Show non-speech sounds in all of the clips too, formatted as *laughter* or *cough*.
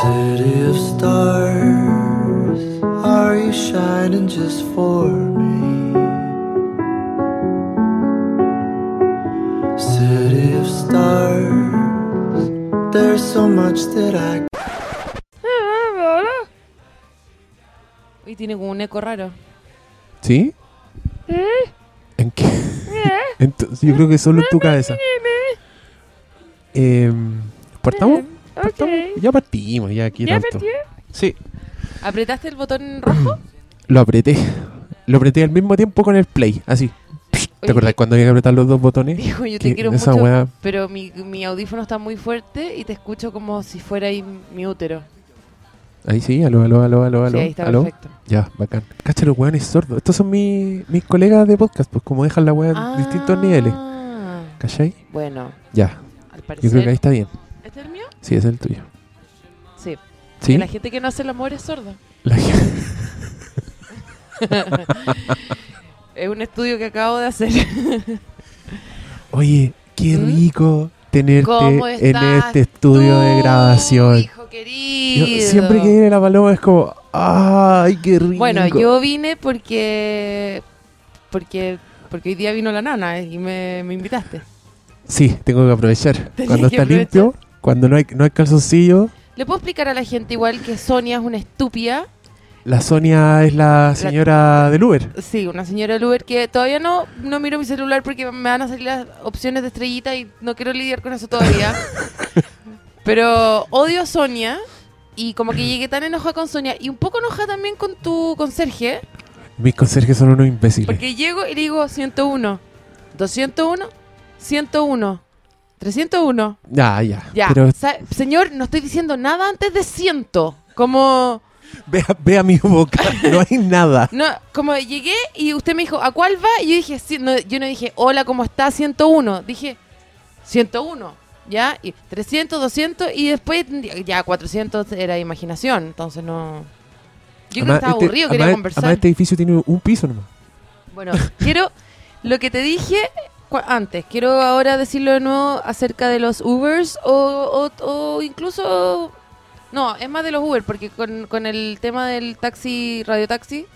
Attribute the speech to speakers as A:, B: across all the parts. A: City of stars, are you shining just for me? City of stars, there's so much that I
B: Y tiene como un eco raro.
C: ¿Sí?
B: ¿Eh?
C: ¿En qué? *laughs* En tu- yo creo que solo en tu cabeza. Em, ¿Partamos? ¿Partamos? Ya partimos, ya aquí
D: ¿Ya
C: tanto. Sí,
B: ¿Apretaste el botón *clears throat* rojo?
C: lo apreté. Lo apreté al mismo tiempo con el play, así. ¿Te
B: Oye,
C: acordás cuando había que apretar los dos botones?
B: Dijo, yo te
C: Que
B: quiero
C: esa
B: mucho,
C: weá-
B: pero mi, mi audífono está muy fuerte y te escucho como si fuera ahí mi útero.
C: Ahí sí, aló, aló, aló, aló, aló.
B: Sí, ahí está
C: aló.
B: perfecto.
C: Ya, bacán. Cacha, los weones sordos. Estos son mis, mis colegas de podcast, pues como dejan la weá en distintos niveles.
B: Ah,
C: ¿Cachai?
B: Bueno,
C: Ya,
B: al
C: yo creo
B: parecer...
C: que ahí está bien.
B: ¿Este es el mío?
C: Sí, ese es el tuyo.
B: Sí.
C: ¿Sí?
B: Que la gente que no hace el amor es sorda.
C: La gente-
B: Es un estudio que acabo de hacer.
C: Oye, qué
B: ¿Mm?
C: rico
B: *laughs* ¿Cómo
C: tenerte en
B: estás
C: este estudio de
B: tú,
C: grabación.
B: Hijo querido.
C: Yo- siempre que viene la paloma es como, ¡ay, qué rico!
B: Bueno, yo vine porque porque porque hoy día vino la nana eh, y me, me invitaste.
C: Sí, tengo que aprovechar.
B: *laughs* Tenés
C: Cuando
B: que
C: está limpio, cuando no hay, no hay calzoncillo,
B: Le puedo explicar a la gente igual que Sonia es una estúpida,
C: la Sonia es la señora del Uber.
B: sí, una señora del Uber que todavía no no miro mi celular porque me van a salir las opciones de estrellita y no quiero lidiar con eso todavía. Pero odio a Sonia y como que llegué tan enojada con Sonia y un poco enojada también con tu conserje.
C: Mis conserjes son unos imbéciles.
B: Porque llego y le digo 101, 201, 101, 301.
C: Ya, ya.
B: Ya,
C: Pero
B: sa- señor, no estoy diciendo nada antes de 100. Como
C: ve, a- ve a mi
B: *laughs*
C: boca, no hay nada.
B: no, como llegué y usted me dijo, ¿a cuál va? Y yo dije, "Sí", no, yo no dije, hola, ¿cómo está? 101. Dije, 101, ¿ya? Y 300, 200 y después ya 400 era imaginación, entonces no... Yo creo que
C: Además,
B: estaba
C: este-
B: aburrido, quería
C: además-
B: conversar.
C: Además, este edificio tiene un piso
B: *laughs*
C: nomás.
B: Bueno, quiero lo que te dije cu- antes. Quiero ahora decirlo de nuevo acerca de los Ubers o, o- o incluso... No, es más de los Uber, porque con, con el tema del taxi, radiotaxi,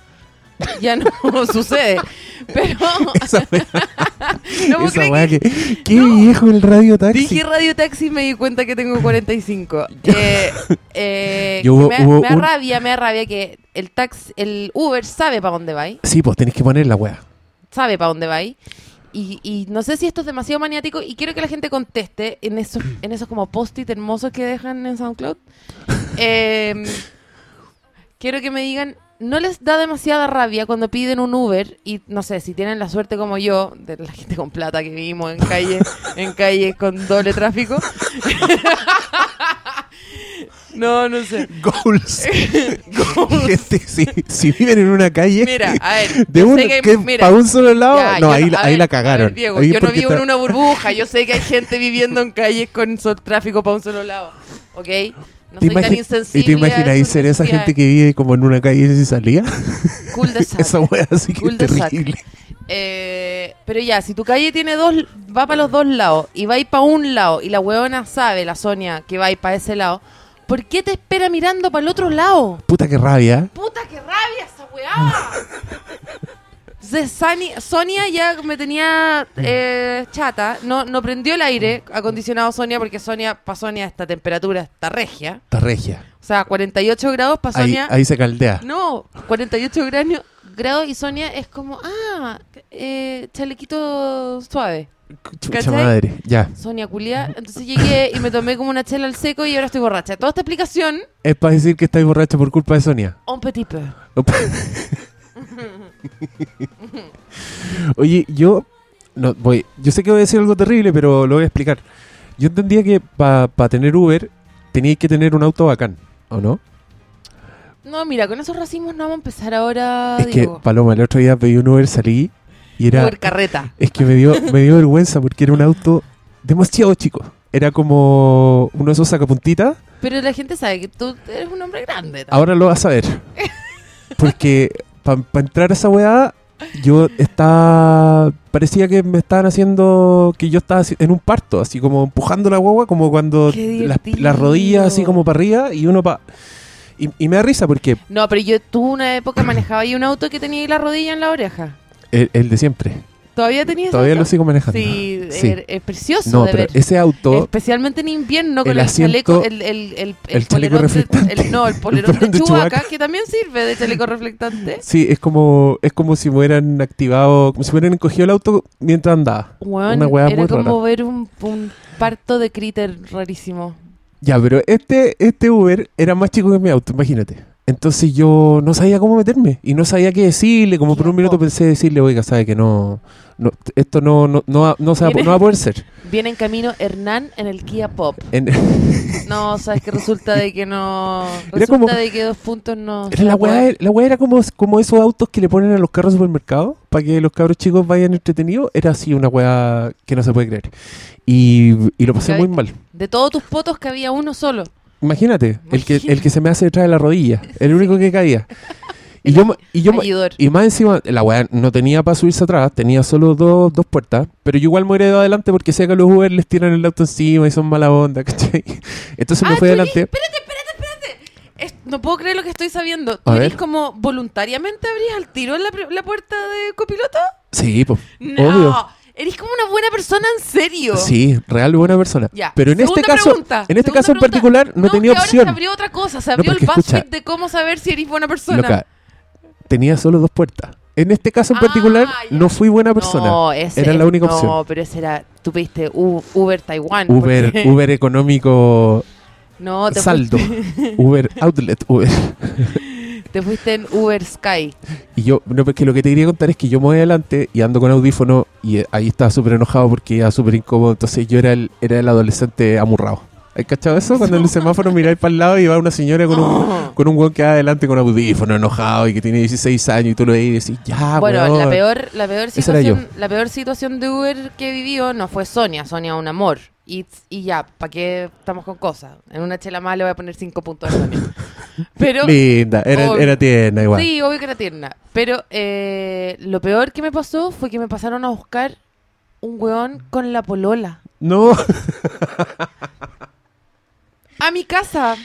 B: ya no *laughs* sucede. Pero *laughs*
C: Esa weá,
B: no puedo
C: esa
B: creer
C: weá
B: que
C: que... ¡Qué viejo el radio taxi!
B: dije radiotaxi y me di cuenta que tengo
C: *laughs*
B: 45. Eh, eh,
C: Yo hubo-
B: me,
C: hubo
B: me da
C: un-
B: rabia, me da rabia que el taxi, el Uber sabe para dónde va.
C: Sí, pues tenés que poner la weá.
B: sabe para dónde va ahí. Y, y no sé si esto es demasiado maniático y quiero que la gente conteste en
C: *clears throat*
B: esos, en esos como post-it hermosos que dejan en SoundCloud.
C: *laughs*
B: Eh, quiero que me digan, ¿no les da demasiada rabia cuando piden un Uber? Y no sé, si tienen la suerte como yo, de la gente con plata que vivimos en
C: *laughs*
B: calles en calles con doble tráfico. *laughs* no, no sé.
C: Goals.
B: *laughs*
C: Gente, si, si viven en una calle
B: Mira, a ver.
C: de
B: yo
C: un,
B: sé que hay-
C: que
B: mira.
C: para un solo lado,
B: Ya,
C: no,
B: yo
C: ahí, la-
B: a
C: ahí
B: ver,
C: la
B: a
C: cagaron.
B: ver, Diego,
C: Ahí
B: yo no
C: porque
B: vivo en
C: está-
B: una burbuja. Yo sé que hay gente viviendo en calles con sol, tráfico para un solo lado. ¿Ok? No
C: ¿Te
B: soy tan
C: imagi-
B: insensible.
C: ¿Y te imaginas ahí ser esa gente que vive como en una calle sin salida?
B: Cool de sac.
C: *laughs* Esa wea así que
B: Cool
C: es
B: de sac.
C: terrible.
B: Eh, pero ya, si tu calle tiene dos, va para los dos lados y va a ir para un lado y la huevona sabe, la Sonia, que va a ir para ese lado, ¿por qué te espera mirando para el otro lado?
C: Puta que rabia.
B: ¡Puta, qué rabia esa weá! Entonces, Sani- Sonia ya me tenía eh, chata, no, no prendió el aire acondicionado Sonia porque Sonia, para Sonia esta temperatura está regia.
C: Está regia.
B: O sea, 48 grados para
C: Ahí,
B: Sonia.
C: ahí se caldea.
B: No, 48 grados, grados y Sonia es como, ah, eh, chalequito suave.
C: Chucha
B: ¿cachai?
C: madre. Ya.
B: Sonia culia. Entonces llegué y me tomé como una chela al seco y ahora estoy borracha. Toda esta explicación,
C: Es para decir que estáis borracho por culpa de Sonia.
B: un petit peu.
C: Opa. *laughs* Oye, yo no voy, yo sé que voy a decir algo terrible, pero lo voy a explicar. Yo entendía que para tener Uber teníais que tener un auto bacán, ¿o no?
B: No, mira, con esos racismos no vamos a empezar ahora,
C: es que
B: digo,
C: Paloma, el otro día pedí un Uber, salí y era
B: por carreta.
C: es que me dio me dio *laughs* vergüenza porque era un auto demasiado chico. Era como uno de esos sacapuntitas.
B: Pero la gente sabe que tú
C: Ah.
B: *laughs* eres un hombre grande. también.
C: Ahora lo vas a ver. Porque para entrar a esa weá yo estaba. Parecía que me estaban haciendo. Que yo estaba así- en un parto, así como empujando la guagua, como cuando
B: Qué
C: las,
B: divertido.
C: las rodillas así como para arriba y uno para. Y, y me da risa porque
B: No, pero yo tuve una
C: *clears throat*
B: época manejaba ahí un auto que tenía ahí la rodilla en la oreja.
C: el, el de siempre.
B: ¿Todavía tenías
C: Todavía lo
B: auto?
C: sigo manejando.
B: Sí,
C: Sí.
B: er- es precioso
C: No,
B: de
C: pero
B: ver.
C: ese auto.
B: Especialmente en invierno con
C: el
B: el, chaleco,
C: asiento-
B: el, el, el,
C: el chaleco
B: polerón de-
C: reflectante.
B: el- no,
C: *laughs*
B: el polerón
C: polerón
B: de
C: de
B: Chewbacca,
C: Chewbacca.
B: que también sirve de chaleco reflectante.
C: Sí, es como, es como si me hubieran activado, como si me hubieran encogido el auto mientras andaba.
B: Weón,
C: Una weá
B: era
C: muy
B: como ver un, un parto de críter rarísimo.
C: Ya, pero este, este Uber era más chico que mi auto, imagínate. Entonces yo no sabía cómo meterme y no sabía qué decirle. Como por un
B: Loco.
C: minuto pensé decirle, oiga, sabe que no, no- esto no, no, no, va- no se va, a po- no va a poder ser.
B: Viene en camino Hernán en el Kia Pop.
C: En- *laughs*
B: No, sabes que resulta de que no.
C: Era
B: Resulta
C: como-
B: de que dos puntos no.
C: la, weá, la weá era como, como esos autos que le ponen a los carros del supermercado para que los cabros chicos vayan entretenidos. Era así una weá que no se puede creer. Y, y lo pasé
B: Cabe-
C: muy mal.
B: De todos tus potos que había uno solo.
C: Imagínate, el que,
B: Imagínate.
C: el que se me hace detrás de la rodilla, el único que caía. Y yo, ma- y yo ma-
B: Ayudor.
C: y más encima, la weá no tenía para subirse atrás, tenía solo dos, dos puertas, pero yo igual me iré de adelante porque sé que a los Uber les tiran el auto encima y son mala onda, *laughs* ¿cachai? Entonces
B: Ah,
C: me fui
B: tú
C: adelante.
B: Es- no puedo creer lo que estoy sabiendo.
C: A
B: ¿Tú eres
C: ver.
B: como voluntariamente abrís al tiro la, pri- la puerta de copiloto?
C: Sí, pues,
B: No.
C: obvio.
B: Eres como una buena persona en serio.
C: Sí, real buena persona.
B: Ya.
C: Pero en
B: Segunda
C: este caso,
B: pregunta.
C: en este
B: Segunda
C: caso en
B: pregunta.
C: particular, no, tenía
B: que
C: opción.
B: Ahora se abrió otra cosa. Se
C: No,
B: abrió el
C: porque escucha.
B: BuzzFeed de cómo saber si eres buena persona.
C: Loca, tenía solo dos puertas. En este caso en
B: Ah,
C: particular,
B: ya.
C: no fui buena persona.
B: No, ese,
C: Era la única opción.
B: No, pero ese era. Tú pediste U- Uber Taiwán.
C: Uber,
B: porque-
C: Uber económico
B: *laughs* No, te
C: saldo.
B: fuiste-
C: Uber Outlet, Uber.
B: te fuiste en Uber Sky.
C: Y yo, no, porque lo que te quería contar es que yo me voy adelante y ando con audífono y eh, ahí estaba súper enojado porque era súper incómodo. Entonces yo era el, era el adolescente amurrado. ¿Has cachado eso? Cuando en el semáforo miráis para el lado y va una señora
B: *gasps*
C: con un, con un weón que va adelante con audífono enojado y que tiene 16 años y tú lo ves y decís, ya,
B: Bueno,
C: Ah, weón.
B: la peor, la peor
C: Ese era yo.
B: situación, la peor situación de Uber que vivió no fue Sonia, Sonia un amor. Y, y ya, ¿para qué estamos con cosas? En una chela más le voy a poner cinco puntos a
C: *laughs*
B: Sonia. Pero
C: Linda, era,
B: Obvio.
C: era tierna igual.
B: sí, obvio que era tierna. Pero eh, lo peor que me pasó fue que me pasaron a buscar un weón con la polola.
C: No.
B: A mi casa.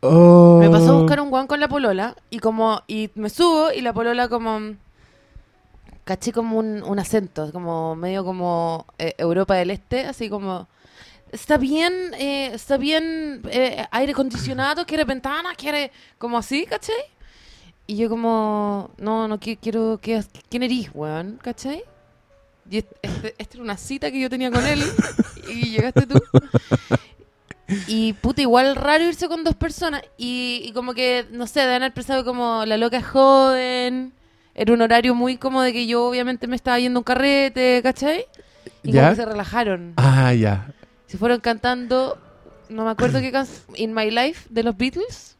C: Oh.
B: *laughs* Me pasó a buscar un guan con la polola y como y me subo y la polola como mm, caché como un, un acento, como medio como eh, Europa del Este, así como está bien, eh, está bien eh, aire acondicionado, quiere ventanas, quiere como así, ¿cachai? Y yo como no, no qui- quiero que quién eres, weón, ¿cachai? Y est- este- esta era una cita que yo tenía con él y llegaste tú. Y puta, igual raro irse con dos personas. Y, y como que, no sé, deben haber pensado como la loca es joven. Era un horario muy como de que yo obviamente me estaba yendo a un carrete, ¿cachai? Y
C: ¿Ya?
B: como que se relajaron.
C: Ah, ya.
B: Se fueron cantando, no me acuerdo qué canción, In My Life de los Beatles.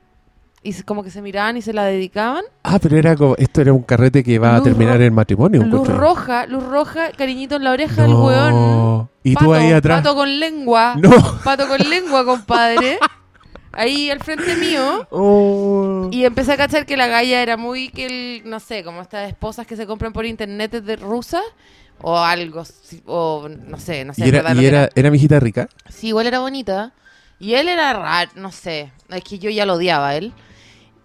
B: Y se- como que se miraban y se la dedicaban.
C: Ah, pero era como, esto era un carrete que va a
B: Luz
C: terminar
B: ro-
C: en matrimonio.
B: Luz
C: encuentro.
B: roja, luz roja, cariñito en la oreja del
C: No.
B: weón.
C: Y tú
B: Pato,
C: ahí atrás.
B: Pato con lengua.
C: *laughs* No.
B: Pato con lengua, compadre. Ahí al frente mío.
C: Oh.
B: Y empecé a cachar que la galla era muy que el, no sé, como estas esposas que se compran por internet de rusas o algo, si- o no sé, no sé.
C: ¿Y
B: en
C: era,
B: verdad
C: y
B: lo que
C: era, era mi hijita rica?
B: era. Sí, igual era bonita. Y él era raro, no sé, es que yo ya lo odiaba a él.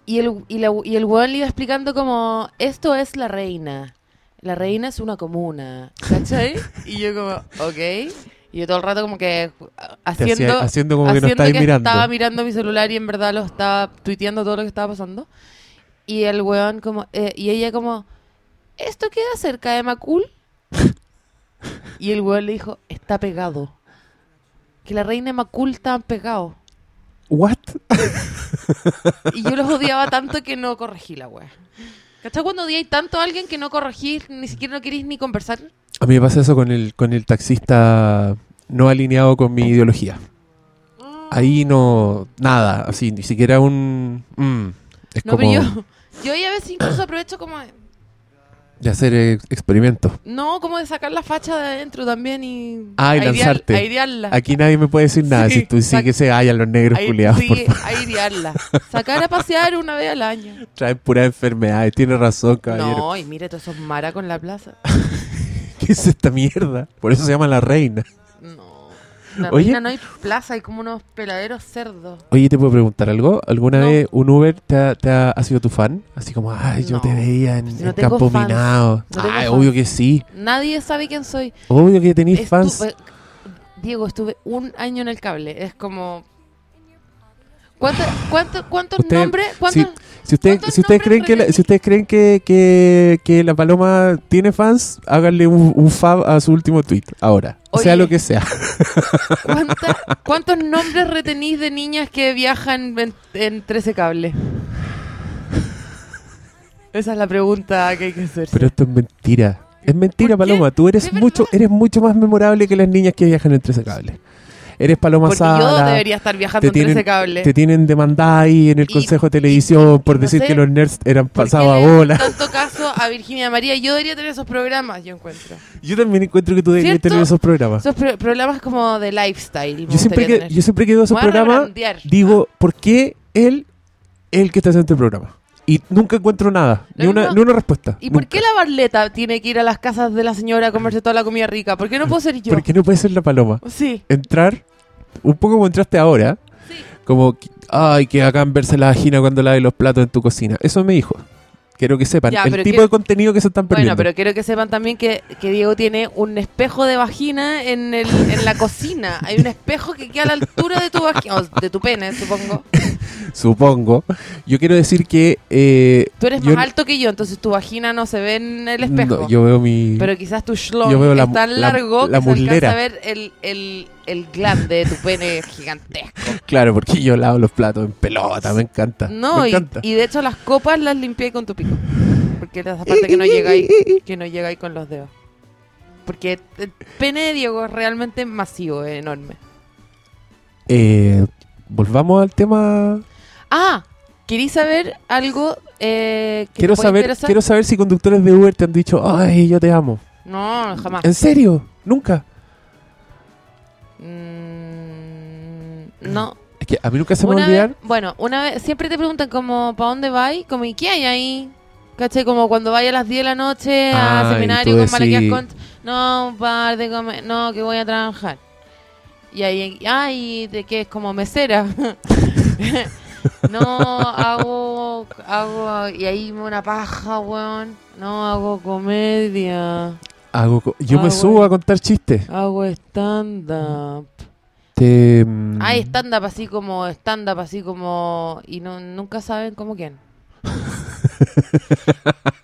B: Y el, y, la- y el weón le iba explicando como, esto es la reina, la reina es una comuna, ¿cachai? y yo como, ok. Y yo todo el rato como que ah,
C: Te hacía-
B: haciendo,
C: haciendo como que no
B: haciendo
C: estáis mirando.
B: estaba mirando mi celular y en verdad lo estaba tuiteando todo lo que estaba pasando. Y el weón como, eh, y ella como, ¿esto queda cerca de
C: *laughs*
B: Macul? y el weón le dijo, está pegado. Que la reina y Macul estaban pegados.
C: ¿What?
B: Y yo los odiaba tanto que no corregí la wea. ¿Cachai cuando odiáis tanto a alguien que no corregís, ni siquiera no queréis ni conversar?
C: A mí me pasa eso con el, con el taxista no alineado con mi ideología.
B: Mm.
C: Ahí no. Nada, así, ni siquiera un. mm, es
B: No,
C: como.
B: pero yo, yo ahí a veces incluso aprovecho como...
C: De hacer eh, experimentos.
B: No, como de sacar la facha de adentro también y...
C: Ah, y lanzarte.
B: Airearla.
C: Aquí nadie me puede decir nada
B: Sí,
C: si tú sí
B: sac-
C: que se hallan los negros
B: Aire-
C: culiados. por
B: sí,
C: favor.
B: airearla. Sacar a pasear una vez al año.
C: Traen pura enfermedad. Tiene razón, caballero. *laughs*
B: No, y mire todos esos maracos en la plaza.
C: ¿Qué es esta mierda? Por eso se llama la reina.
B: No. La
C: Oye.
B: reina no hay plaza, hay como unos peladeros cerdos.
C: Oye, ¿te puedo preguntar algo? ¿Alguna
B: No.
C: vez un Uber te ha, te ha- ha sido tu fan? Así como, ay, yo
B: No.
C: te veía en,
B: Si no
C: en
B: tengo
C: Campo
B: fans.
C: Minado.
B: No tengo
C: ay,
B: fans.
C: obvio que sí.
B: Nadie sabe quién soy.
C: Obvio que tenéis fans.
B: Estuve- Diego, estuve un año en el cable. Es como... ¿Cuánto, cuánto, ¿Cuántos
C: Usted-
B: nombres? ¿Cuántos?
C: Si, ustedes-
B: ¿Cuántos
C: si
B: nombres
C: ustedes creen, que la,
B: repetís?
C: si ustedes creen que, que- que la paloma tiene fans, háganle un, un fab a su último tweet ahora. Sea
B: Oye.
C: lo que sea. *laughs*
B: ¿Cuánta- ¿Cuántos nombres retenís de niñas que viajan en, en 13 cables? Esa es la pregunta que hay que hacerse.
C: Pero esto es mentira. Es mentira,
B: ¿Por qué?
C: Paloma. Tú eres
B: ¿De
C: mucho,
B: verdad?
C: eres mucho más memorable que las niñas que viajan entre ese cable. Eres Paloma
B: Porque yo
C: Sala,
B: debería estar viajando
C: te
B: en 13
C: tienen,
B: cables.
C: te tienen demandada ahí en el
B: Y-
C: Consejo de Televisión por
B: no
C: decir
B: sé,
C: que los nerds eran
B: ¿Por qué
C: pasados
B: le
C: a
B: hacen
C: bola. *laughs*
B: Tanto caso a Virginia María. Yo debería tener esos programas, yo encuentro.
C: Yo también encuentro que tú deberías
B: ¿Cierto?
C: tener esos programas.
B: Esos pro- programas como de lifestyle. me
C: Yo siempre,
B: gustaría
C: que,
B: tener.
C: yo siempre que veo esos
B: Me van a
C: programas,
B: brandear.
C: digo, ¿por qué él es el que está haciendo el programa? Y nunca encuentro nada,
B: Lo
C: ni una,
B: mismo-
C: ni una respuesta.
B: ¿Y por
C: nunca.
B: qué la barleta tiene que ir a las casas de la señora a comerse toda la comida rica? ¿Por qué no puedo ser yo?
C: ¿Por qué no puede ser la paloma?
B: Sí.
C: Entrar, un poco como entraste ahora,
B: Sí.
C: como, que- ay, que hagan verse la vagina cuando laves los platos en tu cocina. Eso me dijo. Quiero que sepan
B: Ya,
C: el
B: pero
C: tipo
B: quiero-
C: de contenido que se están perdiendo.
B: Bueno, pero quiero que sepan también que, que Diego tiene un espejo de vagina en, el, en la cocina. Hay un espejo que queda a la altura de tu vagina, o de tu pene, supongo.
C: Supongo. Yo quiero decir que... eh,
B: Tú eres
C: yo-
B: más alto que yo, entonces tu vagina no se ve en el espejo.
C: no, yo veo mi...
B: Pero quizás tu schlong
C: Yo veo la
B: es tan
C: mu- la-
B: largo
C: la
B: que se alcanza
C: muslera.
B: a ver el, el, el glande de tu pene gigantesco.
C: Claro, porque yo lavo los platos en pelota, me encanta.
B: No,
C: me
B: y,
C: encanta.
B: y de hecho las copas las limpié con tu pico. Porque esa parte que no
C: *laughs*
B: llegáis, que no llegáis con los dedos. Porque el pene de Diego es realmente masivo, es enorme.
C: Eh, volvamos al tema.
B: Ah, ¿queréis saber algo eh, que
C: Quiero
B: te puede
C: saber,
B: interesar?
C: quiero saber si conductores de Uber te han dicho, ay, yo te amo.
B: No, jamás.
C: ¿En serio? Nunca.
B: Mm, no.
C: Es que a mí nunca se me va a
B: Una vez,
C: olvidar.
B: bueno, una vez, siempre te preguntan como, ¿para dónde vais? Como, ¿y qué hay ahí? ¿Caché? Como cuando vaya a las 10 de la noche a
C: Ah, y
B: seminario
C: tú
B: con Malaquías
C: decís-
B: Cont. No, un par de comer, no, que voy a trabajar. Y ahí, ay, de que es como
C: *laughs*
B: mesera. *laughs* no, hago, hago, y ahí me una paja, weón. No, hago comedia,
C: Hago co- yo
B: Ah,
C: me subo
B: bueno.
C: a contar chistes.
B: hago stand-up.
C: Te, mm,
B: Hay stand-up así como, stand-up así como, y no, nunca saben como
C: *laughs*
B: quién.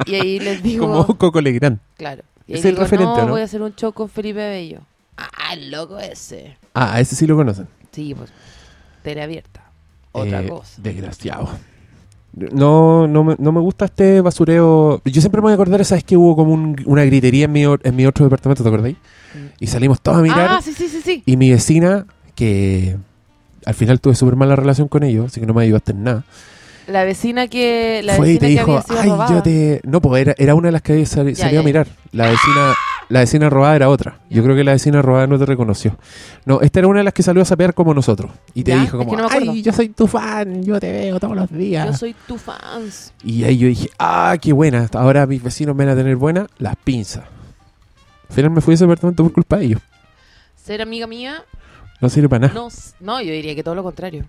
B: y ahí les digo,
C: mm, Como Coco Legrand.
B: claro. Y ahí
C: es el
B: digo,
C: referente,
B: no,
C: ¿no?
B: voy a hacer un show con Felipe Bello. Ah, el loco ese.
C: Ah, a ese sí lo conocen.
B: Sí, pues, tele abierta. Otra
C: Eh,
B: cosa.
C: Desgraciado. No, no, me, no me gusta este basureo. Yo siempre me voy a acordar, ¿sabes que hubo como un- una gritería en mi, o- en mi otro departamento, ¿te acordáis? Y salimos todos a mirar.
B: Mm. Ah, sí, sí, sí, sí.
C: Y mi vecina, que al final tuve súper mala relación con ellos, así que no me ayudaste en nada,
B: La vecina que, la
C: fue y
B: vecina
C: te
B: que
C: dijo,
B: había sido
C: ay,
B: robada.
C: yo te... No, pues era, era una de las que había sali-
B: Ya,
C: salido
B: ya,
C: a mirar. La vecina, la vecina robada era otra. Yo
B: Ya.
C: creo que la vecina robada no te reconoció. No, esta era una de las que salió a sapear como nosotros. Y te
B: Ya,
C: dijo
B: es
C: como,
B: que no me acuerdo.
C: ay, yo soy tu fan, yo te veo todos los
B: Yo
C: días.
B: soy tu fans.
C: Y ahí yo dije, ah, qué buena, hasta ahora mis vecinos me van a tener buena las pinzas. Al final me fui a ese apartamento por culpa de ellos.
B: Ser amiga mía,
C: No sirve para nada.
B: no, s- no, yo diría que todo lo
C: *clears throat*
B: contrario.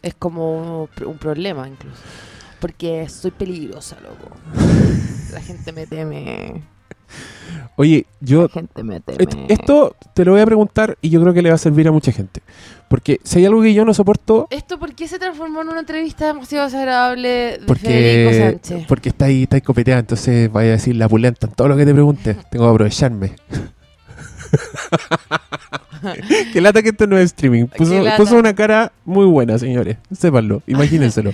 B: es como pr- un problema incluso. Porque soy peligrosa, loco. La gente me teme.
C: Oye, yo
B: La gente me teme.
C: Est- Esto te lo voy a preguntar y yo creo que le va a servir a mucha gente. Porque si hay algo que yo no soporto,
B: ¿Esto por qué se transformó en una entrevista demasiado desagradable de Federico
C: porque,
B: Sánchez?
C: porque está ahí, está ahí copeteada, entonces vaya a decir la pulenta en todo lo que
B: *laughs*
C: te pregunte. Tengo que aprovecharme. *laughs* Qué lata que esto no es streaming. Puso,
B: Qué lata.
C: puso una cara muy buena, señores.
B: *laughs*
C: Sépanlo, imagínenselo.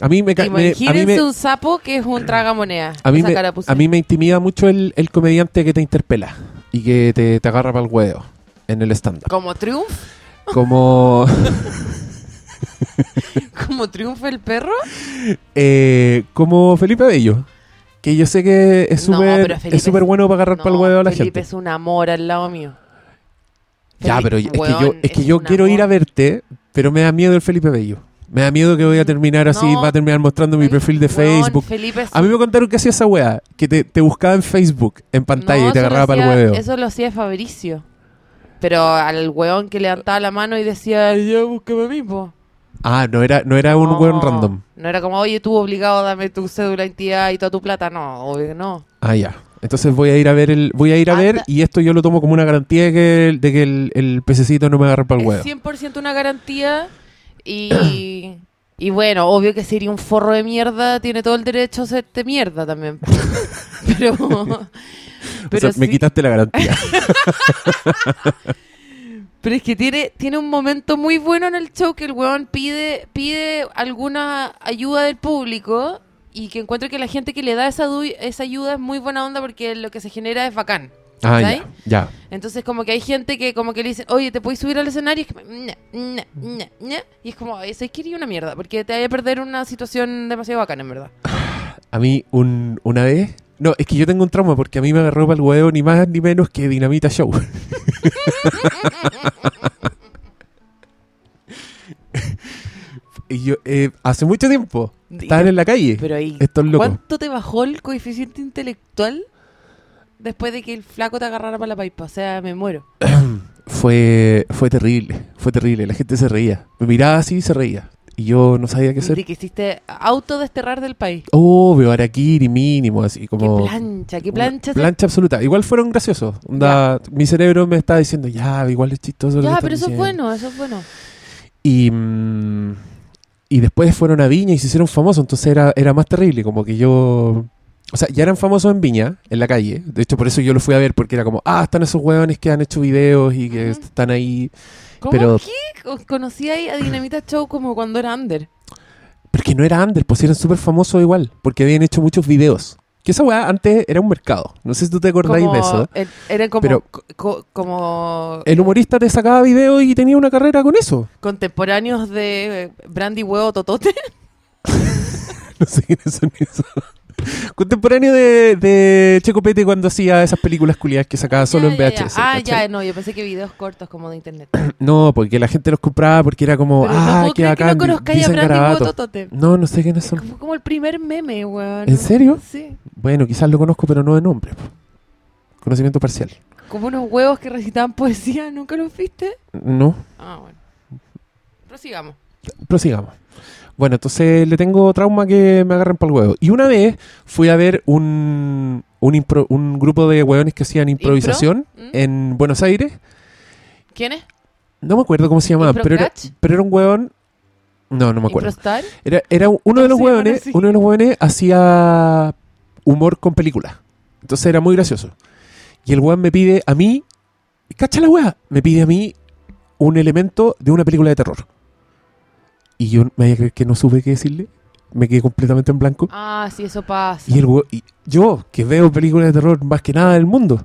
C: A mí me, ca- me- a mí
B: Imagínense
C: me,
B: un sapo que es un tragamoneda.
C: a mí
B: Esa
C: me,
B: cara puse.
C: a mí me intimida mucho el, el comediante que te interpela y que te, te agarra para el huevo en el stand-up.
B: Como triunfo, *laughs*
C: Como...
B: como triunfa el perro.
C: Eh, como Felipe Bello. Que yo sé que es
B: No,
C: súper
B: pero Felipe
C: es súper
B: es-
C: bueno para agarrar para el
B: No,
C: huevo a la
B: Felipe
C: gente.
B: es un amor al lado mío.
C: Ya, pero es
B: Felipe,
C: que yo,
B: weón,
C: es que
B: es
C: yo
B: un
C: quiero ir a
B: amor.
C: verte, pero me da miedo el Felipe Bello. Me da miedo que voy a terminar así,
B: No.
C: va a terminar mostrando mi
B: Fel-
C: perfil de
B: Weón,
C: Facebook.
B: Felipe es-
C: A mí me contaron que hacía esa weá, que te, te buscaba en Facebook, en pantalla,
B: No,
C: y te
B: eso lo
C: agarraba para el
B: hacía-
C: hueveo.
B: Eso lo hacía Fabricio. Pero al weón que levantaba la mano y decía, ya búscame a mí, po".
C: Ah, no era, no era un
B: No,
C: weón random.
B: No era como, oye, tú obligado, dame tu cédula, identidad y toda tu plata. No, obvio que no.
C: Ah, ya. Entonces voy a ir a ver el, voy a ir a
B: Anda.
C: ver y esto yo lo tomo como una garantía de que el, de que el, el pececito no me agarra para el huevo.
B: Es 100% una garantía y... Y bueno, obvio que sería un forro de mierda, tiene todo el derecho a hacerte mierda también. po. *laughs*
C: *laughs*
B: Pero...
C: O sea, me
B: sí-
C: quitaste
B: *laughs*
C: la garantía.
B: Pero es que tiene, tiene un momento muy bueno en el show que el weón pide, pide alguna ayuda del público y que encuentro que la gente que le da esa, du- esa ayuda es muy buena onda porque lo que se genera es bacán.
C: Ah,
B: ¿Cachai?
C: ya, ya.
B: Entonces como que hay gente que como que le dicen, oye, ¿te puedes subir al escenario? Y es, como, "Ña, ña, ña, ña". Y es como, eso es que iría una mierda porque te vaya a perder una situación demasiado bacana, en verdad.
C: A mí, un- una vez. No, es que yo tengo un trauma porque a mí me agarró para el huevo ni más ni menos que Dinamita Show. *laughs* y yo, eh, hace mucho tiempo, estaban en la calle.
B: Pero ahí,
C: Estos locos.
B: ¿cuánto te bajó el coeficiente intelectual después de que el flaco te agarrara para la pipa? O sea, me muero.
C: Fue, fue terrible, fue terrible. La gente se reía. Me miraba así y se reía. Y yo no sabía qué
B: Desde
C: hacer.
B: que hiciste autodesterrar del país.
C: Obvio, Araquiri mínimo, así como.
B: Qué plancha, qué plancha.
C: Una plancha absoluta. Igual fueron graciosos. Onda, Mi cerebro me estaba diciendo, ya, igual es chistoso. lo que
B: Ya,
C: están
B: pero eso es
C: diciendo".
B: bueno, eso es bueno.
C: Y, mm, y después fueron a Viña y se hicieron famosos, entonces era, era más terrible, como que yo... O sea, ya eran famosos en Viña, en la calle. De hecho, por eso yo lo fui a ver, porque era como, ah, están esos hueones que han hecho videos y que
B: Ujú.
C: están ahí.
B: ¿Cómo
C: Pero-
B: que co- conocí ahí a Dinamita Show como cuando era under?
C: Porque no era Ander, pues eran súper famosos igual, porque habían hecho muchos videos. Que esa weá antes era un mercado. No sé si tú te acordáis
B: Como-
C: de eso.
B: er- Eran como,
C: Pero-
B: co- co- como
C: El humorista te sacaba videos y tenía una carrera con eso.
B: contemporáneos de eh, Brandy Huevo Totote.
C: *laughs* No sé quiénes son esos. Contemporáneo de, de Checo Pete cuando hacía esas películas culiadas que sacaba *laughs* solo
B: Ya,
C: en
B: ya, ya.
C: VHS.
B: Ah,
C: ¿cachai?
B: ya, no, yo pensé que videos cortos como de internet.
C: No, porque la gente los compraba porque era como,
B: Pero no
C: ah,
B: puedo
C: que
B: creer que no
C: acá
B: conozcáis a
C: dicen
B: Brandy Huevo
C: garabato.
B: Totote.
C: No, no sé quiénes son.
B: Como, como el primer meme, weón.
C: ¿En serio?
B: Sí.
C: Bueno, quizás lo conozco, pero no de nombre. po. Conocimiento parcial.
B: Como unos huevos que recitaban poesía, ¿nunca los viste?
C: No,
B: Ah, bueno. Prosigamos.
C: prosigamos. Bueno, entonces le tengo trauma que me agarren para el huevo. Y una vez fui a ver un, un, impro- un grupo de hueones que hacían improvisación Eh,
B: ¿Mm?
C: en Buenos Aires.
B: ¿Quién es?
C: No me acuerdo cómo se llamaba, pero era,
B: ¿Improcatch?
C: pero era un hueón. No, no me acuerdo.
B: ¿Improstar?
C: Era, era un- uno de los
B: Sí,
C: hueones,
B: bueno, sí.
C: uno de los hueones hacía humor con películas. Entonces era muy gracioso. Y el hueón me pide a mí, cacha la hueá, me pide a mí un elemento de una película de terror. Y yo me voy a creer que no supe qué decirle. Me quedé completamente en blanco.
B: Ah, sí, eso pasa.
C: Y el hue- y yo, que veo películas de terror más que nada del mundo,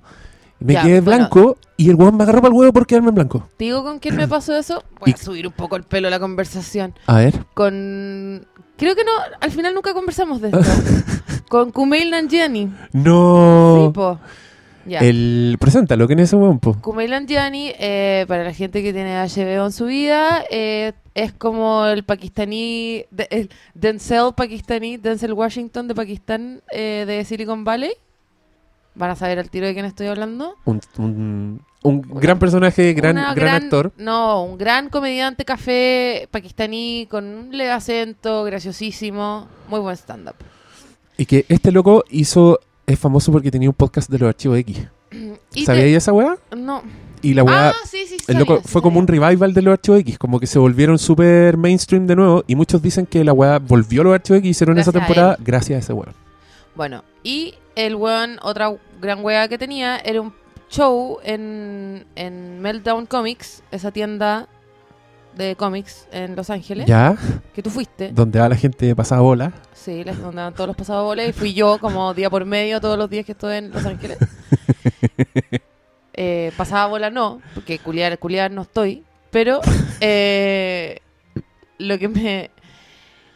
C: me
B: Ya,
C: quedé
B: bueno.
C: blanco y el hueón me agarró para el huevo por quedarme en blanco.
B: ¿Te digo con quién me pasó eso? Voy a
C: Y-
B: subir un poco el pelo a la conversación.
C: A ver.
B: Con... Creo que no, al final nunca conversamos de esto.
C: *laughs*
B: con Kumail Nanjiani.
C: No.
B: Sí, po. Ya.
C: el preséntalo, ¿quién es ese hueón, po?
B: Kumail Nanjiani, eh, para la gente que tiene HBO en su vida, eh, es como el pakistaní, de- el Denzel pakistaní, Denzel Washington de Pakistán, eh, de Silicon Valley. Van a saber al tiro de quién estoy hablando.
C: un, un- un gran personaje, gran,
B: Una
C: gran, actor.
B: No, un gran comediante café pakistaní con un leve acento, graciosísimo, muy buen stand-up.
C: Y que este loco hizo, es famoso porque tenía un podcast de los archivos X.
B: Y
C: ¿Sabía
B: te-
C: ella esa weá?
B: No.
C: Y la weá,
B: Ah, sí, sí, sí.
C: el loco, fue como un revival de los archivos X, como que se volvieron súper mainstream de nuevo. Y muchos dicen que la weá volvió a los archivos X y hicieron esa
B: Gracias a
C: temporada gracias a ese weá.
B: Bueno, y el weón, otra gran wea que tenía, era un show en, en Meltdown Comics, esa tienda de cómics en Los Ángeles,
C: Ya,
B: que tú fuiste.
C: donde va la gente pasada bola.
B: Sí, les mandaban todos los pasados boles y fui yo como día por medio todos los días que estuve en Los Ángeles. Eh, pasada bola no, porque culiar, culiar no estoy, pero eh, lo que me...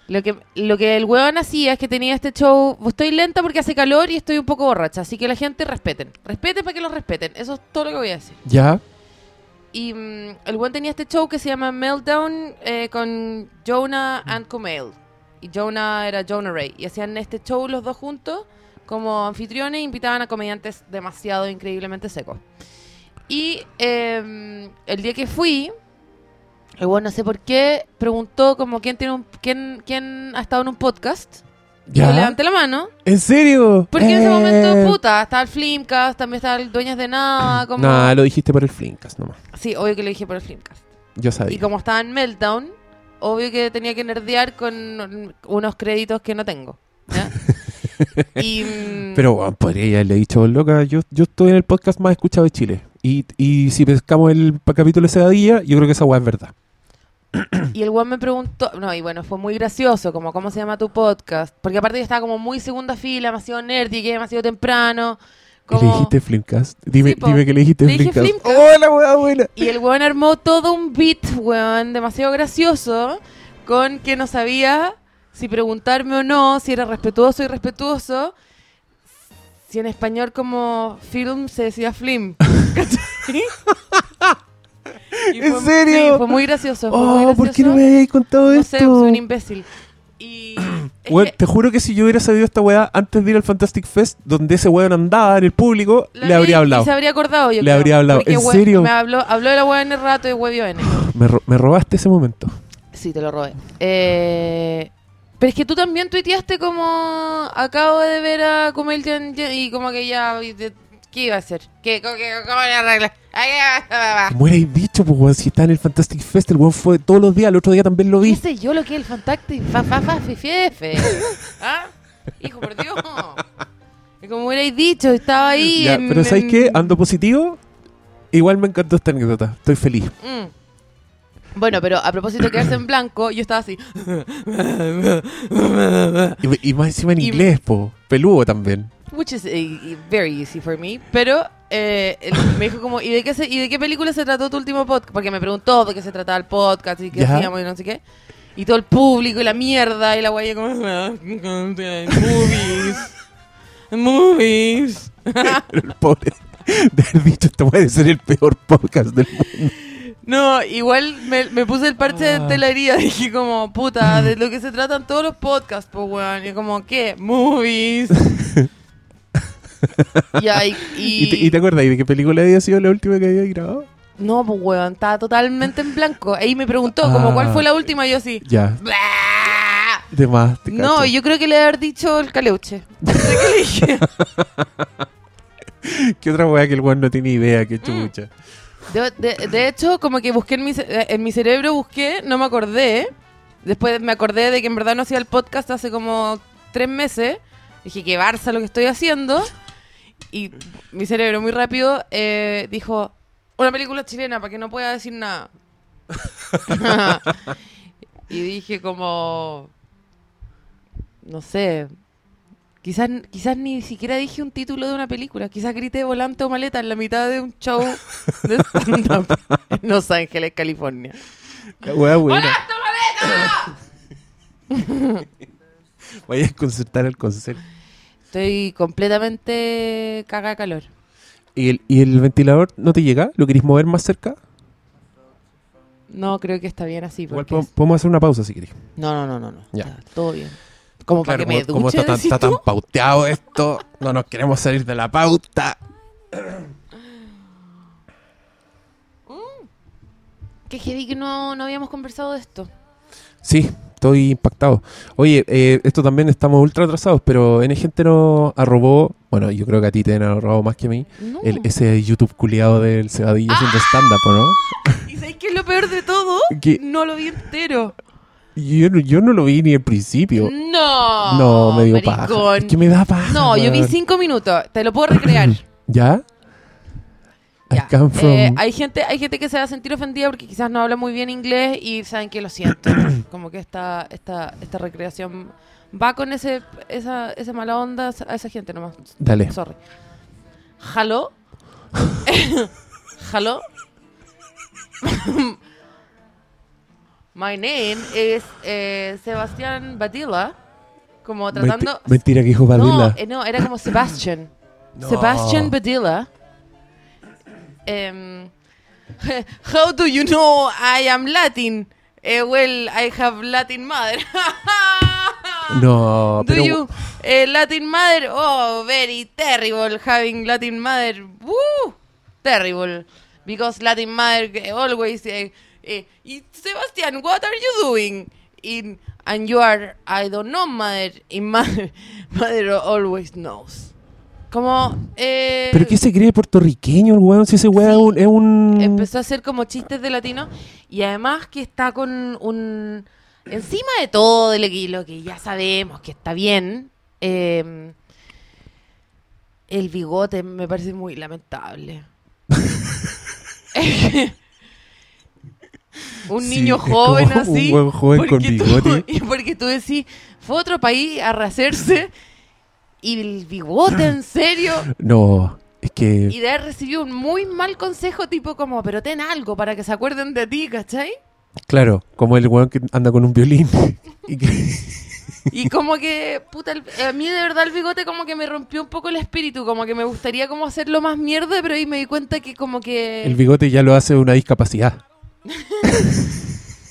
B: Lo que, lo que el huevón hacía es que tenía este show, estoy lenta porque hace calor y estoy un poco borracha, así que la gente respeten, respeten para que los respeten, eso es todo lo que voy a decir.
C: Ya,
B: Y mm, el buen tenía este show que se llama Meltdown eh, con Jonah
C: Mm.
B: and Kumail. Y Jonah era Jonah Ray. Y hacían este show los dos juntos como anfitriones e invitaban a comediantes demasiado increíblemente secos. Y eh, el día que fui, el buen no sé por qué, preguntó como quién, tiene un, quién, quién ha estado en un podcast. Y Yo
C: ya.
B: levanté la mano.
C: ¿En serio?
B: Porque en ese
C: Eh.
B: momento, puta, estaba el Flimcast, también estaba el Dueñas de Nada. Como...
C: Nah, lo dijiste por el Flinkas nomás.
B: Sí, obvio que lo dije por el Flimcast.
C: Yo sabía.
B: Y como estaba en Meltdown, obvio que tenía que nerdear con unos créditos que no tengo.
C: *laughs*
B: ¿ya? y, mm,
C: Pero bueno, podría ya le he dicho, loca, yo, yo estoy en el podcast más escuchado de Chile. Y, y si pescamos el pa- capítulo ese día, yo creo que esa weá es verdad.
B: mm, y el weón me preguntó, no, y bueno, fue muy gracioso, como, ¿cómo se llama tu podcast? Porque aparte yo estaba como muy segunda fila, demasiado nerd, llegué demasiado temprano.
C: ¿Y le
B: Como...
C: dijiste Flimcast? Dime,
B: Sí, po.
C: dime que le dijiste
B: Le dije
C: Flimcast.
B: Flimcast.
C: ¡Oh, la weá buena!
B: Y el weón armó todo un beat, weón, demasiado gracioso, con que no sabía si preguntarme o no, si era respetuoso o irrespetuoso, si en español como film se decía flim. ¿Cachai? Y
C: ¿En
B: fue-
C: serio?
B: Sí, fue muy gracioso. Fue muy
C: Oh,
B: gracioso.
C: ¿por qué no me habíais contado
B: No
C: esto?
B: sé, soy un imbécil.
C: *clears throat*
B: Y es
C: Weón,
B: que
C: te juro que si yo hubiera sabido esta weá antes de ir al Fantastic Fest, donde ese weón andaba en el público,
B: la
C: le
B: vi
C: habría
B: Y
C: hablado.
B: se habría acordado yo.
C: Le
B: creo,
C: habría hablado.
B: porque
C: ¿En
B: we-
C: serio?
B: Me habló, habló de la weá en el rato y huevió en
C: Me, ro- me robaste ese momento.
B: Sí, te lo robé. Eh, pero es que tú también tuiteaste como acabo de ver a Kumail Jan- Jan- y como que ya y te- ¿qué iba a hacer? ¿Qué, cómo, qué- cómo le arregla? Ay, ah, ah, ah.
C: Como erais dicho, pues weón, si está en el Fantastic Fest, el weón fue todos los días, el otro día también lo
B: ¿Qué
C: vi.
B: sé yo lo que es el fantástico? Fa, fa, fa, fi, fi,
C: *laughs*
B: fe. ¿Ah? Hijo, por Dios. Y Como hubierais dicho, estaba ahí.
C: Ya,
B: en-
C: pero ¿sabes
B: en-
C: qué? Ando positivo. Igual me encantó esta anécdota. Estoy feliz.
B: Mm. Bueno, pero a propósito de quedarse en blanco, yo estaba así.
C: Y, y más encima en
B: Ah. Y-
C: inglés, po. Peludo también. *laughs*
B: Which is eh, very easy for me. Pero eh, él me dijo como, ¿y de, qué se- ¿y de qué película se trató tu último podcast? Porque me preguntó de qué se trataba el podcast y qué
C: Ya.
B: hacíamos y no sé qué. Y todo el público y la mierda y la guaya como... *laughs* Movies. Movies.
C: El pobre. De haber dicho, esto puede ser el peor podcast del mundo.
B: No, igual me, me puse el parche
C: Ah.
B: de la herida. *laughs* Dije como, puta, de lo que se tratan todos los podcasts, pues, weón. Y como, ¿qué?
C: *laughs*
B: Movies. Ya, y,
C: ¿Y, te, y te acuerdas de qué película había sido la última que había grabado?
B: No, pues weón, estaba totalmente en blanco. Ahí me preguntó como
C: Ah.
B: cuál fue la última y yo así.
C: Ya,
B: "Bla".
C: de más. te
B: No,
C: cacho.
B: yo creo que le haber dicho el
C: *laughs*
B: caleuche. No sé qué le dije.
C: ¿Qué otra weá que el weón no tiene idea?
B: Mm.
C: Qué chucha.
B: De, de- de hecho, como que busqué en mi, ce- eh, en mi cerebro, busqué, no me acordé. Después me acordé de que en verdad no hacía el podcast hace como tres meses. Dije, qué barza lo que estoy haciendo. Y mi cerebro muy rápido eh, dijo, una película chilena para que no pueda decir nada. *laughs* y dije como, no sé, quizás, quizás ni siquiera dije un título de una película, quizás grité volante o maleta en la mitad de un show de stand-up en Los Ángeles, California.
C: La weá buena.
B: ¡Volante o maleta!
C: *laughs* Vaya a desconcertar al concierto.
B: Estoy completamente caga de calor.
C: ¿Y el, ¿Y el ventilador no te llega? ¿Lo querés mover más cerca?
B: No, creo que está bien así.
C: Igual
B: porque
C: po- podemos hacer una pausa si querés.
B: es- No, no, no, no, no.
C: Ya.
B: Está todo bien. Como para
C: Claro,
B: que me
C: como- como
B: duche,
C: está, tan,
B: decís
C: está tan
B: tú.
C: pauteado
B: *laughs*
C: esto, no nos queremos salir de la pauta.
B: Qué heavy que no, no habíamos conversado de esto.
C: Sí, estoy impactado. Oye, eh, esto también estamos ultra atrasados, pero N gente nos arrobó, bueno, yo creo que a ti te han arrobado más que a mí,
B: No. Ah.
C: el, ese YouTube culiado del Cebadilla haciendo stand-up, ¿o ¿no?
B: ¿Y sabéis qué es lo peor de todo?
C: ¿Qué?
B: No lo vi entero.
C: Yo, no- yo no lo vi ni al principio.
B: No.
C: no, me dio paja.
B: maricón.
C: Es que me da paja.
B: No, yo vi
C: weón.
B: cinco minutos. Te lo puedo
C: *laughs*
B: recrear.
C: ¿Ya? I
B: Ya.
C: come from-
B: Eh, hay gente, hay gente que se va a sentir ofendida porque quizás no habla muy bien inglés y saben que lo
C: *coughs*
B: siento. Como que esta, esta, esta recreación va con ese, esa, esa mala onda a esa gente nomás.
C: Dale.
B: Sorry.
C: *laughs*
B: Hello. Hello. *laughs* My name is eh, Sebastián Badilla. Como
C: Menti-
B: tratando.
C: mentira que dijo Badilla.
B: No, eh, no, era como Sebastian.
C: No.
B: Sebastian Badilla. Em, *laughs* how do you know I am Latin? Eh, well, I have Latin mother. *laughs*
C: no,
B: Do
C: pero
B: you eh, Latin mother? Oh, very terrible having Latin mother. Woo! Terrible. Because Latin mother eh, always eh, eh, "Y- Sebastian, what are you doing? In and you are I don't know mother. In mother *laughs* mother always knows. Como eh,
C: ¿Pero qué se cree puertorriqueño el weón? Si ese weón
B: Sí.
C: es un... es un-
B: empezó a hacer como chistes de latino y además que está con un encima de todo de lo que, lo que ya sabemos que está bien eh, el bigote me parece muy lamentable *laughs* un
C: Sí,
B: niño
C: es como
B: joven
C: un
B: así
C: buen joven con
B: porque tú-
C: bigote.
B: *laughs* y porque tú decís fue a otro país a rehacerse y el bigote en serio
C: No, es que...
B: y de haber recibido un muy mal consejo, tipo como, pero ten algo para que se acuerden de ti, ¿cachai?
C: Claro, como el weón que anda con un violín. y que-
B: Y como que, puta, el- a mí de verdad el bigote como que me rompió un poco el espíritu, como que me gustaría como hacerlo más mierda, pero ahí me di cuenta que como que,
C: el bigote ya lo hace una discapacidad.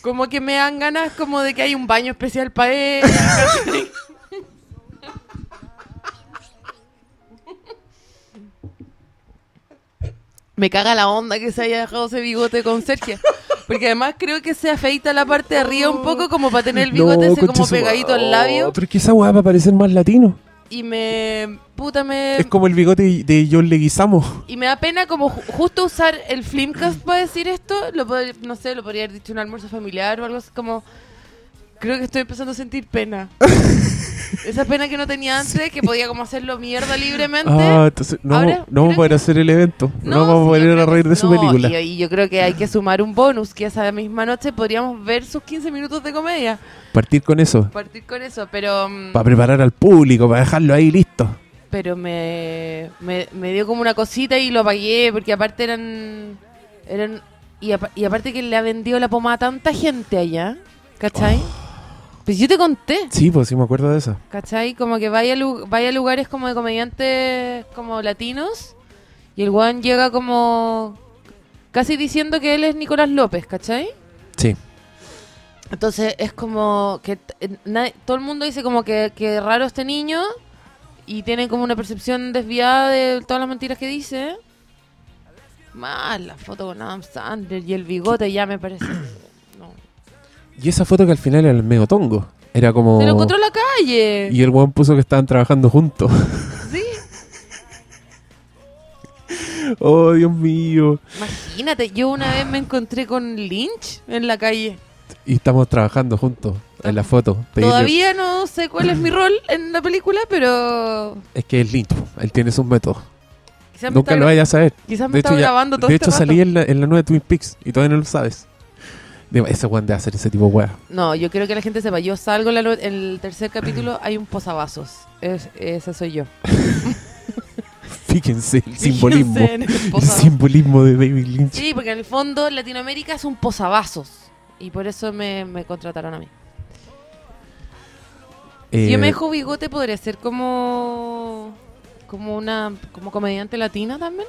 B: como que me dan ganas como de que hay un baño especial para él. ¿cachai? Me caga la onda que se haya dejado ese bigote con Sergio. Porque además creo que se afeita la parte de arriba un poco como para tener el bigote ese
C: concha
B: como
C: su madre.
B: pegadito al labio.
C: Pero es que esa weá va a parecer más latino.
B: Y me... Puta, me...
C: Es como el bigote de John Leguizamo.
B: Y me da pena como ju- justo usar el Flimcast para decir esto. Lo pod- no sé, lo podría haber dicho en un almuerzo familiar o algo así como... Creo que estoy empezando a sentir
C: *laughs*
B: pena. Esa pena que no tenía antes, que podía como hacerlo mierda libremente.
C: Ah, entonces no,
B: Ahora,
C: no vamos a
B: creo
C: poder
B: que-
C: hacer el evento. No,
B: sí,
C: vamos a
B: yo
C: poder ir
B: creo
C: a
B: que-
C: reír de su
B: no,
C: película.
B: Y, y yo creo que hay que sumar un bonus, que esa misma noche podríamos ver sus 15 minutos de comedia.
C: Partir con eso.
B: Partir con eso, pero... mm,
C: Para preparar al público, para dejarlo ahí listo.
B: pero me, me, me dio como una cosita y lo apagué porque aparte eran eran y, apa- y aparte que le ha vendido la pomada a tanta gente allá ¿cachai? pues yo te conté
C: Sí, pues sí me acuerdo de eso.
B: ¿cachai? como que vaya, a lu- vaya a lugares como de comediantes como latinos y el guan llega como casi diciendo que él es Nicolás López ¿cachai?
C: Sí.
B: Entonces es como que t- eh, nadie- todo el mundo dice como que, que raro este niño y tiene como una percepción desviada de todas las mentiras que dice. Más la foto con Adam Sandler y el bigote ya me parece... No.
C: Y esa foto que al final era el medio tongo. Era como...
B: Se lo encontró en la calle.
C: Oh. Y el weón puso que estaban trabajando juntos. *laughs*
B: Sí.
C: oh, Dios mío.
B: Imagínate, yo una vez me encontré con Lynch en la calle.
C: Y estamos trabajando juntos en la foto. Pedirle-
B: Todavía no sé cuál es mi rol en la película, pero...
C: Es que es lindo. Él tiene sus métodos.
B: Quizás me
C: Nunca
B: está
C: lo
B: gra-
C: vayas a saber.
B: Quizás me
C: De hecho,
B: estaba
C: ya-
B: grabando todo
C: de
B: este
C: hecho
B: rato.
C: salí en la, en la nueva Twin Peaks y todavía no lo sabes. Digo, ese weón debe hacer ese tipo de weá.
B: No, yo quiero que la gente sepa. Yo salgo en, la no- en el tercer capítulo, hay un posavasos. Es, esa soy yo.
C: *laughs* Fíjense el
B: *laughs*
C: *laughs* simbolismo.
B: Fíjense en el
C: El
B: posavasos.
C: simbolismo de David Lynch.
B: Sí, porque en el fondo Latinoamérica es un posavasos. Y por eso me, me contrataron a mí. Si
C: Eh,
B: yo me dejo bigote, podría ser como. Como una como comediante latina también.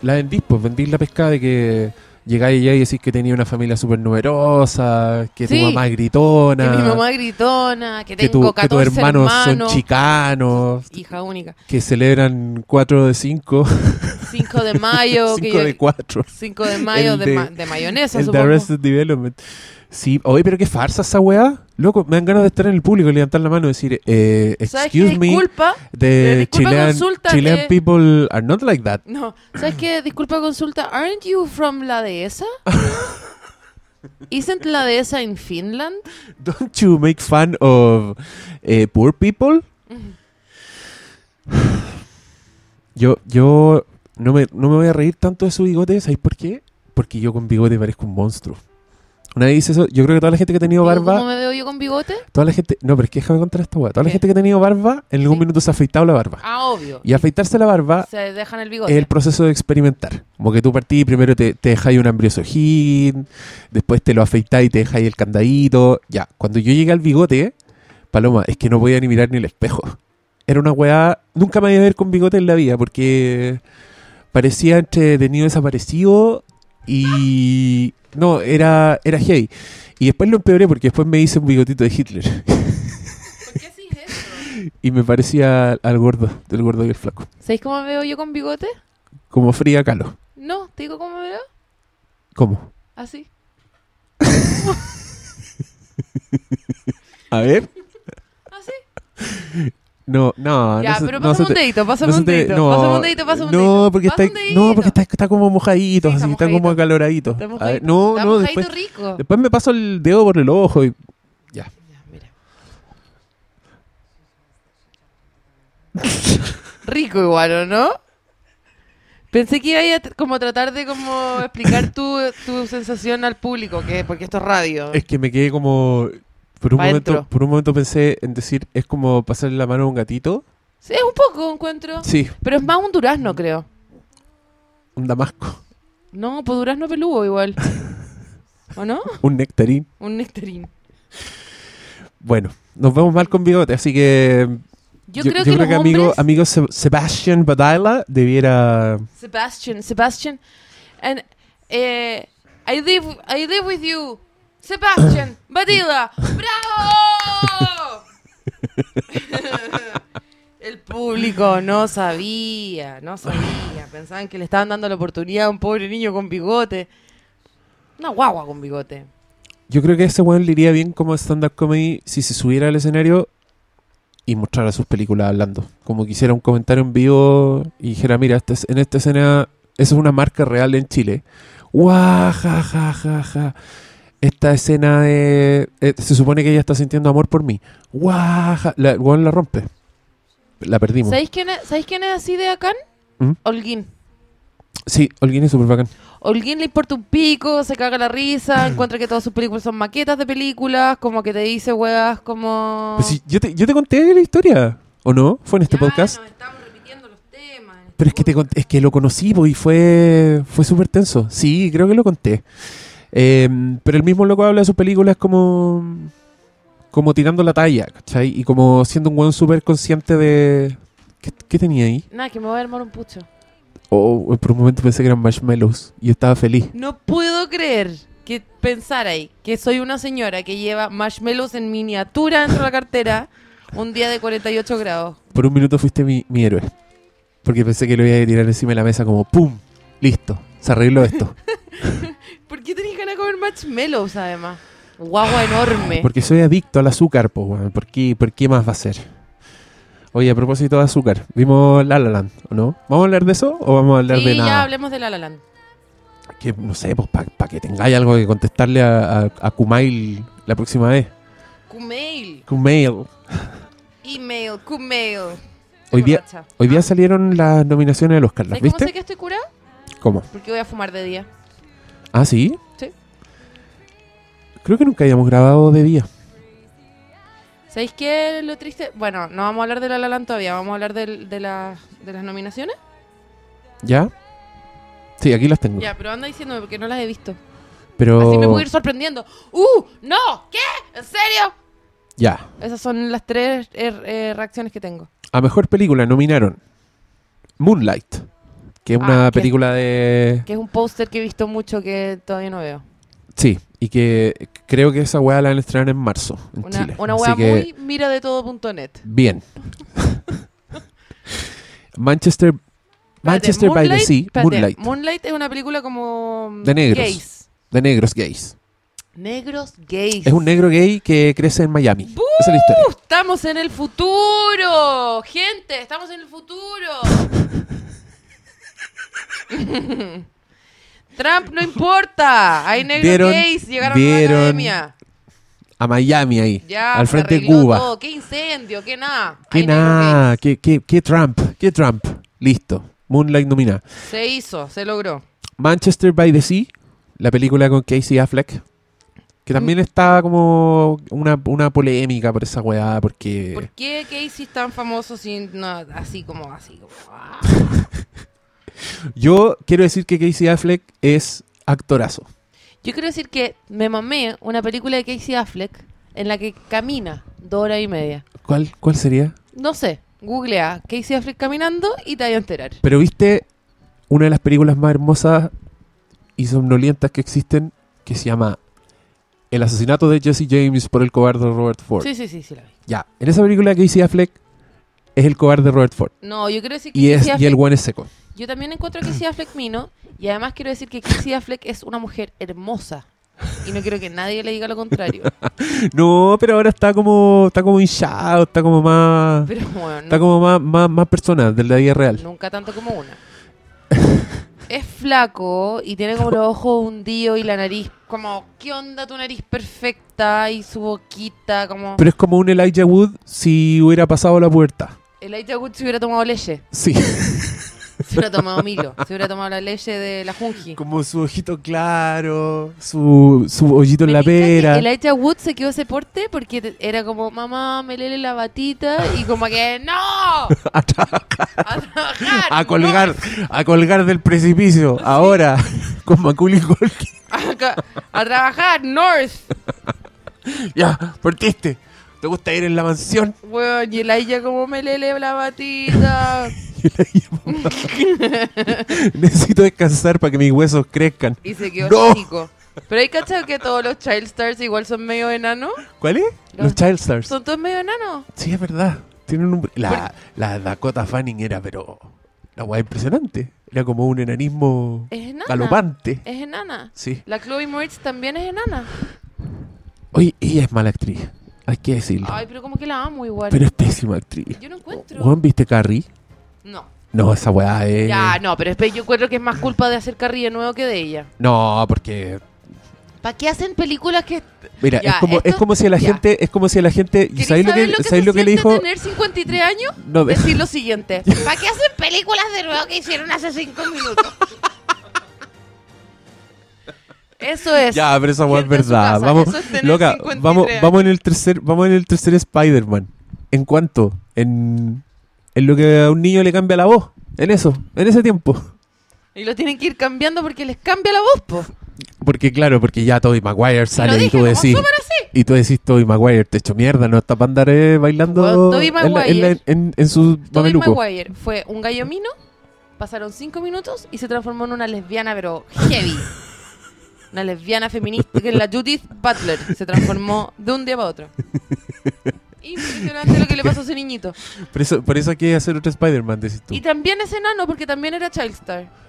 C: La vendís, pues vendís la pesca de que llegáis allá y decís que tenía una familia súper numerosa, que tu
B: Sí.
C: mamá es gritona,
B: Que mi mamá es gritona, que
C: que,
B: tengo
C: tu, que
B: 14
C: tus hermanos,
B: hermanos,
C: son chicanos,
B: Hija única.
C: que celebran 4 de 5,
B: 5 de mayo.
C: *laughs* 5
B: que yo-
C: de 4.
B: 5 de mayo
C: El
B: de,
C: de-
B: ma- de mayonesa,
C: El de
B: supongo.
C: Arrested Development. Sí, oye, pero qué farsa esa weá. Loco, me dan ganas de estar en el público y levantar la mano y decir, eh,
B: ¿Sabes qué?
C: excuse me,
B: Disculpa. Eh,
C: the
B: disculpa,
C: Chilean,
B: consulta,
C: Chilean
B: eh.
C: people are not like that. *laughs*
B: No, ¿sabes qué? Disculpa consulta, ¿aren't you from la
C: *laughs*
B: dehesa? ¿Isn't la dehesa in Finland?
C: Don't you make fun of eh, poor people? Yo, yo no me, no me voy a reír tanto de su bigote, ¿sabéis por qué? Porque yo con bigote parezco un monstruo. Nadie dice eso. Yo creo que toda la gente que ha tenido
B: Digo, ¿Cómo
C: barba.
B: me veo yo con bigote?
C: Toda la gente. No, pero es que déjame contar esta weá. Toda la
B: ¿Qué?
C: gente que ha tenido barba, en algún
B: Sí.
C: minuto se ha afeitado la barba.
B: Ah, obvio.
C: Y afeitarse la barba
B: Se dejan el bigote.
C: es el proceso de experimentar. Como que tú partís, primero te, te dejáis un ambriosojín, después te lo afeitáis y te dejáis el candadito. Ya, cuando yo llegué al bigote, Paloma, es que no podía ni mirar ni el espejo. Era una weá, nunca me había ver con bigote en la vida, porque parecía entretenido desaparecido y... No, era, era heavy. Y después lo empeoré porque después me hice un bigotito de Hitler.
B: ¿Por qué haces eso?
C: Y me parecía al gordo, del gordo y el flaco.
B: ¿Sabéis cómo me veo yo con bigote?
C: Como fría calo.
B: No, te digo cómo me veo.
C: ¿Cómo?
B: Así.
C: A ver.
B: Así.
C: No, Ah, no,
B: ¿Ah, ya,
C: no. se-
B: pero
C: no
B: pásame
C: se
B: un
C: te-
B: dedito, pásame
C: no se
B: un
C: te-
B: dedito.
C: no,
B: pásame un dedito, pásame un
C: no,
B: dedito.
C: Porque
B: Pásame
C: está,
B: un
C: no,
B: dedito.
C: porque está, está como mojadito,
B: Sí, está
C: así, está como
B: mojadito.
C: acaloradito.
B: Está
C: A ver,
B: mojadito,
C: no,
B: está
C: no,
B: mojadito
C: después,
B: rico.
C: después me paso el dedo por el ojo y
B: Ya, mira. Rico igual, ¿o no? Pensé que iba a tr- como tratar de como explicar tu, tu sensación al público, que porque esto es radio.
C: es que me quedé como por un
B: Ah. Pa'
C: momento,
B: dentro.
C: por un momento pensé en decir es como pasarle la mano a un gatito.
B: Sí, es un poco encuentro.
C: Sí,
B: Pero es más un durazno, creo.
C: un damasco,
B: No, pues durazno peludo igual. ¿O no?
C: un nectarín.
B: Un nectarín.
C: Bueno, nos vemos mal con bigote, así que
B: Yo, creo que los
C: amigo,
B: hombres...
C: amigo Seb- Sebastián Badaila debiera
B: Sebastian, Sebastian. And eh, I live I live with you. Sebastian, Badila. ¡Bravo! El público no sabía, no sabía. Pensaban que le estaban dando la oportunidad a un pobre niño con bigote. Una guagua con bigote.
C: Yo creo que ese weón le iría bien como stand-up comedy si se subiera al escenario y mostrara sus películas hablando. Como que hiciera un comentario en vivo y dijera, mira, esta es- en esta escena, esa es una marca real en Chile. ¡Guau! Ja, ja, ja, ja. Esta escena de- eh, se supone que ella está sintiendo amor por mí. ¡Guau! ja. La, el weón la rompe. La perdimos.
B: ¿Sabéis quién es, ¿sabéis quién es así de acá?
C: pues. ¿Mm?
B: Holguín.
C: Sí, Holguín es súper bacán.
B: Holguín le importa un pico, se caga la
C: *clears throat*
B: risa, encuentra que todas sus películas son maquetas de películas, como que te dice huevas como...
C: Pues sí, yo, te, yo te conté la historia, ¿o no? ¿Fue en este podcast?
B: estamos repitiendo los temas.
C: Pero es que, te cont- es que lo conocí po, y fue, fue súper tenso. Sí, creo que lo conté. Eh, pero el mismo loco habla de sus películas como, como tirando la talla, ¿cachai? Y como siendo un buen súper consciente de... ¿Qué, qué tenía ahí?
B: Nada, que me voy a armar un pucho.
C: Oh, por un momento pensé que eran marshmallows y estaba feliz.
B: No puedo creer que pensar ahí que soy una señora que lleva marshmallows en miniatura dentro de la cartera un día de 48 grados.
C: Por un minuto fuiste mi, mi héroe. Porque pensé que lo iba a tirar encima de la mesa como ¡pum! Listo, se arregló esto.
B: ¿Por qué tenés ganas de comer marshmallows además? Guagua enorme.
C: Porque soy adicto al azúcar, po, weón. ¿Por qué, ¿Por qué más va a ser? Oye, a propósito de azúcar, vimos La La Land, ¿o no? ¿Vamos a hablar de eso o vamos a hablar de
B: Sí, ya
C: nada?
B: hablemos de La La Land.
C: Que, no sé, pues para que tengáis algo que contestarle a, a, a Kumail la próxima vez.
B: Kumail.
C: Kumail.
B: Email. Kumail.
C: Hoy día,
B: Borracha.
C: hoy día salieron las nominaciones del Oscar,
B: Ah.
C: ¿las
B: ¿Sabes cómo sé
C: viste?
B: que estoy curada?
C: ¿Cómo?
B: Porque voy a fumar de día.
C: ¿Ah, sí?
B: Sí.
C: Creo que nunca habíamos grabado de día.
B: ¿Sabéis qué es lo triste? Bueno, no vamos a hablar de La La Land todavía, vamos a hablar del- de, la- de las nominaciones.
C: ¿Ya? Sí, aquí las tengo.
B: Ya, pero anda diciéndome porque no las he visto.
C: Pero...
B: Así me puedo ir sorprendiendo. ¡Uh! ¡No! ¿Qué? ¿En serio?
C: Ya.
B: Esas son las tres eh, eh, reacciones que tengo.
C: A mejor película nominaron Moonlight, que es
B: Ah,
C: una
B: que-
C: película de.
B: Que es un póster que he visto mucho que todavía no veo.
C: Sí, y que creo que esa weá la van a estrenar en marzo en
B: Una,
C: Chile.
B: una
C: Así
B: wea
C: que,
B: muy mira de todo.net.
C: Bien. Manchester. Manchester by the Sea, Moonlight.
B: Moonlight es una película como. mm,
C: De negros.
B: Gays.
C: de negros gays.
B: Negros gays.
C: Es un negro gay que crece en Miami. Esa es la historia.
B: ¡Uh! Estamos en el futuro, gente, estamos en el futuro. *laughs* Trump no importa, hay negros
C: Vieron-
B: gays, llegaron a
C: vieron-
B: la academia.
C: A Miami ahí.
B: Ya,
C: al
B: se
C: frente de
B: arregló
C: Cuba.
B: todo. Qué incendio, qué nada.
C: Qué
B: Hay negros
C: nada. Qué, qué, qué Trump. Qué Trump. Listo. Moonlight nominada.
B: gays. Se hizo, se logró.
C: Manchester by the Sea, la película con Casey Affleck,
B: Mm.
C: Que también está como una, una polémica por esa weá, porque...
B: ¿Por qué Casey es tan famoso sin no, así como así? Como, ah?
C: Yo quiero decir que Casey Affleck es actorazo.
B: Yo quiero decir que me mamé una película de Casey Affleck en la que camina dos horas y media.
C: ¿Cuál, cuál sería?
B: No sé, googlea Casey Affleck caminando y te vas a enterar.
C: Pero viste una de las películas más hermosas y somnolientas que existen, que se llama El asesinato de Jesse James por el cobarde Robert Ford.
B: Sí, sí, sí, sí la vi.
C: Ya, en esa película Casey Affleck es el cobarde Robert Ford.
B: No, yo quiero decir que
C: Y, es,
B: Casey
C: y el
B: Affleck-
C: buen es seco.
B: Yo también encuentro a Casey Affleck mino y además quiero decir que Casey Affleck es una mujer hermosa y no quiero que nadie le diga lo
C: *laughs*
B: contrario.
C: No, pero ahora está como está como hinchado, está como más
B: Pero bueno,
C: está como más más, más persona del de la vida real.
B: Nunca tanto como
C: *laughs*
B: una. Es flaco y tiene como los ojos hundidos y la nariz como, ¿qué onda tu nariz perfecta? Y su boquita como...
C: Pero es como un Elijah Wood si hubiera pasado la pubertad.
B: Elijah Wood se hubiera tomado leche,
C: Sí,
B: se hubiera tomado Milo, se hubiera tomado la leche de la Junji.
C: *laughs* como su ojito claro, su, su hoyito en la
B: Me tinca que
C: pera.
B: Elijah Wood se quedó ese porte porque te- era como, mamá, me lele la batita y como que, ¡no!
C: *laughs*
B: A trabajar.
C: A
B: no".
C: colgar, a colgar del precipicio, ahora, *laughs* con Macaulay Culkin.
B: A, ca- a trabajar, North.
C: Ya, partiste. ¿Te gusta ir en la mansión? *laughs*
B: Weón, y Elijah como, me lele la batita.
C: Y la
B: *laughs*
C: llamo. *laughs* Necesito descansar para que mis huesos crezcan.
B: Y se quedó
C: ¡No!
B: chico. Pero hay cachado que todos los child stars igual son medio enanos.
C: ¿Cuál es?
B: Los-
C: Los, Child Stars.
B: Son todos medio enanos.
C: Sí, es verdad. Tienen un... la, la Dakota Fanning era, pero. La weá impresionante. Era como un enanismo
B: Es enana.
C: galopante.
B: Es enana.
C: Sí.
B: La Chloe Moritz también es enana.
C: Oye, ella es mala actriz. Hay que decirlo.
B: Ay, pero como que la amo igual.
C: pero es pésima actriz.
B: Yo no encuentro.
C: Juan, ¿viste Carrie?
B: No.
C: No, esa weá es.
B: Ya, no, pero espe- yo creo que es más culpa de hacer Carrie de nuevo que de ella.
C: No, porque.
B: ¿Para qué hacen películas que...
C: Mira,
B: Ya,
C: es, como,
B: esto-
C: es como si a la
B: ya.
C: gente. Es como si a la gente.
B: ¿Queréis
C: ¿Sabéis lo
B: saber
C: que,
B: lo que,
C: ¿sabéis
B: se
C: lo que le
B: siente
C: dijo?
B: tener 53 años?
C: No, ve-
B: Decir lo
C: *laughs*
B: siguiente. ¿Para qué hacen películas de nuevo que hicieron hace 5 *laughs* minutos? Eso es.
C: Ya, pero esa weá es
B: Gente en su
C: verdad.
B: casa,
C: Vamos,
B: eso es tener
C: loca,
B: 53
C: vamos,
B: años.
C: vamos en el tercer, vamos en el tercer Spider-Man. ¿En cuánto? En, en lo que a un niño le cambia la voz. En eso, en ese tiempo.
B: Y lo tienen que ir cambiando porque les cambia la voz, po.
C: Porque claro, porque ya Tobey Maguire
B: lo
C: sale y
B: dije,
C: tú
B: como
C: decís.
B: súper así.
C: Y tú decís, Tobey Maguire, te hecho mierda, no estás para andar eh, bailando
B: Bueno, Tobey
C: en, la- en la-
B: Maguire.
C: en- en su
B: Tobey
C: mameluco.
B: Maguire fue un gallo mino, pasaron 5 minutos y se transformó en una lesbiana, pero
C: *laughs*
B: heavy. Una lesbiana feminista que es la Judith Butler. Se transformó de un día para
C: *laughs*
B: otro. Impresionante lo que le pasó a ese niñito.
C: Por eso, por eso hay que hacer otro Spider-Man, decís tú.
B: Y también es enano porque también era Child Star.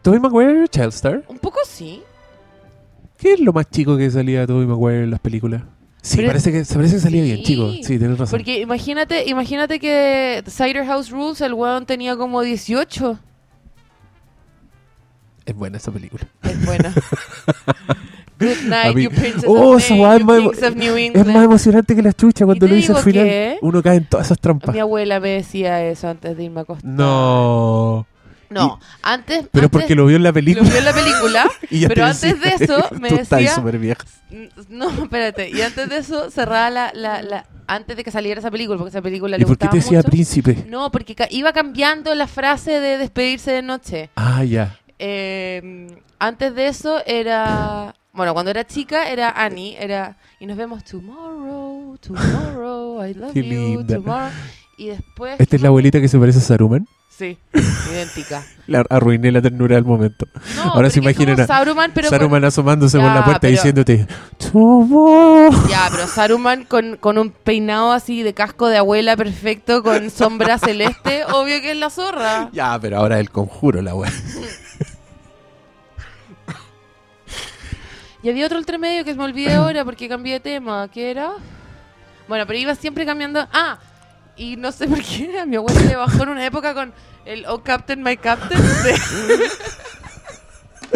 C: ¿Tobey Maguire era Childstar?
B: Un poco sí.
C: ¿Qué es lo más chico que salía Tobey Maguire en las películas? Sí,
B: Pero-
C: parece que, se parece que salía bien,
B: Sí.
C: chico. Sí, tienes razón.
B: Porque imagínate, imagínate que Cider House Rules, el weón tenía como 18.
C: Es buena esa película.
B: Es
C: *laughs*
B: buena. Good
C: A
B: night,
C: mí-
B: you princess
C: Oh,
B: of,
C: esa
B: May,
C: weá es
B: you
C: más-
B: kings of New
C: Es más
B: England.
C: emocionante que la chucha cuando
B: te
C: lo dice al
B: digo
C: final.
B: que-
C: Uno cae en todas esas trampas.
B: Mi abuela me decía eso antes de irme a acostar.
C: No.
B: No, antes...
C: Pero
B: antes-
C: porque lo vio en la
B: lo
C: película.
B: vi en la película,
C: *laughs* y ya
B: pero
C: te
B: antes de
C: decía, *laughs*
B: eso me
C: Tú estás
B: decía...
C: súper vieja.
B: N- No, espérate. Y antes de eso cerraba la, la, la- Antes de que saliera esa película, porque esa película
C: ¿Y
B: le
C: por qué
B: gustaba
C: te decía
B: mucho.
C: príncipe?
B: No, porque ca- iba cambiando la frase de despedirse de noche.
C: Ah, ya.
B: Eh, antes de eso era... Bueno, cuando era chica era Annie, era... Y nos vemos tomorrow, tomorrow, I love
C: Qué
B: you,
C: linda.
B: tomorrow. Y después...
C: Esta es la abuelita que se parece a Saruman.
B: Sí, idéntica.
C: La arruiné la ternura del momento.
B: No,
C: Ahora se
B: pero que es como
C: imaginan a
B: Saruman, pero con-
C: Saruman asomándose por
B: Ya,
C: la puerta
B: pero-
C: diciéndote: ¡Tomo!
B: Ya, pero Saruman con, con un peinado así de casco de abuela perfecto, con sombra *laughs* celeste, obvio que es la zorra.
C: *laughs* Ya, pero ahora el conjuro, la wea.
B: Y había otro entremedio que se me
C: *coughs*
B: olvidé ahora porque cambié de tema, ¿qué era? Bueno, pero iba siempre cambiando. Ah, y no sé por qué a mi abuela le bajó en una época con el Oh Captain, My Captain. de-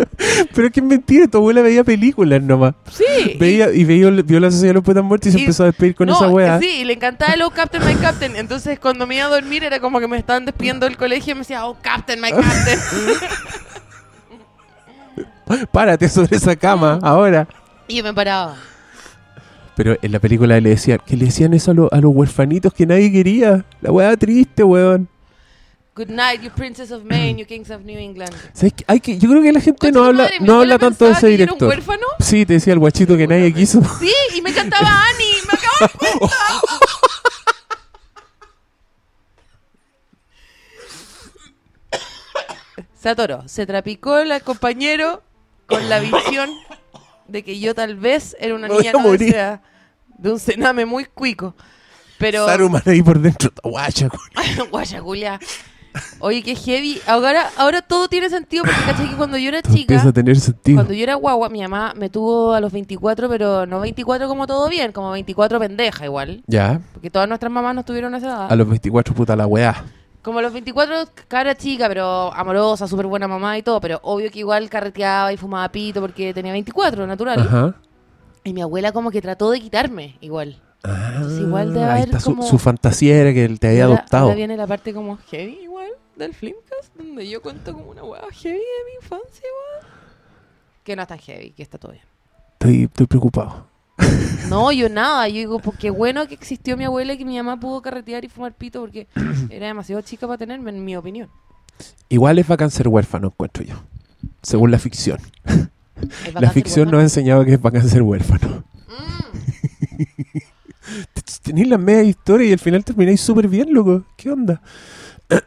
C: *laughs* *laughs* Pero es que es mentira, tu abuela veía películas nomás.
B: Sí.
C: Veía, y veía, vio la sociedad de los poetas muertos y se
B: ¿Eh? Y-
C: empezó a despedir con
B: No,
C: esa wea.
B: Sí, y le encantaba el Oh Captain, My Captain. Entonces, cuando me iba a dormir, era como que me estaban despidiendo del colegio y me decía, Oh Captain, My Captain. Ah.
C: Párate sobre esa cama, ahora.
B: Y yo me paraba.
C: Pero en la película le decían, que le decían eso a, lo- a los huerfanitos que nadie quería. La weá triste, weón.
B: Good night, you princess of Maine, you kings of New England.
C: ¿Sabes qué? Hay que, yo creo que la gente
B: Concha
C: no
B: tu
C: habla,
B: madre, mi
C: no
B: abuela
C: habla tanto de ese
B: pensaba que yo era un
C: director.
B: huérfano?
C: Sí, te decía el guachito que nadie quiso.
B: Sí, y me cantaba Annie. Me acabo de cuenta. se atoró. Se trapicó el compañero con la visión de que yo tal vez era una
C: Me
B: niña
C: voy a
B: no
C: morir.
B: deseada, de un cename muy cuico. Pero. Ah,
C: Saruman ahí por dentro. Guacha,
B: *laughs*
C: weón.
B: Guaya, Julia. Oye, qué heavy. Ahora, ahora todo tiene sentido porque caché que cuando yo era
C: Todo
B: chica.
C: empieza a tener sentido.
B: Cuando yo era guagua, mi mamá me tuvo a los 24, pero no 24 como todo bien, como 24 pendeja igual.
C: Ya,
B: Porque todas nuestras mamás nos tuvieron a esa edad.
C: a los 24, puta la weá.
B: Como a los 24, cara chica, pero amorosa, súper buena mamá y todo. Pero obvio que igual carreteaba y fumaba pito porque tenía 24, natural.
C: Ajá.
B: Y mi abuela como que trató de quitarme igual.
C: Ah,
B: igual debe
C: ahí
B: haber
C: está su,
B: como-
C: su fantasía era que él te había
B: Ahora-
C: adoptado.
B: Ahora viene la parte como heavy igual del Flimcast, donde yo cuento como una hueá heavy de mi infancia igual. Que no es tan heavy, que está todo bien.
C: Estoy, estoy preocupado.
B: No, yo nada. Yo digo, porque bueno que existió mi abuela y que mi mamá pudo carretear y fumar pito
C: *clears throat*
B: porque era demasiado chica para tenerme, en mi opinión.
C: Igual es bacán ser huérfano, encuentro yo. Según la ficción.
B: Es
C: La ficción nos ha enseñado que es bacán ser huérfano. *laughs*
B: Mm,
C: Tenéis la media historia y al final termináis súper bien, loco. ¿Qué onda? *clears throat*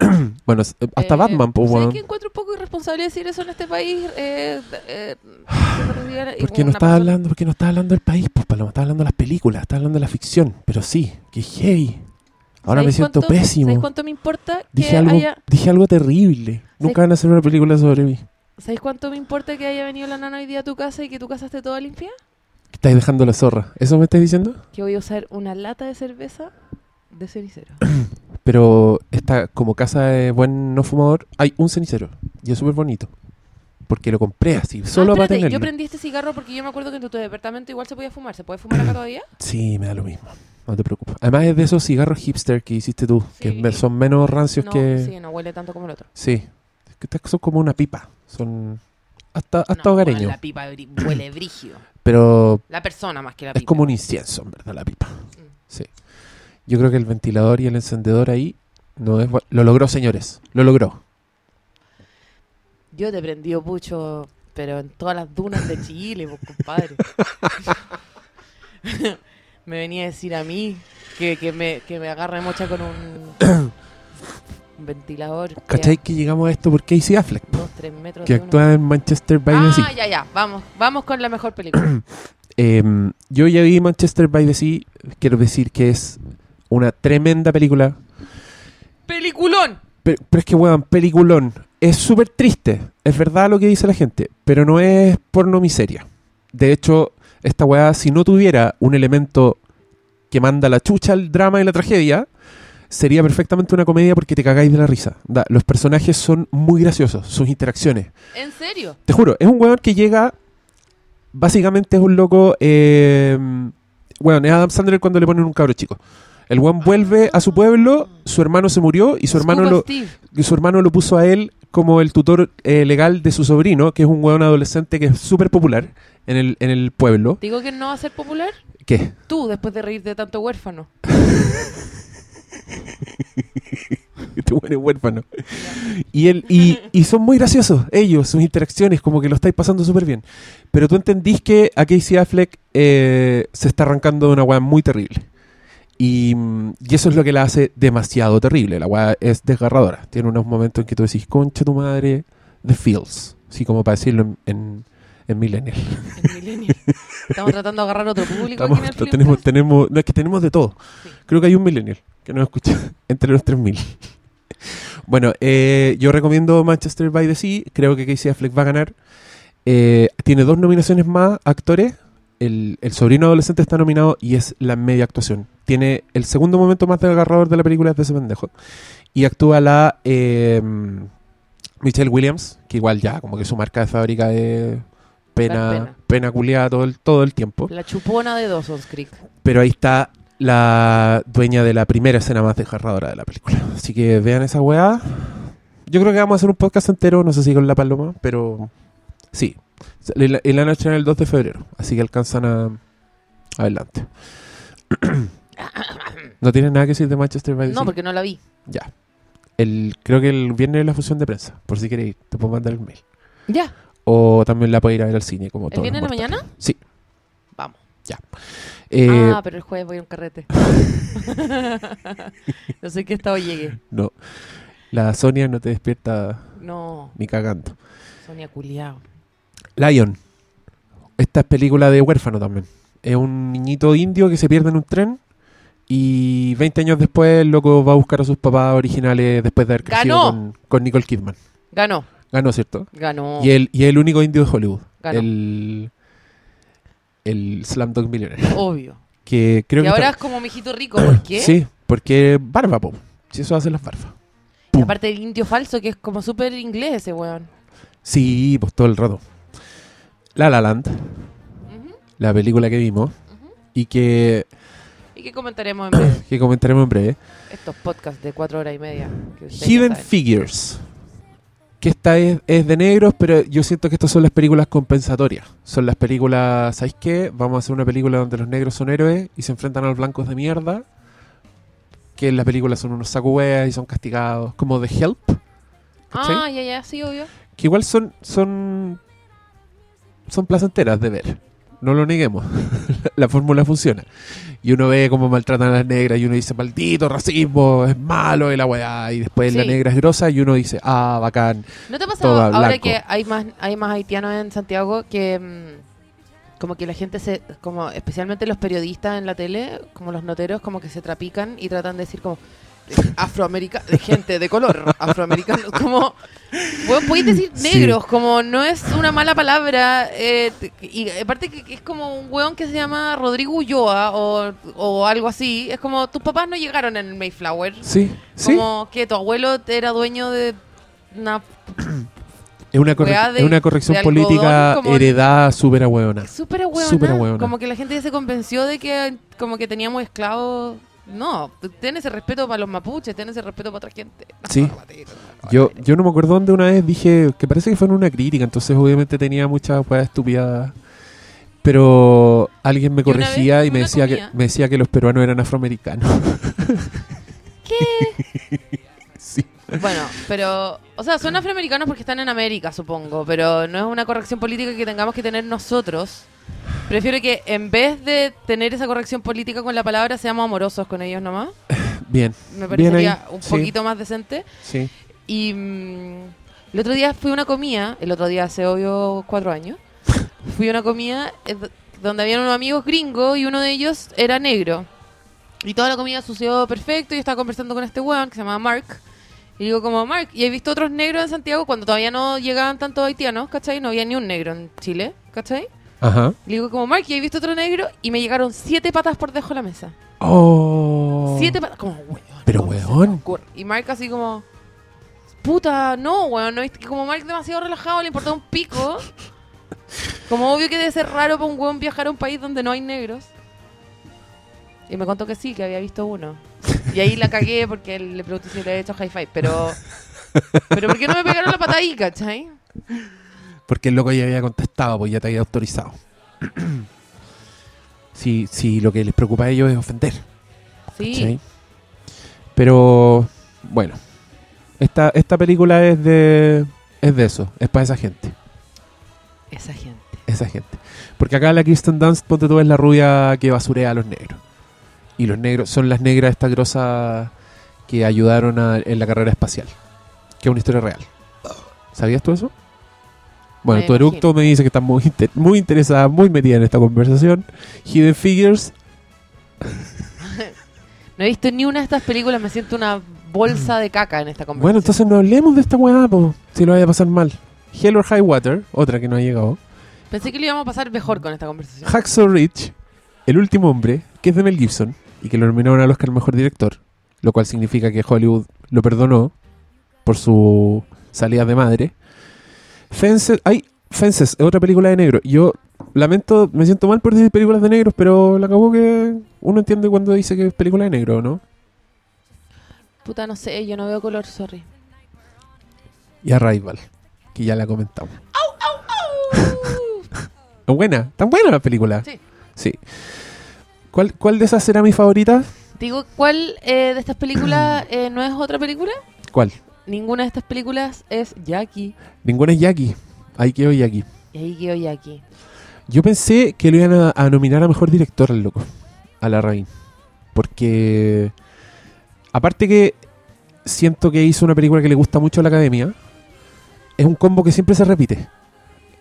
C: bueno, s- hasta Batman, pues,
B: bueno.
C: weón.
B: que eh, encuentro un poco irresponsable decir eso en este país? Eh,
C: *sighs*
B: eh,
C: ¿Por qué no estás hablando? ¿Por qué no estás hablando del país? Pues Paloma, estás hablando de las películas, estás hablando de la ficción. Pero sí, que heavy. Ahora me siento
B: ¿Sabes
C: pésimo.
B: cuánto me importa que
C: Dije algo,
B: haya...
C: dije algo terrible. Nunca van a hacer una película sobre mí.
B: ¿Sabes cuánto me importa que haya venido la nana hoy día a tu casa y que tú casaste toda limpia?
C: Estáis dejando la zorra. ¿Eso me estás diciendo?
B: Que voy a usar una lata de cerveza de cenicero.
C: Pero está como casa de buen no fumador, hay un cenicero. Y es súper bonito. Porque lo compré así, *clears throat* solo
B: Ah,
C: para
B: espérate,
C: tenerlo.
B: Yo prendí este cigarro porque yo me acuerdo que en tu departamento igual se podía fumar. ¿Se puede fumar acá todavía?
C: Sí, me da lo mismo. No te preocupes. Además es de esos cigarros hipster que hiciste tú, que
B: Sí.
C: me- son menos rancios
B: no,
C: que...
B: sí, no huele tanto como el otro.
C: Sí. Es que estas son como una pipa. Son hasta, hasta
B: No,
C: hogareño.
B: bueno, La pipa bri- huele brígido.
C: Pero
B: La persona más que la
C: es
B: pipa.
C: como un incienso, en verdad, la pipa.
B: Mm.
C: Sí. Yo creo que el ventilador y el encendedor ahí no es... bu- Lo logró, señores. Lo logró.
B: Yo te prendió mucho, pero en todas las dunas de Chile, pues,
C: *laughs*
B: compadre. me venía a decir a mí que, que me, que me agarre mocha con
C: *coughs*
B: un, un ventilador. que
C: ¿Cachai
B: a
C: que llegamos a esto por Casey Affleck?
B: Dos, tres metros
C: Que
B: de uno.
C: actúa en Manchester by the
B: Ah,
C: Sea.
B: ya, ya. Vamos, vamos con la mejor
C: *coughs*
B: película.
C: Em, yo ya vi Manchester by the Sea. Quiero decir que es una tremenda película.
B: ¡Peliculón!
C: Pero, pero es que, weón, peliculón. Es súper triste. Es verdad lo que dice la gente. Pero no es porno miseria. De hecho, esta weá, si no tuviera un elemento que manda la chucha al drama y la tragedia, sería perfectamente una comedia porque te cagáis de la risa. Da, los personajes son muy graciosos. Sus interacciones.
B: ¿En serio?
C: Te juro, es un weón que llega. Básicamente es un loco. Eh, weón, es Adam Sandler cuando le ponen un cabro chico. El weón vuelve a su pueblo, su hermano se murió y su hermano,
B: Scuba
C: lo,
B: Steve.
C: y su hermano lo puso a él como el tutor eh, legal de su sobrino, que es un weón adolescente que es súper popular en el, en el pueblo.
B: ¿Te digo que no va a ser popular?
C: ¿Qué?
B: Tú, después de reírte de tanto huérfano.
C: *laughs* Este weón es huérfano. Y, él, y, y son muy graciosos ellos, sus interacciones, como que lo estáis pasando súper bien. Pero tú entendís que a Casey Affleck eh, se está arrancando de una weá muy terrible. Y, mm, y eso es lo que la hace demasiado terrible. La weá es desgarradora. Tiene unos momentos en que tú decís, concha tu madre, the feels. Así como para decirlo en, en, en millennial.
B: El millennial.
C: *laughs*
B: Estamos tratando de agarrar otro público.
C: Estamos-
B: aquí en el
C: lo
B: Flimcast.
C: tenemos, tenemos, no, es que tenemos de todo. Creo que hay un millennial que nos escucha *laughs* entre los 3.000. bueno, eh, yo recomiendo Manchester by the Sea. Creo que Casey Affleck va a ganar. Eh, tiene dos nominaciones más, actores. El, el sobrino adolescente está nominado y es la media actuación. Tiene el segundo momento más desgarrador de la película es de ese pendejo. Y actúa la eh, Michelle Williams, que igual ya, como que su marca de fábrica de pena,
B: Dar pena.
C: pena. culiada todo el, todo el tiempo.
B: La chupona de Dawson's Creek.
C: Pero ahí está la dueña de la primera escena más desgarradora de la película. Así que vean esa weá. Yo creo que vamos a hacer un podcast entero, no sé si con la paloma, pero sí, El, el ano estrena el 2 de febrero, así que alcanzan a. Adelante. *coughs* ¿No tienes nada que decir de Manchester by the
B: No,
C: Sea?
B: porque no la vi.
C: Ya. El, creo que el viernes es la fusión de prensa, por si queréis, te puedo mandar el mail.
B: Ya.
C: O también la puedes ir a ver al cine, como
B: ¿El
C: todo.
B: viernes de la mañana?
C: Sí.
B: Vamos.
C: Eh,
B: Ah, pero el jueves voy a un
C: *laughs*
B: carrete. *laughs* no sé qué estado llegue.
C: No. La Sonia no te despierta
B: No,
C: ni cagando.
B: Sonia culiao.
C: Lion. Esta es película de huérfano también. Es un niñito indio que se pierde en un tren y 20 años después el loco va a buscar a sus papás originales después de haber crecido
B: ¡Ganó!
C: con, con Nicole Kidman.
B: Ganó,
C: Ganó, ¿cierto?
B: ganó.
C: Y, el, y es el único indio de Hollywood.
B: Oh. Ganó.
C: El, el Slamdog Millionaire.
B: Obvio.
C: Que creo
B: y
C: que...
B: ahora
C: está-
B: es como mijito rico, ¿por qué?
C: Sí, porque barba, po. Si eso hacen las barbas.
B: Y
C: pum.
B: aparte el indio falso, que es como súper inglés ese weón.
C: Sí, pues todo el rato. La La Land,
B: Ujú.
C: la película que vimos y que,
B: ¿Y qué comentaremos en
C: *coughs*
B: breve?
C: que comentaremos en breve.
B: Estos podcasts de cuatro horas y media. que ustedes ya
C: Hidden
B: saben.
C: Figures. Que esta es, es de negros, pero yo siento que estas son las películas compensatorias. Son las películas, ¿sabéis qué? Vamos a hacer una película donde los negros son héroes y se enfrentan a los blancos de mierda. Que en la película son unos sacueas y son castigados. Como The Help. ¿cachai?
B: Ah, ya, ya, sí, obvio.
C: Que igual son, son, son placenteras de ver. No lo neguemos. *laughs* La- la fórmula funciona. Y uno ve cómo maltratan a las negras y uno dice, maldito racismo, es malo y la weá. Y después la
B: Sí.
C: negra es grosa y uno dice, ah, bacán.
B: ¿No te ha pasado
C: Toda
B: ahora
C: blanco.
B: que hay más, hay más haitianos en Santiago que mm, como que la gente se, como especialmente los periodistas en la tele, como los noteros, como que se trapican y tratan de decir como afroamericano, de gente de
C: *laughs*
B: color afroamericano, como bueno, podéis decir
C: Sí.
B: negros, como no es una mala palabra, eh, t- y aparte que que es como un weón que se llama Rodrigo Ulloa o, o algo así, es como tus papás no llegaron en el Mayflower,
C: Sí, sí.
B: como que tu abuelo era dueño de una
C: Es una, corre-
B: weá de-
C: es una corrección
B: de algodón
C: política
B: como-
C: heredada súper a weona.
B: Súper huevona.
C: Súper hueona.
B: Como que la gente ya se convenció de que como que teníamos esclavos. No, ten ese respeto para los mapuches, ten ese respeto para otra gente.
C: Sí. *laughs* Yo, yo no me acuerdo dónde una vez dije que parece que fue en una crítica, entonces obviamente tenía muchas weas estúpidas. Pero alguien me
B: Yo una vez
C: corregía
B: fui
C: y
B: a
C: me
B: una
C: decía, que,
B: comida.
C: me decía que los peruanos
B: *laughs*
C: eran afroamericanos. ¿Qué? *laughs* sí. *laughs*
B: Bueno, pero, o sea, son afroamericanos porque están en América, supongo, pero no es una corrección política que tengamos que tener nosotros. Prefiero que en vez de tener esa corrección política con la palabra, seamos amorosos con ellos nomás.
C: Bien,
B: Me
C: Bien
B: parecería
C: ahí,
B: un
C: sí.
B: poquito más decente.
C: sí.
B: Y mm, el otro día fui a una comida, el otro día hace obvio cuatro años, *laughs* fui a una comida eh, do- donde habían unos amigos gringos y uno de ellos era negro. Y toda la comida sucedió perfecto, yo estaba conversando con este weón que se llamaba Mark. Y digo como, Mark, y he visto otros negros en Santiago cuando todavía no llegaban tantos haitianos, ¿cachai? No había ni un negro en Chile, ¿cachai?
C: Ajá.
B: Le digo como, Mark, y he visto otro negro y me llegaron siete patas por debajo de la mesa.
C: Oh.
B: Siete patas, como, weón.
C: Pero
B: ¿cómo se te
C: weón.
B: ocurre? Y Mark así como, puta, no, weón, no, viste que como Mark demasiado relajado, le importaba un pico. Como obvio que debe ser raro para un weón viajar a un país donde no hay negros. Y me contó que sí, que había visto uno. Y ahí la cagué porque él- le pregunté si le había hecho high five, pero... Pero ¿por qué no me pegaron la pata ahí, cachai?
C: Porque el loco ya había contestado, pues ya te había autorizado. *clears throat* sí, sí, lo que les preocupa a ellos es ofender.
B: Sí.
C: ¿cachai? Pero bueno, esta, esta película es de, es de eso, es para esa gente,
B: Esa gente.
C: esa gente. Porque acá la Kristen Dunst, ponte tú, es la rubia que basurea a los negros. Y los negros son las negras estas grosas que ayudaron a- en la carrera espacial, que es una historia real. ¿Sabías tú eso? Bueno,
B: Me
C: tu eructo me dice que estás muy, inter- muy interesada, muy metida en esta conversación. Hidden Figures,
B: No he visto ni una de estas películas, me siento una bolsa de caca en esta conversación.
C: Bueno, entonces no hablemos de esta weá, po, si lo vaya a pasar mal. Hell or High Water, otra que no ha llegado.
B: Pensé que lo íbamos a pasar mejor con esta conversación.
C: Hacksaw Ridge, El último hombre, que es de Mel Gibson y que lo nominaron al Oscar al mejor director, lo cual significa que Hollywood lo perdonó por su salida de madre. Fences, ay, Fences, es otra película de negro. Yo lamento, me siento mal por decir películas de negros, pero la acabó que uno entiende cuando dice que es película de negro, ¿no?
B: Puta, no sé, yo no veo color, sorry.
C: Y Arrival, que ya la comentamos. Es buena, tan buena la película.
B: Sí.
C: Sí. ¿Cuál, cuál de esas será mi favorita?
B: *laughs* Digo, ¿cuál eh, de estas películas eh, no es otra película?
C: ¿Cuál?
B: Ninguna de estas películas es Jackie.
C: Ninguna es Jackie. Ahí quedó Jackie.
B: Y ahí quedó Jackie.
C: Yo pensé que lo iban a, a nominar a mejor director al loco, a la Rain. Porque. Aparte que siento que hizo una película que le gusta mucho a la academia, es un combo que siempre se repite: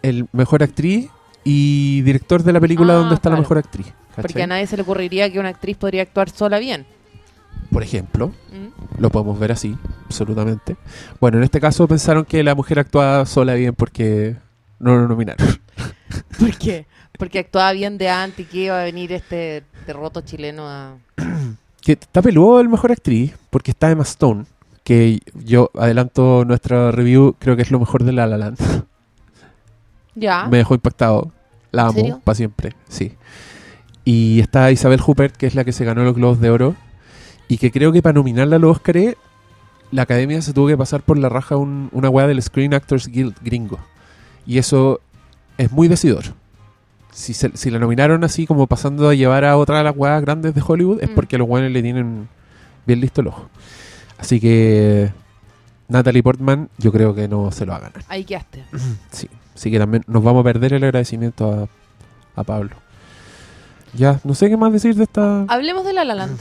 C: el mejor actriz y director de la película
B: Ah,
C: donde está la
B: claro.
C: mejor actriz.
B: Porque
C: ¿cachai?
B: a nadie se le ocurriría que una actriz podría actuar sola bien.
C: Por ejemplo,
B: ¿Mm?
C: lo podemos ver así, absolutamente. Bueno, en este caso pensaron que la mujer actuaba sola bien porque no lo nominaron.
B: ¿Por qué? Porque actuaba bien de antes y que iba a venir este derroto chileno a...
C: Que está peludo el mejor actriz, porque está Emma Stone, que yo adelanto nuestra review, creo que es lo mejor de La La Land. *laughs*
B: Ya.
C: Me dejó impactado. La
B: ¿En
C: amo
B: serio?
C: para siempre, sí. Y está Isabel Huppert, que es la que se ganó los Globos de Oro, y que creo que para nominarla a los Oscar la academia se tuvo que pasar por la raja un- una weá del Screen Actors Guild gringo. Y eso es muy decidor. Si, se- si la nominaron así como pasando a llevar a otra de las weas grandes de Hollywood, es
B: Mm.
C: porque los weones le tienen bien listo el ojo. Así que Natalie Portman yo creo que no se lo va a ganar.
B: Ahí quedaste.
C: Sí, así que también nos vamos a perder el agradecimiento a, a Pablo. Ya, no sé qué más decir de esta...
B: Hablemos de La La Land.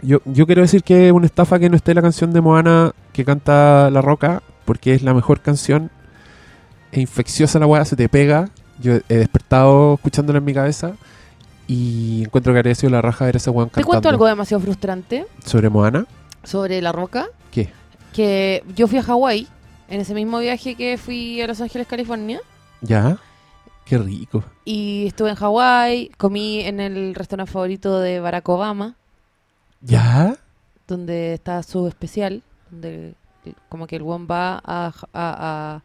C: Yo, yo quiero decir que es una estafa que no esté la canción de Moana que canta La Roca, porque es la mejor canción. Es infecciosa la weá, se te pega. Yo he despertado escuchándola en mi cabeza y encuentro que agradecido la raja ver esa weá
B: Te
C: cantando
B: cuento algo demasiado frustrante
C: sobre Moana.
B: sobre La Roca.
C: ¿Qué?
B: Que yo fui a Hawái en ese mismo viaje que fui a Los Ángeles, California.
C: Ya, qué rico.
B: Y estuve en Hawái, comí en el restaurante favorito de Barack Obama,
C: Ya,
B: donde está su especial, donde el- como que el one va a, Ja- a,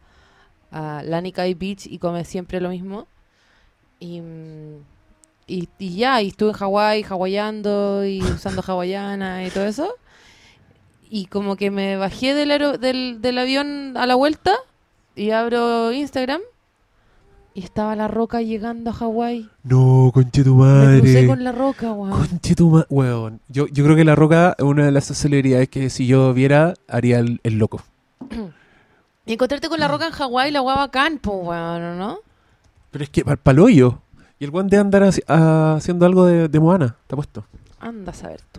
B: a, a Lanikai Beach y come siempre lo mismo. Y, mm, y, y ya, y estuve en Hawái, hawaiando y usando hawaiana y todo eso. Y como que me bajé del, aero- del, del avión a la vuelta y abro Instagram y estaba la roca llegando a Hawái.
C: no, conche tu madre.
B: Me crucé con la roca, weón.
C: Conche tu ma- weón. Yo, yo creo que La Roca es una de las celebridades que si yo viera haría el, el loco.
B: Y encontrarte con la roca en Hawái, la guava campo, weón, ¿no?
C: Pero es que pal paloyo. Y el guan de andar haci- ah, haciendo algo de, de Moana, está puesto.
B: Anda a saber tú.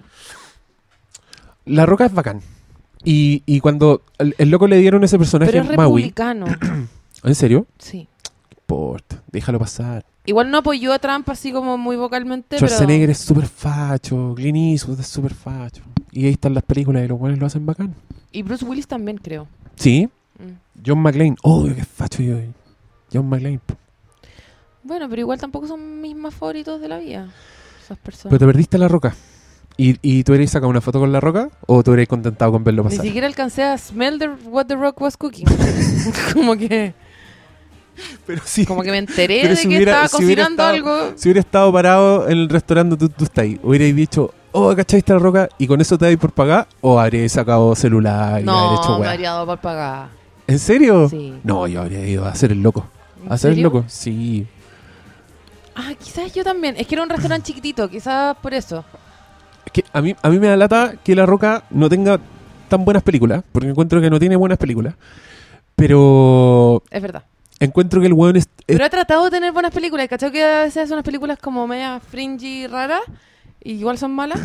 C: La Roca es bacán. Y, y cuando el, el loco le dieron ese personaje
B: Pero es
C: en Maui.
B: republicano, *clears throat*
C: ¿En serio?
B: sí.
C: Port, déjalo pasar.
B: Igual no apoyó a Trump así como muy vocalmente,
C: Schwarzenegger es súper facho. Clint Eastwood es súper facho. Y ahí están las películas y los guanes lo hacen bacán.
B: pero... Y Bruce Willis también, creo.
C: Sí,
B: Mm.
C: John McClane. Oh, qué facho yo. John McClane. po.
B: Bueno, pero igual tampoco son mis más favoritos de la vida, esas
C: Pero
B: personas.
C: te perdiste la roca. ¿Y, y tú hubieras sacado una foto con la roca o tú hubieras contentado con verlo
B: Ni
C: pasar?
B: siquiera alcancé a smell the- what the rock was cooking. *laughs* como que
C: *laughs* Pero sí.
B: como que me enteré
C: Pero
B: de
C: si
B: que
C: hubiera-
B: estaba
C: si hubiera
B: cocinando
C: estado-
B: algo.
C: Si hubiera estado parado en el restaurante tú, tú estás ahí, hubierais dicho, oh, ¿cachaste la roca? Y con eso te dais por pagar o habríais sacado celular y
B: No,
C: habríais hecho
B: me
C: weá.
B: habría dado para pagar.
C: ¿En serio?
B: Sí.
C: No, yo habría ido a hacer el loco.
B: ¿En
C: ¿A hacer el
B: serio?
C: loco? Sí.
B: Ah, quizás yo también. Es que era un restaurante chiquitito, quizás por eso.
C: Es que a mí, a mí me da lata que La Roca no tenga tan buenas películas, porque encuentro que no tiene buenas películas. Pero
B: Es verdad.
C: encuentro que el weón es- es
B: Pero ha tratado de tener buenas películas. ¿Cachai que a veces hace unas películas como media fringy raras? Y igual son malas.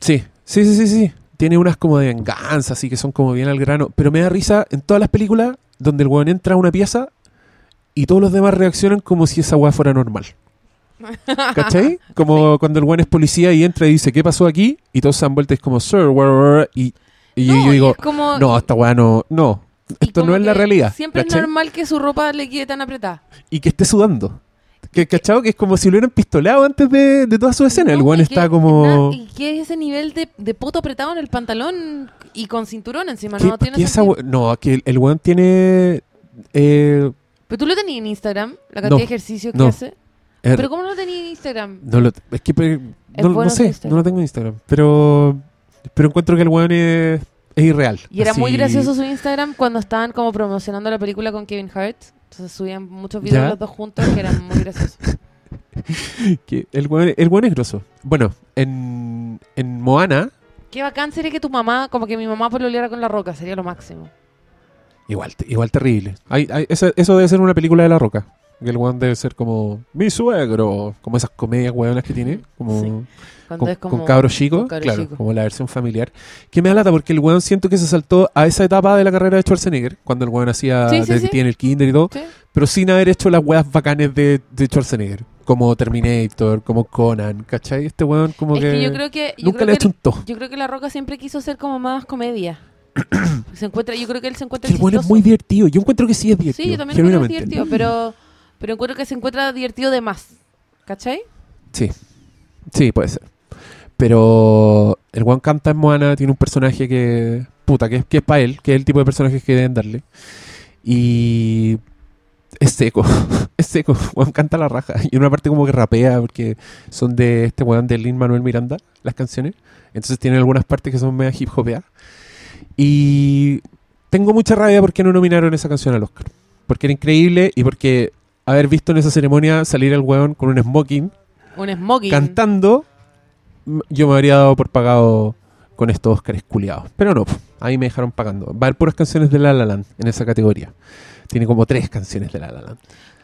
C: Sí, sí, sí, sí, sí. Tiene unas como de venganza, así que son como bien al grano. Pero me da risa en todas las películas donde el weón entra a una pieza y todos los demás reaccionan como si esa weá fuera
B: *laughs*
C: normal. ¿Cachai? Como cuando el weón es policía y entra y dice, ¿qué pasó aquí? Y todos se han vuelto y es como, sir, wah, wah, wah", y, y
B: No,
C: yo digo,
B: es como-
C: no, esta weá no, no.
B: y
C: Esto no
B: como
C: es la
B: que
C: realidad.
B: Siempre
C: ¿cachai?
B: es normal que su ropa le quede tan apretada.
C: Y que esté sudando. Que, ¿Cachao? Que es como si lo hubieran pistolado antes de, de toda su escena. el
B: No,
C: weón
B: y
C: está
B: que-
C: como...
B: na- Y que es ese nivel de, de poto apretado en el pantalón y con cinturón encima.
C: ¿Qué-
B: no tiene
C: qué esa
B: sentido.
C: we- no, que el, el weón tiene. eh,
B: Pero tú lo tenías en Instagram, la cantidad
C: No,
B: de ejercicio que
C: no.
B: hace.
C: er-
B: Pero ¿cómo no lo tenías en Instagram?
C: no lo, es que pe- no, no
B: bueno su
C: sé, no
B: Instagram.
C: lo tengo en Instagram. Pero, pero encuentro que el weón es, es irreal.
B: Y era
C: así-
B: muy gracioso su Instagram cuando estaban como promocionando la película con Kevin Hart. Entonces subían muchos videos
C: Ya.
B: los dos juntos que eran muy graciosos. *laughs*
C: Que el weón el weón es grosso. Bueno, en, en Moana,
B: Qué bacán sería que tu mamá, como que mi mamá pololeara con la roca, sería lo máximo.
C: igual, te- igual terrible. Hay- hay- eso, eso debe ser una película de La Roca. Que el weón debe ser como mi suegro. Como esas comedias weonas que tiene. Como,
B: Sí. Cuando
C: con,
B: es como.
C: con cabros chicos,
B: con cabros
C: claro,
B: chicos.
C: como la versión familiar. Que me da lata porque el weón siento que se saltó a esa etapa de la carrera de Schwarzenegger, cuando el weón hacía
B: Sí,
C: de
B: sí,
C: que
B: sí.
C: tiene el kinder y todo,
B: Sí.
C: pero sin haber hecho las weas bacanes de, de Schwarzenegger, como Terminator, como Conan, ¿cachai? Este weón como
B: es
C: que,
B: que, yo creo que. Yo
C: nunca
B: creo
C: le ha
B: que
C: hecho un to.
B: Yo creo que La Roca siempre quiso ser como más
C: *coughs*
B: comedia. se encuentra, yo creo que él se encuentra
C: Que el weón es
B: chistoso.
C: muy divertido, yo encuentro que sí es divertido.
B: Sí, yo también lo encuentro
C: genuinamente.
B: divertido, pero, pero encuentro que se encuentra divertido de más. ¿Cachai?
C: Sí, puede ser. Pero el One canta en Moana, tiene un personaje que. puta, que, es- que es para él, que es el tipo de personajes que deben darle. Y. Es seco, *laughs* es seco. Juan canta la raja. Y en una parte como que rapea, porque son de este weón de Lin Manuel Miranda, las canciones. Entonces tienen algunas partes que son media hip hopeadas. Y tengo mucha rabia porque no nominaron esa canción al Oscar. Porque era increíble y porque haber visto en esa ceremonia salir al weón con un smoking
B: Un smoking.
C: cantando, m- yo me habría dado por pagado con estos Óscares culiados. Pero no, pf, ahí me dejaron pagando. Va a haber puras canciones de La La Land en esa categoría. Tiene como tres canciones de La La Land.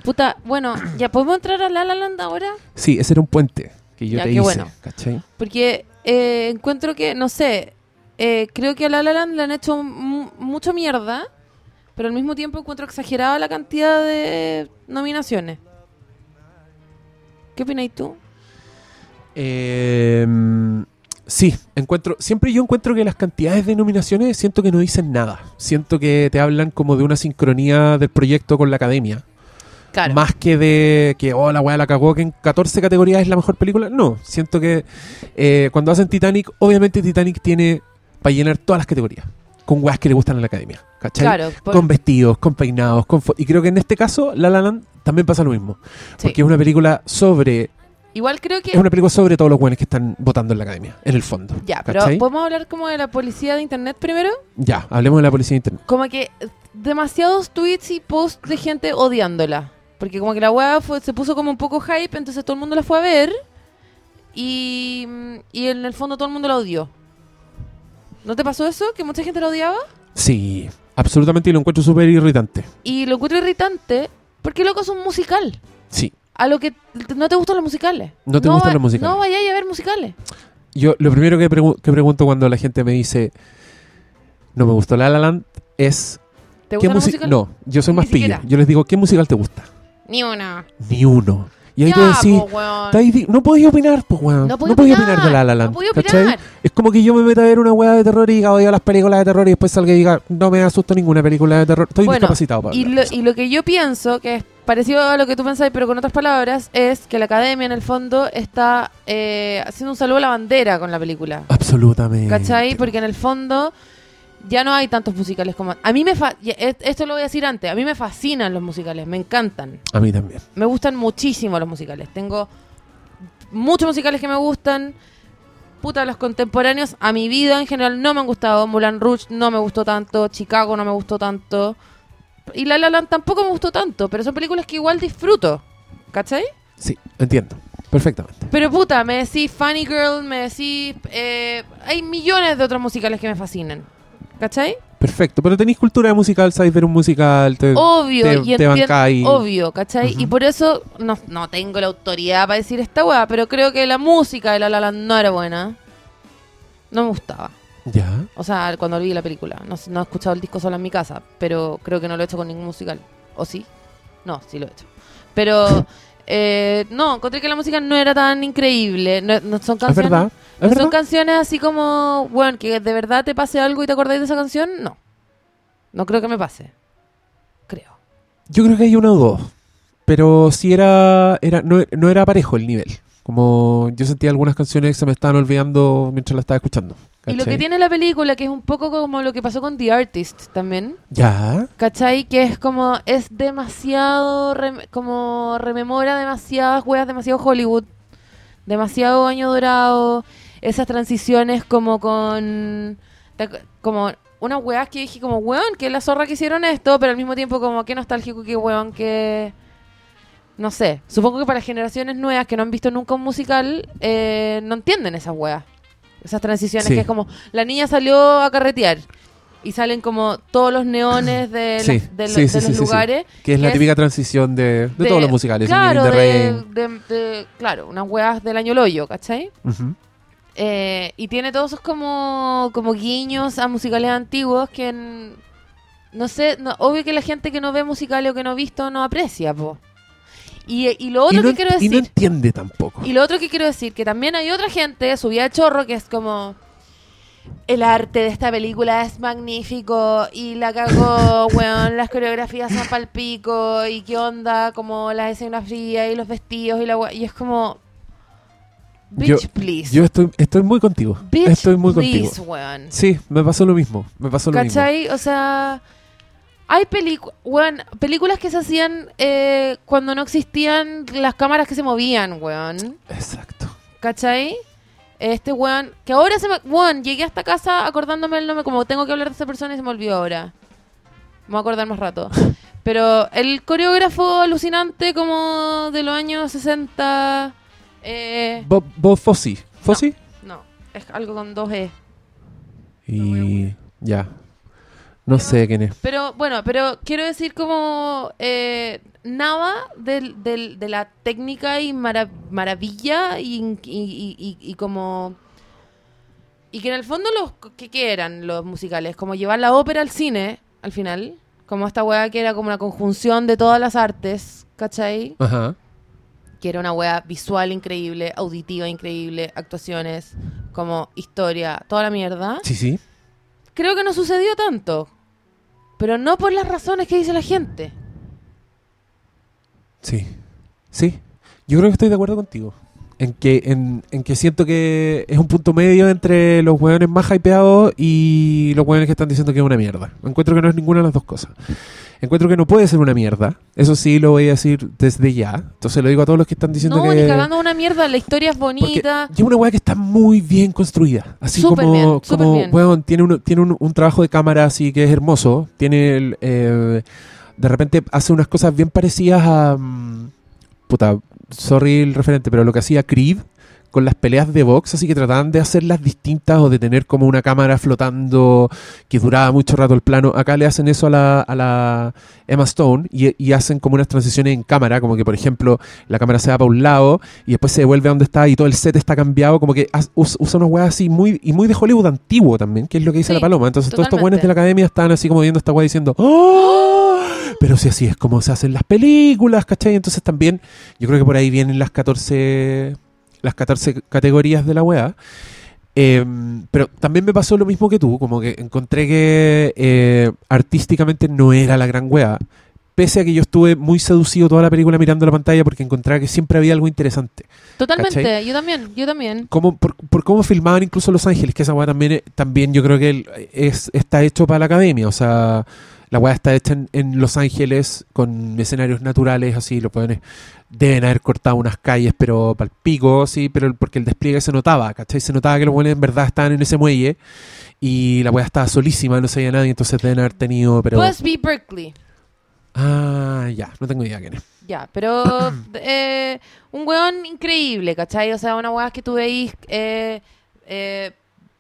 B: Puta, bueno, ¿ya podemos entrar a La La Land ahora?
C: Sí, ese era un puente que yo
B: Ya,
C: te
B: qué
C: hice,
B: bueno.
C: ¿cachai?
B: Porque eh, encuentro que, no sé, eh, creo que a La La Land le han hecho mu- mucho mierda, pero al mismo tiempo encuentro exagerada la cantidad de nominaciones. ¿Qué opináis tú?
C: Eh, mm, sí, encuentro, siempre yo encuentro que las cantidades de nominaciones siento que no dicen nada. Siento que te hablan como de una sincronía del proyecto con la academia.
B: Claro.
C: Más que de que, oh, la weá la cagó, que en 14 categorías es la mejor película. No, siento que eh, cuando hacen Titanic, obviamente Titanic tiene para llenar todas las categorías. Con weas que le gustan a la academia. ¿Cachai?
B: claro. pues. por-
C: Con vestidos, con peinados, con... fo- Y creo que en este caso, La La Land también pasa lo mismo.
B: sí.
C: Porque es una película sobre...
B: Igual creo que
C: Es una película sobre todos los weones que están votando en la academia, en el fondo.
B: Ya, pero
C: ¿Cachai?
B: podemos hablar como de la policía de internet primero.
C: Ya, hablemos de la policía de internet.
B: Como que eh, demasiados tweets y posts de gente odiándola. Porque como que la weá fue- se puso como un poco hype, entonces todo el mundo la fue a ver. Y, y en el fondo todo el mundo la odió. ¿No te pasó eso? Que mucha gente la odiaba.
C: Sí, absolutamente, y lo encuentro súper irritante.
B: Y lo encuentro irritante porque loco es un musical.
C: Sí.
B: A lo que t- no te gustan los musicales.
C: No te gustan los musicales.
B: No vayáis a ver musicales.
C: Yo lo primero que, pregu- que pregunto cuando la gente me dice no me gustó La La Land es
B: ¿Te
C: ¿qué
B: gustan los
C: música?
B: musicales?
C: No, yo soy
B: Ni
C: más pilla.
B: siquiera.
C: Yo les digo, ¿qué musical te gusta?
B: Ni una.
C: Ni uno. Y ahí
B: Ya,
C: tú decís,
B: po, weón.
C: "Estáis di- no podía opinar, pues weón.
B: No
C: No
B: podía
C: podía,
B: opinar,
C: opinar, de La La Land.
B: no podía
C: ¿cachai?
B: opinar.
C: Es como que yo me meta a ver una weá de terror y diga, odio las películas de terror y después salga y diga, no me asusto ninguna película de terror. Estoy
B: Bueno,
C: discapacitado para
B: Y
C: hablar
B: lo,
C: de eso.
B: y lo que yo pienso, que es parecido a lo que tú pensáis, pero con otras palabras, es que la academia en el fondo está eh, haciendo un saludo a la bandera con la película.
C: Absolutamente.
B: ¿Cachai? Porque en el fondo ya no hay tantos musicales como... A mí me... fa- y es- Esto lo voy a decir antes. A mí me fascinan los musicales, me encantan.
C: A mí también.
B: Me gustan muchísimo los musicales. Tengo muchos musicales que me gustan. Puta, los contemporáneos a mi vida en general no me han gustado. Mulan Rouge no me gustó tanto. Chicago no me gustó tanto. Y La La Land tampoco me gustó tanto. Pero son películas que igual disfruto. ¿Cachai?
C: Sí, entiendo. Perfectamente.
B: Pero puta, me decís Funny Girl, me decís... eh, hay millones de otros musicales que me fascinan. ¿Cachai?
C: Perfecto. Pero tenéis cultura de musical, sabéis ver un musical. Te,
B: Obvio,
C: te-
B: y
C: te
B: entien-
C: bancáis.
B: obvio, ¿cachai? Y
C: Ujú.
B: por eso no, no tengo la autoridad para decir esta weá, pero creo que la música de La La Land no era buena. No me gustaba.
C: Ya.
B: O sea, cuando vi la película. No, sé- no he escuchado el disco solo en mi casa, pero creo que no lo he hecho con ningún musical. ¿O sí? No, sí lo he hecho.
C: *laughs*
B: Pero eh, no, encontré que la música no era tan increíble. No, no son
C: Es
B: canciones.
C: verdad.
B: no
C: Es verdad.
B: son canciones así como, bueno, que de verdad te pase algo y te acordáis de esa canción. No. No creo que me pase. Creo.
C: Yo creo que hay uno o dos. Pero sí era. era no, no era parejo el nivel. Como yo sentía algunas canciones que se me estaban olvidando mientras las estaba escuchando.
B: Y lo
C: ¿cachai?
B: que tiene la película, que es un poco como lo que pasó con The Artist también,
C: Ya.
B: ¿cachai? Que es como, es demasiado, rem- como rememora demasiadas weas, demasiado Hollywood, demasiado año dorado, esas transiciones como con, te ac- como unas weas que dije como, weón, que la zorra que hicieron esto, pero al mismo tiempo como, qué nostálgico, qué weón, que... No sé, supongo que para generaciones nuevas que no han visto nunca un musical, eh, no entienden esas weas. Esas transiciones
C: Sí.
B: que es como, la niña salió a carretear y salen como todos los neones de, las-
C: Sí,
B: de los-
C: sí, sí,
B: de los
C: sí, sí, sí.
B: lugares.
C: Que es la
B: que
C: típica transición de, de
B: de-
C: todos los musicales.
B: Claro,
C: Singing in the
B: de-
C: Rain.
B: de- de- claro, unas weas del año loyo, ¿cachai?
C: Ujú.
B: Eh, y tiene todos esos como, como guiños a musicales antiguos que en- no sé, no- obvio que la gente que no ve musicales o que no ha visto no aprecia, po. Y, y lo otro
C: y no,
B: que quiero
C: y
B: decir...
C: no entiende tampoco.
B: Y lo otro que quiero decir, que también hay otra gente, subida a chorro, que es como. El arte de esta película es magnífico y la cagó,
C: *laughs*
B: weón. Las coreografías son palpico y qué onda, como la escenografía y los vestidos y la wea- Y es como. Bitch,
C: Yo-
B: please.
C: Yo estoy, estoy muy contigo.
B: Bitch,
C: estoy muy
B: please,
C: contigo.
B: weón.
C: Sí, me pasó lo mismo. Me pasó lo mismo.
B: ¿Cachai? O sea, hay pelicu- weón, películas que se hacían eh, cuando no existían las cámaras que se movían, weón.
C: Exacto.
B: ¿Cachai? Este weón, que ahora se me... Weón, llegué a esta casa acordándome el nombre, como tengo que hablar de esta persona y se me olvidó ahora. Me voy a acordar más rato. Pero el coreógrafo alucinante como de los años 60... Eh,
C: Bob, Bob Fosse. ¿Fosse?
B: no, es algo con dos E.
C: Y ya. No sé quién es.
B: Pero bueno, pero quiero decir como eh, nada del, del- de la técnica y mara- maravilla y, y- y- y- y como... Y que en el fondo los que, que eran los musicales, como llevar la ópera al cine al final, como esta weá que era como una conjunción de todas las artes, ¿cachai?
C: Ajá.
B: que era una wea visual increíble, auditiva increíble, actuaciones, como historia, toda la mierda.
C: Sí, sí.
B: Creo que no sucedió tanto. Pero no por las razones que dice la gente.
C: Sí. Sí. Yo creo que estoy de acuerdo contigo. En que, en, en que siento que es un punto medio entre los hueones más hypeados y los hueones que están diciendo que es una mierda. Encuentro que no es ninguna de las dos cosas. Encuentro que no puede ser una mierda. Eso sí lo voy a decir desde ya. Entonces lo digo a todos los que están diciendo
B: No,
C: que...
B: ni cagando una mierda, la historia es
C: Porque
B: bonita.
C: es una weá que está muy bien construida. Así
B: Súper
C: como,
B: bien, súper
C: como
B: bien.
C: weón, tiene, un, tiene un, un trabajo de cámara así que es hermoso. Tiene el, eh, de repente hace unas cosas bien parecidas a. mm, puta, sorry el referente, pero lo que hacía Creed con las peleas de box, así que trataban de hacerlas distintas o de tener como una cámara flotando que duraba mucho rato el plano. Acá le hacen eso a la, a la Emma Stone y, y hacen como unas transiciones en cámara, como que por ejemplo la cámara se va para un lado y después se devuelve a donde está y todo el set está cambiado, como que has- us- usa unas weas así muy, y muy de Hollywood antiguo también, que es lo que dice
B: Sí,
C: la paloma. Entonces todos estos weones
B: totalmente.
C: de la academia están así como viendo esta wea diciendo ¡Oh! Pero si así es como se hacen las películas, ¿cachai? Entonces también yo creo que por ahí vienen las 14, las 14 categorías de la wea. Eh, pero también me pasó lo mismo que tú, como que encontré que eh, artísticamente no era la gran wea. Pese a que yo estuve muy seducido toda la película mirando la pantalla porque encontraba que siempre había algo interesante.
B: Totalmente,
C: ¿cachai?
B: yo también, yo también.
C: Como, por, por cómo filmaban incluso Los Ángeles, que esa weá también, eh, también yo creo que el- es, está hecho para la academia. O sea, la weá está hecha en, en Los Ángeles con escenarios naturales, así, lo pueden. Deben haber cortado unas calles, pero para pico, sí, pero el- porque el despliegue se notaba, ¿cachai? Se notaba que los buenos en verdad estaban en ese muelle y la weá estaba solísima, no se veía nadie, entonces deben haber tenido, pero.
B: Busby Berkeley.
C: Ah, ya, no tengo idea quién es.
B: Ya, pero
C: *clears throat*
B: eh, un weón increíble, ¿cachai? O sea, una weá que tú veís, eh, eh,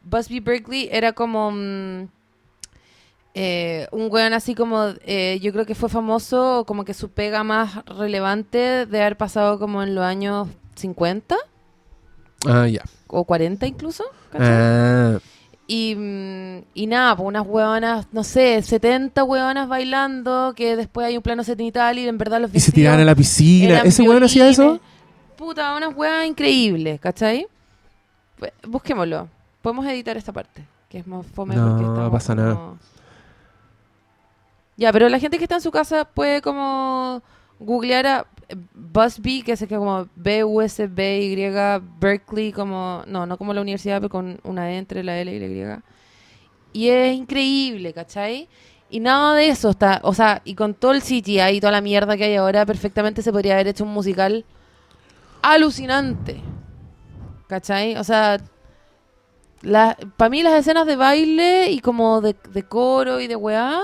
B: Busby Berkeley era como mm, eh, un weón así como, eh, yo creo que fue famoso, como que su pega más relevante de haber pasado como en los años 50
C: Ah, ya.
B: o 40 incluso, ¿cachai?
C: Ah,
B: Y, mm, y nada, pues unas hueonas, no sé, 70 hueonas bailando, que después hay un plano cenital y en verdad los
C: y se tiraban a la piscina.
B: eran
C: ¿Ese weón hacía eso?
B: violines. Puta, unas hueas increíbles, ¿cachai? Bu- Pues, Busquémoslo. Podemos editar esta parte, que es más fome
C: No,
B: porque estamos
C: pasa nada.
B: como- Ya, pero la gente que está en su casa puede como googlear a eh, Busby, que es que como B U S B Y Berkeley como no, no como la universidad, pero con una E entre la L y la Y. Y es increíble, ¿cachai? Y nada de eso está, o sea, y con todo el CGI y toda la mierda que hay ahora, perfectamente se podría haber hecho un musical alucinante. ¿Cachai? O sea, Para mí las escenas de baile y como de, de coro y de weá,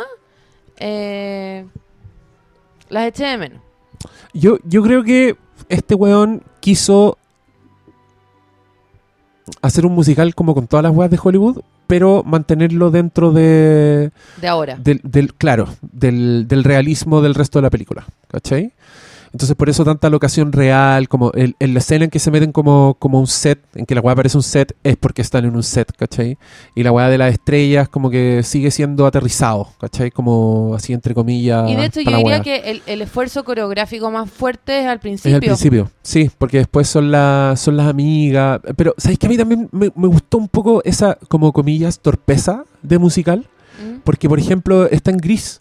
B: eh, las eché de menos.
C: Yo, yo creo que este weón quiso hacer un musical como con todas las weas de Hollywood, pero mantenerlo dentro de,
B: De ahora.
C: del, del- claro, del, del realismo del resto de la película, ¿cachai? Entonces por eso tanta locación real, como el, en la escena en que se meten como, como un set, en que la weá parece un set, es porque están en un set, ¿cachai? Y la weá de las estrellas como que sigue siendo aterrizado, ¿cachai? Como así entre comillas.
B: y de hecho
C: pa'
B: yo
C: la
B: diría
C: weá.
B: que el, el esfuerzo coreográfico más fuerte es al
C: Es
B: principio.
C: al principio, sí, porque después son, las son las amigas. Pero, ¿sabéis que a mí también me, me gustó un poco esa, como comillas, torpeza de musical?
B: ¿Mm?
C: Porque, por ejemplo, está en gris.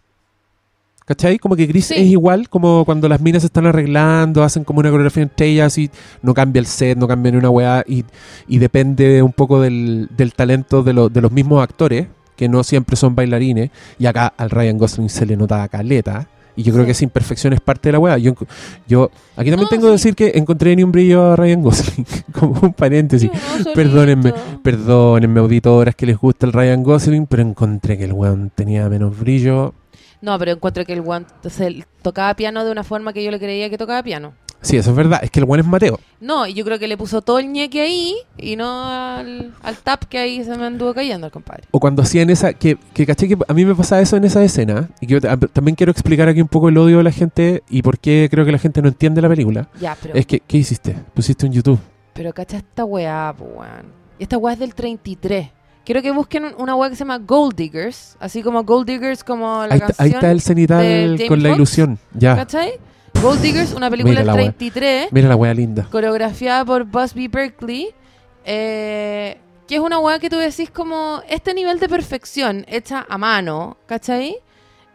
C: ¿Cachai? Como que gris
B: Sí.
C: es igual como cuando las minas se están arreglando, hacen como una coreografía entre ellas y no cambia el set, no cambia ni una weá y, y depende un poco del, del talento de, lo- de los mismos actores, que no siempre son bailarines. Y acá al Ryan Gosling se le notaba caleta. Y yo
B: Sí.
C: creo que esa imperfección es parte de la weá. Yo, enco- yo aquí también
B: No,
C: tengo que
B: sí.
C: decir que encontré ni un brillo a Ryan Gosling, *laughs* como un paréntesis.
B: Sí, un
C: Perdónenme,
B: osolito.
C: perdónenme auditoras que les gusta el Ryan Gosling, pero encontré que el weón tenía menos brillo.
B: No, pero encuentro que el Juan se tocaba piano de una forma que yo le creía que tocaba piano.
C: Sí, eso es verdad, es que el weón es Mateo.
B: No, y yo creo que le puso todo el ñeque ahí y no al, al tap que ahí se me anduvo cayendo el compadre.
C: O cuando hacían esa, que, que caché que a mí me pasaba eso en esa escena, y que yo ta- también quiero explicar aquí un poco el odio de la gente y por qué creo que la gente no entiende la película.
B: Ya, pero,
C: Es que, ¿qué hiciste? Pusiste un YouTube.
B: pero cacha esta weá, po, weón. Esta weá es del 33. Quiero que busquen un- una weá que se llama Gold Diggers, así como Gold Diggers como la
C: Ahí, está-
B: canción.
C: ahí está el
B: de
C: cenital
B: Jamie
C: con la
B: Foxx.
C: ilusión. Ya,
B: ¿Cachai? Gold Diggers, una película
C: Mira
B: del
C: la weá.
B: 33.
C: mira la wea linda.
B: coreografiada por Busby Berkeley, eh, que es una weá que tú decís como este nivel de perfección hecha a mano, ¿cachai?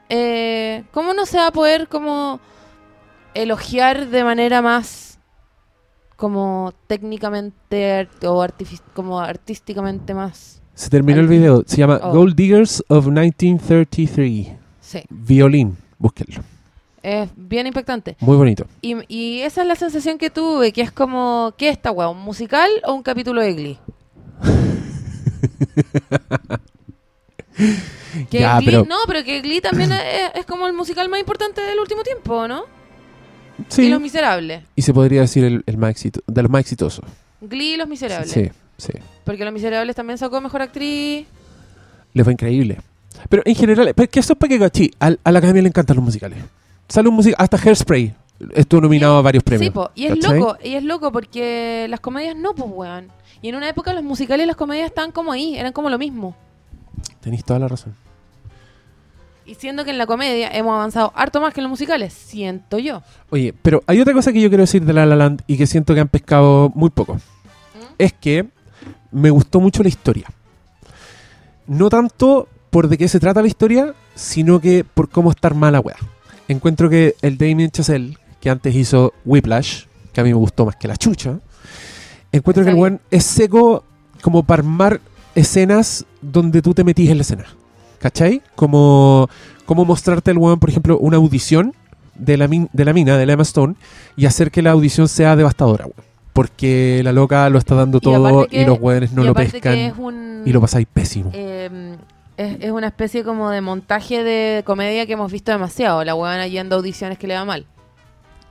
B: Eh, ¿Cómo no se va a poder como elogiar de manera más como técnicamente art- o artific- como artísticamente más?
C: Se terminó el
B: Al-
C: video, se llama
B: Oh.
C: Gold Diggers of 1933.
B: Sí,
C: Violín, búsquenlo.
B: es bien impactante.
C: Muy bonito.
B: Y, y esa es la sensación que tuve, que es como, ¿qué es esta weá? ¿Un musical o un capítulo de
C: *laughs*
B: Glee? Que
C: Ya,
B: Glee-
C: pero-
B: No, pero que Glee también es, es como el musical más importante del último tiempo, ¿no?
C: Sí.
B: Y Los Miserables.
C: Y se podría decir el, el más exito- de los más exitosos.
B: Glee y Los Miserables.
C: Sí, sí.
B: Porque Los Miserables también sacó Mejor Actriz.
C: Les fue increíble. Pero en general, pero es que eso es para que cachí. al- A, la academia le encantan los musicales. Sale un musical, hasta Hairspray estuvo nominado a varios premios.
B: Sí, po. Y es
C: ¿cachai?
B: loco, y es loco porque las comedias no, pues, weón. Y en una época los musicales y las comedias estaban como ahí, eran como lo mismo.
C: Tenéis toda la razón.
B: Y siendo que en la comedia hemos avanzado harto más que en los musicales, siento yo.
C: Oye, pero hay otra cosa que yo quiero decir de La La Land y que siento que han pescado muy poco. Es que me gustó mucho la historia. No tanto por de qué se trata la historia, sino que por cómo estar mala weá. Encuentro que el Damien Chazelle, que antes hizo Whiplash, que a mí me gustó más que la chucha, encuentro que el
B: Está
C: weón es seco como para armar escenas donde tú te metís en la escena. ¿Cachai? Como, como mostrarte el weón, por ejemplo, una audición de la, min- de la mina, de la Emma Stone, y hacer que la audición sea devastadora, weón. Porque la loca lo está dando
B: Y aparte
C: todo
B: que-
C: y los weones no
B: y
C: lo
B: aparte que
C: pescan
B: es un-
C: y lo pasáis pésimo.
B: eh, es, es una especie como de montaje de comedia que hemos visto demasiado. La huevona yendo a audiciones que le va mal.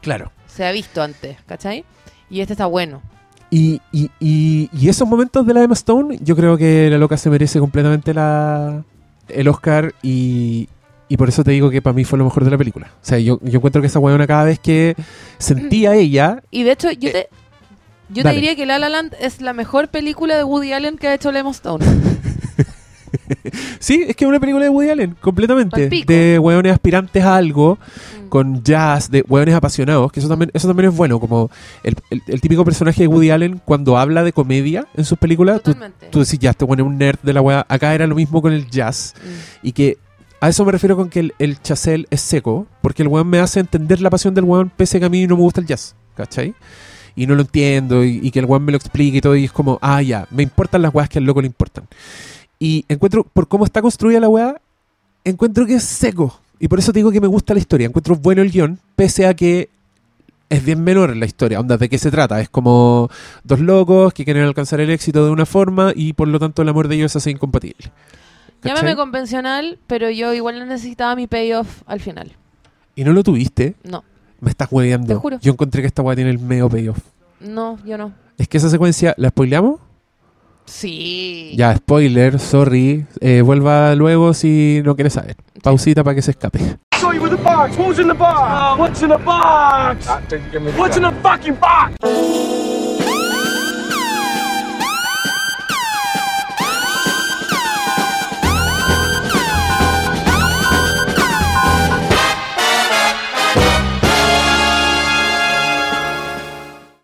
C: Claro.
B: Se ha visto antes, ¿cachai? Y este está bueno.
C: Y, y, y- y esos momentos de la Emma Stone, yo creo que la loca se merece completamente la, el Oscar y, y por eso te digo que para mí fue lo mejor de la película. O sea, yo, yo encuentro que esa weona cada vez que sentía ella,
B: Y de hecho, yo te, yo te
C: Eh, dale.
B: diría que La La Land es la mejor película de Woody Allen que ha hecho Lemo
C: *laughs*
B: Stone.
C: sí, es que es una película de Woody Allen, completamente,
B: Pal pico.
C: de weones aspirantes a algo,
B: Mm,
C: con jazz, de hueones apasionados, que eso también, eso también es bueno, como el, el- el típico personaje de Woody Allen cuando habla de comedia en sus películas, tú,
B: Totalmente.
C: tú decís, ya, este weón es un nerd de la weá, acá era lo mismo con el jazz,
B: Mm.
C: y que a eso me refiero con que el, el chasel es seco, porque el weón me hace entender la pasión del weón, pese a que a mí no me gusta el jazz, ¿cachai? Y no lo entiendo, y, y que el weón me lo explique y todo, y es como, ah, ya, me importan las weas que al loco le importan. Y encuentro, por cómo está construida la wea, encuentro que es seco. Y por eso te digo que me gusta la historia, encuentro bueno el guión, pese a que es bien menor la historia. Onda, ¿de qué se trata? Es como dos locos que quieren alcanzar el éxito de una forma y por lo tanto el amor de ellos se hace incompatible.
B: Llámame
C: ¿Cachai?
B: convencional, pero yo igual necesitaba mi payoff al final.
C: Y no lo tuviste.
B: No,
C: Me estás hueveando.
B: Te juro.
C: Yo encontré que esta weá tiene el medio payoff.
B: no, yo no.
C: Es que esa secuencia, ¿la spoileamos?
B: Sí.
C: Ya, spoiler, sorry. Eh, vuelva luego si no quieres saber. Pausita para que se escape.
D: saw you with the box. What was in the box? What's in the box? What's in the fucking box?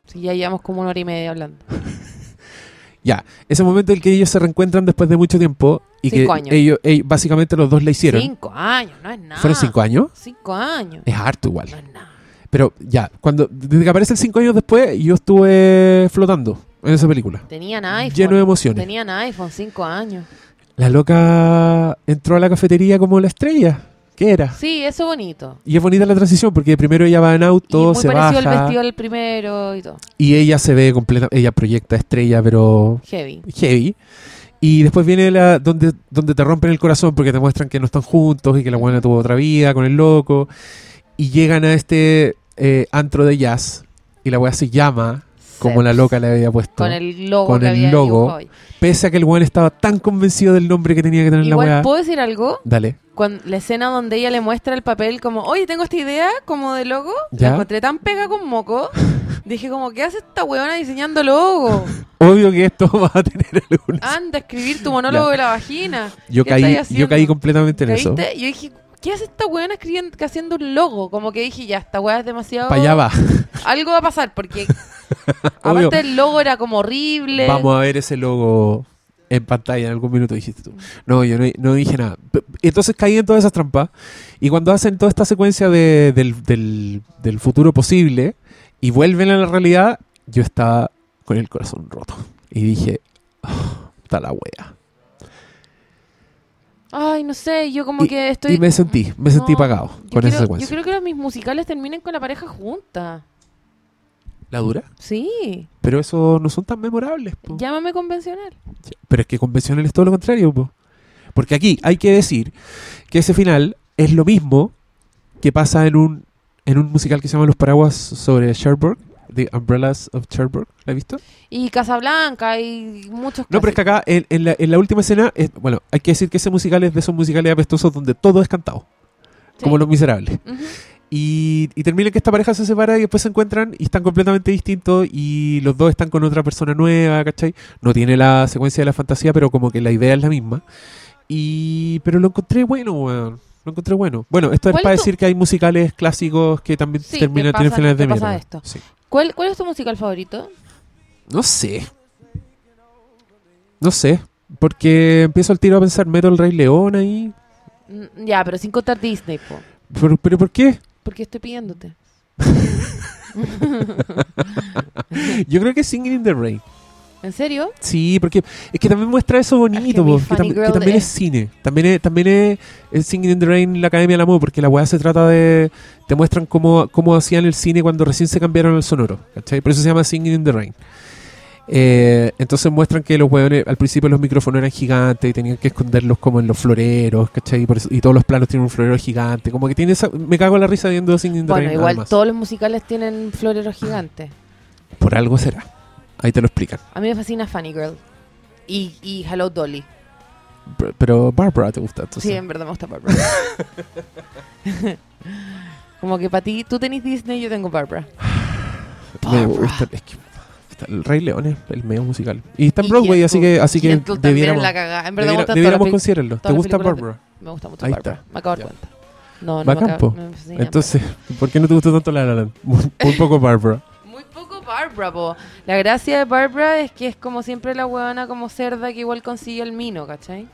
B: Sí, ya llevamos como una hora y media hablando.
C: Ya, ese momento en el que ellos se reencuentran después de mucho tiempo y
B: Cinco
C: que
B: años.
C: ellos, ey- básicamente los dos la hicieron.
B: Cinco años, no es nada.
C: ¿Fueron cinco años?
B: Cinco años.
C: Es harto igual.
B: No es nada.
C: Pero ya, cuando desde que aparece el cinco años después, yo estuve flotando en esa película.
B: Tenían iPhone.
C: Lleno de emociones.
B: Tenían iPhone, cinco años.
C: La loca entró a la cafetería como la estrella. ¿Qué era?
B: Sí, eso bonito.
C: Y es bonita la transición porque primero ella va en
B: y
C: auto,
B: muy
C: se
B: parecido el
C: baja
B: vestido del primero y todo.
C: y ella se ve completa, ella proyecta estrella, pero
B: Heavy.
C: heavy. Y después viene la donde, donde te rompen el corazón porque te muestran que no están juntos y que la buena tuvo otra vida con el loco. Y llegan a este eh, antro de jazz y la weá se llama como
B: Seps.
C: la loca le había puesto.
B: Con el logo
C: Con
B: que
C: el
B: había
C: logo.
B: dibujado ahí.
C: Pese a que el weón estaba tan convencido del nombre que tenía que tener la
B: Igual,
C: weá.
B: ¿puedo decir algo?
C: Dale.
B: Cuando, la escena donde ella le muestra el papel como, oye, tengo esta idea como de logo.
C: Ya.
B: La encontré tan pega con
C: *laughs*
B: moco. Dije como, ¿qué hace esta weona diseñando logo?
C: Obvio que esto *laughs* va a tener alguna.
B: Anda a escribir tu monólogo
C: Ya.
B: de la vagina.
C: yo
B: Ah, ¿Qué
C: caí,
B: estáis
C: yo caí
B: haciendo?
C: completamente en eso.
B: ¿Caíste? Yo dije, ¿qué hace esta weona escribiendo, que haciendo un logo? Como que dije, ya, esta weá es demasiado...
C: Para allá va.
B: Algo va a pasar,
C: *laughs*
B: porque
C: Obvio.
B: aparte el logo era como horrible.
C: Vamos a ver ese logo en pantalla en algún minuto, dijiste tú. No, yo no, no dije nada. P- Entonces caí en todas esas trampas. Y cuando hacen toda esta secuencia de- del, del- del futuro posible y vuelven a la realidad, yo estaba con el corazón roto. Y dije, "Ah, está la wea.
B: Ay, no sé, yo como que estoy...
C: Y me sentí, me sentí
B: No,
C: pagado
B: yo
C: con esa
B: quiero-
C: secuencia.
B: Yo creo que los mis musicales terminen con la pareja junta.
C: La dura.
B: Sí,
C: Pero eso no son tan memorables. po.
B: llámame convencional.
C: Pero es que convencional es todo lo contrario, po. Porque aquí hay que decir que ese final es lo mismo que pasa en un, en un musical que se llama Los Paraguas sobre Cherbourg, The Umbrellas of Cherbourg. ¿La has visto?
B: Y Casablanca y muchos...
C: No, pero es que
B: clásicos.
C: acá, en, en la, en la última escena, es- bueno, hay que decir que ese musical es de esos musicales apestosos donde todo es cantado,
B: Sí.
C: como Los Miserables.
B: Ujú.
C: Y, y termina que esta pareja se separa y después se encuentran y están completamente distintos y los dos están con otra persona nueva, ¿cachai? No tiene la secuencia de la fantasía, pero como que la idea es la misma. Y pero lo encontré bueno, weón. Lo encontré bueno. Bueno, esto es
B: ¿Cuál
C: para
B: es tu-
C: decir que hay musicales clásicos que también
B: Sí, que
C: terminan,
B: pasa-
C: tienen finales de
B: que pasa
C: mierda.
B: esto.
C: Sí.
B: ¿Cuál, ¿Cuál es tu musical favorito?
C: No sé. No sé. Porque empiezo al tiro a pensar, meto el Rey León ahí.
B: Mm, Ya, pero sin contar Disney, po.
C: Pero, pero ¿por qué?
B: Porque estoy pidiéndote.
C: Yo creo que Singing in the Rain.
B: ¿En serio?
C: Sí, porque es que también muestra eso bonito,
B: Es que mi
C: po, que,
B: Funny
C: tam- que
B: Girl
C: también es
B: es-
C: cine. También es, también es, es Singing in the Rain, la Academia del Amor, porque la weá se trata de. Te muestran cómo, cómo hacían el cine cuando recién se cambiaron al sonoro, ¿cachai? Por eso se llama Singing in the Rain. Eh, entonces muestran que los weones, al principio los micrófonos eran gigantes y tenían que esconderlos como en los floreros, ¿cachai? Y, por eso- y todos los planos tienen un florero gigante. Como que tiene esa. Me cago en la risa viendo Singing in the
B: Bueno,
C: Rain.
B: igual
C: además.
B: todos los musicales tienen floreros gigantes.
C: Por algo será. Ahí te lo explican.
B: A mí me fascina Funny Girl. Y, y Hello Dolly.
C: Pero- Pero Barbara te gusta. entonces.
B: sí, en verdad me gusta
C: *laughs*
B: Barbara. Como que para ti, tú tenés Disney, yo tengo Barbara.
C: Me
B: Barbara.
C: gusta- es que- está el Rey León es el medio musical. Y está en
B: Y
C: Broadway, así que, así que
B: Gentle también es
C: debiéramos,
B: la cagada. En verdad me
C: debiera-
B: gustan
C: debiéramos
B: todas las
C: considerarlo. ¿Te
B: todas las
C: gusta
B: películas de-
C: Barbara?
B: pel- Me gusta mucho
C: Ahí
B: Barbara. Me acabo de
C: Ya.
B: dar cuenta. No, no
C: Bacán,
B: me acabo-
C: po.
B: me fascina
C: Entonces, *laughs* ¿por qué no te gusta tanto La La Land? *laughs* Muy, muy poco Barbara.
B: Muy poco Barbara, po. La gracia de Barbara es que es como siempre la huevona como cerda que igual consigue el mino, ¿cachai?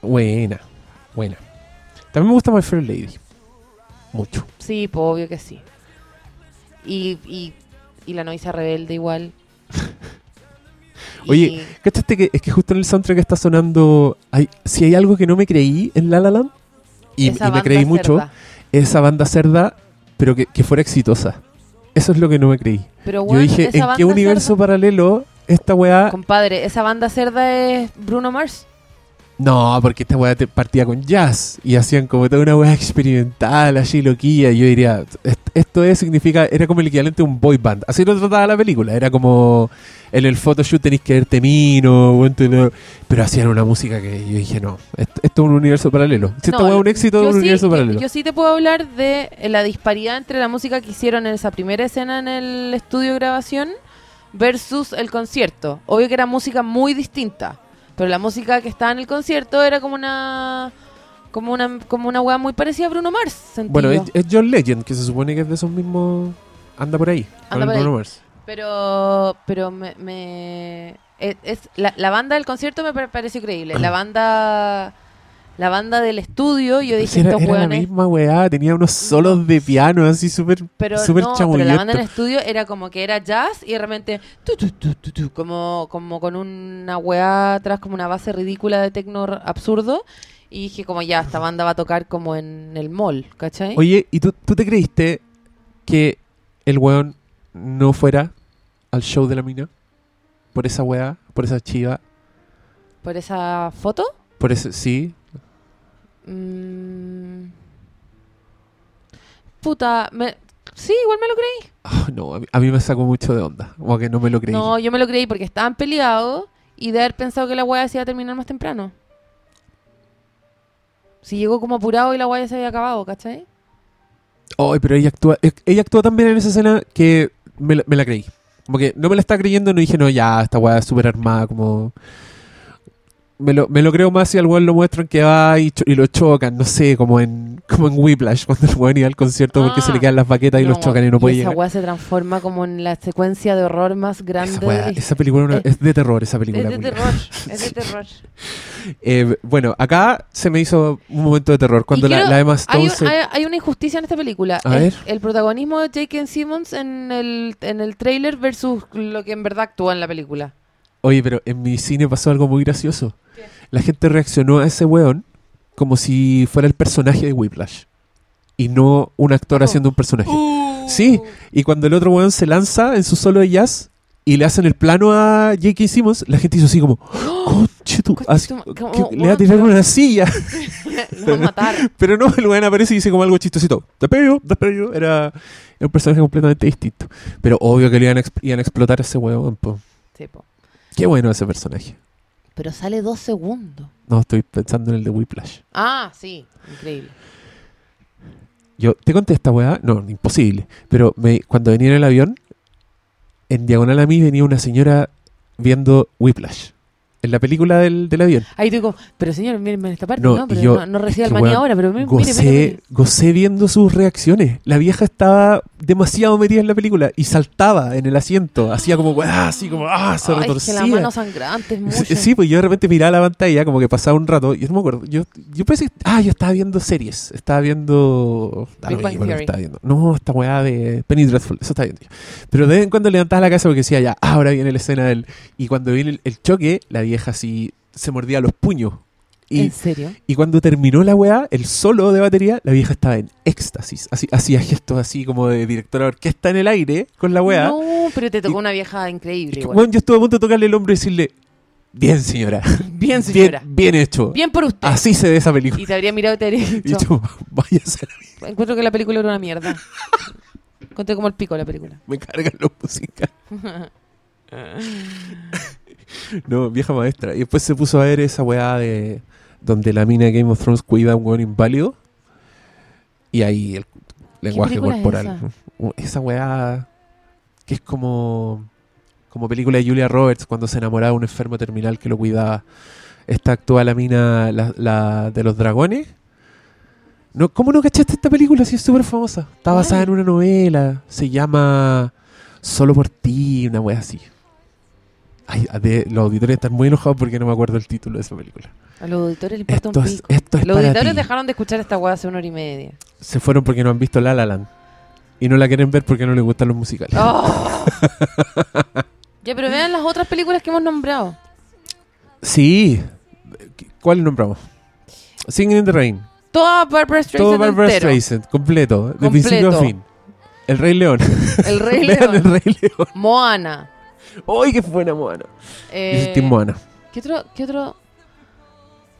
C: Buena, buena. También me gusta My Fair Lady. Mucho.
B: Sí, po, obvio que sí. Y, y, y la novicia rebelde igual. Y-
C: Oye, ¿Cachaste que es que justo en el soundtrack está sonando... hay- si hay algo que no me creí en La La Land, y,
B: esa
C: y me
B: banda
C: creí mucho,
B: cerda.
C: esa banda cerda, pero que, que fuera exitosa. Eso es lo que no me creí.
B: Pero
C: Yo
B: bueno,
C: dije,
B: esa
C: ¿en
B: banda
C: qué universo paralelo esta weá?
B: cerda- compadre, esa banda cerda es Bruno Mars.
C: No, porque esta weá te partía con jazz y hacían como toda una weá experimental, así loquilla. Y yo diría, "Est- esto es, significa, era como el equivalente a un boy band. Así lo trataba la película. Era como, en el photoshoot tenés que verte mino, guante lo- pero hacían una música que yo dije, no, est- esto es un universo paralelo. Si esta
B: No,
C: weá es un éxito, es
B: yo
C: un
B: sí-
C: universo
B: yo-
C: paralelo.
B: Yo sí te puedo hablar de eh, la disparidad entre la música que hicieron en esa primera escena en el estudio de grabación versus el concierto. Obvio que era música muy distinta, pero la música que estaba en el concierto era como una como una como una weá muy parecida a Bruno Mars. sentí
C: bueno,
B: yo.
C: es, es John Legend, que se supone que es de esos mismos. Anda por ahí, con
B: Anda
C: el
B: por ahí.
C: Bruno Mars.
B: Pero, pero me, me- es, es- la, la banda del concierto me pa- pareció creíble. La banda, la banda del estudio, yo dije
C: Pero Pues si era,
B: estos
C: era la
B: hueones.
C: misma weá, tenía unos solos de piano así súper
B: Pero
C: súper
B: no, pero la banda del estudio era como que era jazz y de repente tu, tu, tu, tu, tu, como, como con una weá atrás, como una base ridícula de tecno r- absurdo. Y dije como ya, esta banda va a tocar como en el mall, ¿cachai?
C: Oye, ¿y tú, tú te creíste que el weón no fuera al show de la mina? Por esa weá, por esa chiva,
B: Por esa foto.
C: por ese. Sí.
B: Mm. Puta, me- sí, igual me lo creí.
C: Ah, no, a mí, a mí me sacó mucho de onda. Como que no me lo creí.
B: No, yo me lo creí porque estaban peleados y de haber pensado que la guaya se iba a terminar más temprano. Si llegó como apurado y la guaya se había acabado, ¿cachai?
C: Ay, pero ella actúa, es- ella actúa tan bien en esa escena que me la, me la creí. Como que no me la estaba creyendo, no dije, no, ya, esta weá es súper armada, como... Me lo, me lo creo más si al weón lo muestran que va y, cho- y lo chocan, no sé, como en como en Whiplash, *laughs* cuando el weón iba al concierto porque
B: Ah.
C: se le quedan las baquetas y los chocan y no puede
B: esa
C: llegar.
B: guaya se transforma como en la secuencia de horror más grande.
C: Esa, weá,
B: de-
C: esa película
B: *laughs*
C: una-
B: es-
C: es de terror, esa película.
B: es de
C: culia.
B: terror, es de terror.
C: Eh, bueno, acá se me hizo un momento de terror, cuando la,
B: quiero-
C: la Emma
B: Hay,
C: Stone
B: un-
C: se-
B: hay- hay una injusticia en esta película.
C: A
B: el,
C: ver.
B: el protagonismo de Jake Simmons en el, en el trailer versus lo que en verdad actúa en la película.
C: Oye, pero en mi cine pasó algo muy gracioso. La gente reaccionó a ese weón como si fuera el personaje de Whiplash. Y no un actor
B: Oh.
C: haciendo un personaje.
B: Uh.
C: Sí,
B: *laughs*
C: y cuando el otro weón se lanza en su solo de jazz y le hacen el plano a J.K. Simmons, la gente hizo
B: *gasps*
C: así como, conche tu-
B: Conche
C: así-
B: tu ma-
C: que
B: como,
C: le va a
B: weón,
C: tirar
B: pero-
C: una silla. *laughs*
B: Lo va a matar.
C: Pero no, el weón aparece y dice como algo chistosito. Te pego, te pego. Era, era un personaje completamente distinto. Pero obvio que le iban a, exp- iban a explotar a ese weón. po.
B: Sí, po.
C: Qué bueno ese personaje.
B: Pero sale dos segundos.
C: No, estoy pensando en el de Whiplash.
B: Ah, sí, increíble.
C: Yo te conté esta weá, no, imposible. Pero me, cuando venía en el avión, en diagonal a mí venía una señora viendo Whiplash. En la película del, del avión.
B: Ahí tú como, pero señor, mírenme en esta parte,
C: No,
B: no, pero
C: y yo-
B: no, no reciba
C: es
B: el
C: que,
B: maní
C: weón,
B: ahora, pero mire, mire,
C: Gocé,
B: mire.
C: gocé viendo sus reacciones. La vieja estaba demasiado metida en la película y saltaba en el asiento. Hacía como weá, así como, ah, se
B: Ay, es que
C: retorcía.
B: la mano sangrante es mucho.
C: Sí, sí, pues yo de repente miraba la pantalla, como que pasaba un rato, yo no me acuerdo, yo, yo pensé, ah, yo estaba viendo series, estaba viendo... ah,
B: Big
C: no,
B: Bang
C: igual lo
B: Theory.
C: estaba viendo. No, esta weá de Penny Dreadful, eso estaba viendo yo. Pero de vez en cuando levantaba la casa porque decía, ya, ahora viene la escena del... Y cuando viene el, el choque, la vieja así se mordía los puños. Y,
B: ¿En serio?
C: y cuando terminó la weá, el solo de batería, la vieja estaba en éxtasis, así, hacía gestos así como de directora de orquesta en el aire con la weá.
B: No, pero te tocó
C: Y-
B: una vieja increíble.
C: Que,
B: igual.
C: weón, yo estuve a punto de tocarle el hombro y decirle, bien señora.
B: bien, señora. Bien,
C: Bien, bien hecho.
B: por usted.
C: Así se ve esa película.
B: Y te habría mirado y te habría
C: *laughs* Y
B: dicho,
C: yo, váyase a la mierda,
B: encuentro que la película era una
C: *laughs*
B: mierda. Conté como el pico la película.
C: me cargan los musicales. Ah. No, vieja maestra. Y después se puso a ver esa weá de donde la mina de Game of Thrones cuida a un weón inválido. Y ahí el lenguaje
B: película es
C: corporal. esa? weá que es como, como película de Julia Roberts cuando se enamoraba de un enfermo terminal que lo cuidaba. Esta actúa la mina la, la de los dragones. No, ¿Cómo no cachaste esta película? Si es súper famosa. Está basada en una novela. Se llama Solo por ti, una wea así. Ay, a de- los auditores están muy enojados porque no me acuerdo el título de esa película.
B: A los auditores les importa un
C: Esto es,
B: pico.
C: esto es
B: Los
C: para
B: auditores
C: ti.
B: dejaron de escuchar esta weá hace una hora y
C: *laughs*
B: media.
C: Se fueron porque no han visto La La Land. Y no la quieren ver porque no les gustan los musicales.
B: Oh. ya, pero vean las otras películas que hemos nombrado.
C: Sí. ¿Cuál nombramos? Singing in the Rain.
B: Toda Barbara Streisand
C: Todo Barbara
B: entero.
C: Streisand, completo, de
B: Completo.
C: principio a fin. El Rey León.
B: El Rey
C: *laughs* Vean
B: León.
C: El Rey León.
B: Moana.
C: ¡Ay, qué buena Moana! Yo soy
B: Eh,
C: Team Moana.
B: ¿Qué otro, qué otro,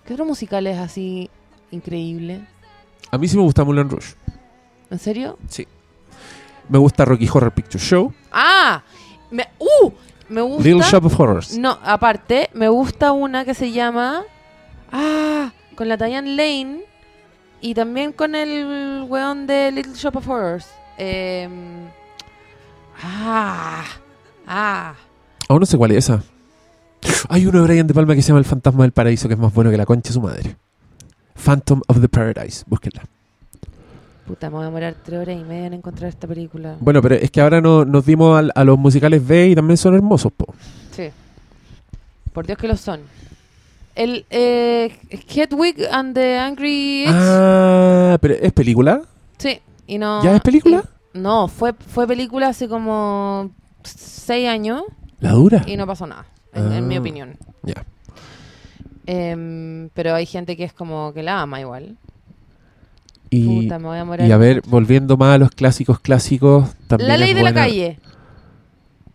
B: qué otro musical es así increíble?
C: A mí sí me gusta Moulin Rouge.
B: ¿En serio?
C: Me gusta Rocky Horror Picture Show.
B: Ah, me, uh, me gusta.
C: Little Shop of Horrors.
B: No, aparte me gusta una que se llama ah con la Diane Lane y también con el weón de Little Shop of Horrors. Eh, ah, ah.
C: Aún no sé cuál es esa. Hay uno de Brian De Palma que se llama El Fantasma del Paraíso, que es más bueno que la concha de su madre. Phantom of the Paradise. Búsquenla.
B: Puta, me voy a demorar tres horas y media en encontrar esta película.
C: Bueno, pero es que ahora no- nos dimos al- a los musicales B y también son hermosos, po.
B: Sí. Por Dios que lo son. El eh, Hedwig and the Angry Inch.
C: Ah, pero ¿es película?
B: Sí. Y no,
C: ¿Ya es película?
B: y- no, fue, fue película hace como seis años
C: ¿La dura?
B: y no pasó nada, en, en mi
C: Ah.
B: opinión.
C: Ya.
B: Em, pero hay gente que es como que la ama igual.
C: Y,
B: Puta, me voy a morir.
C: y a ver, volviendo más a los clásicos clásicos, también
B: la ley
C: es
B: de la
C: buena.
B: calle.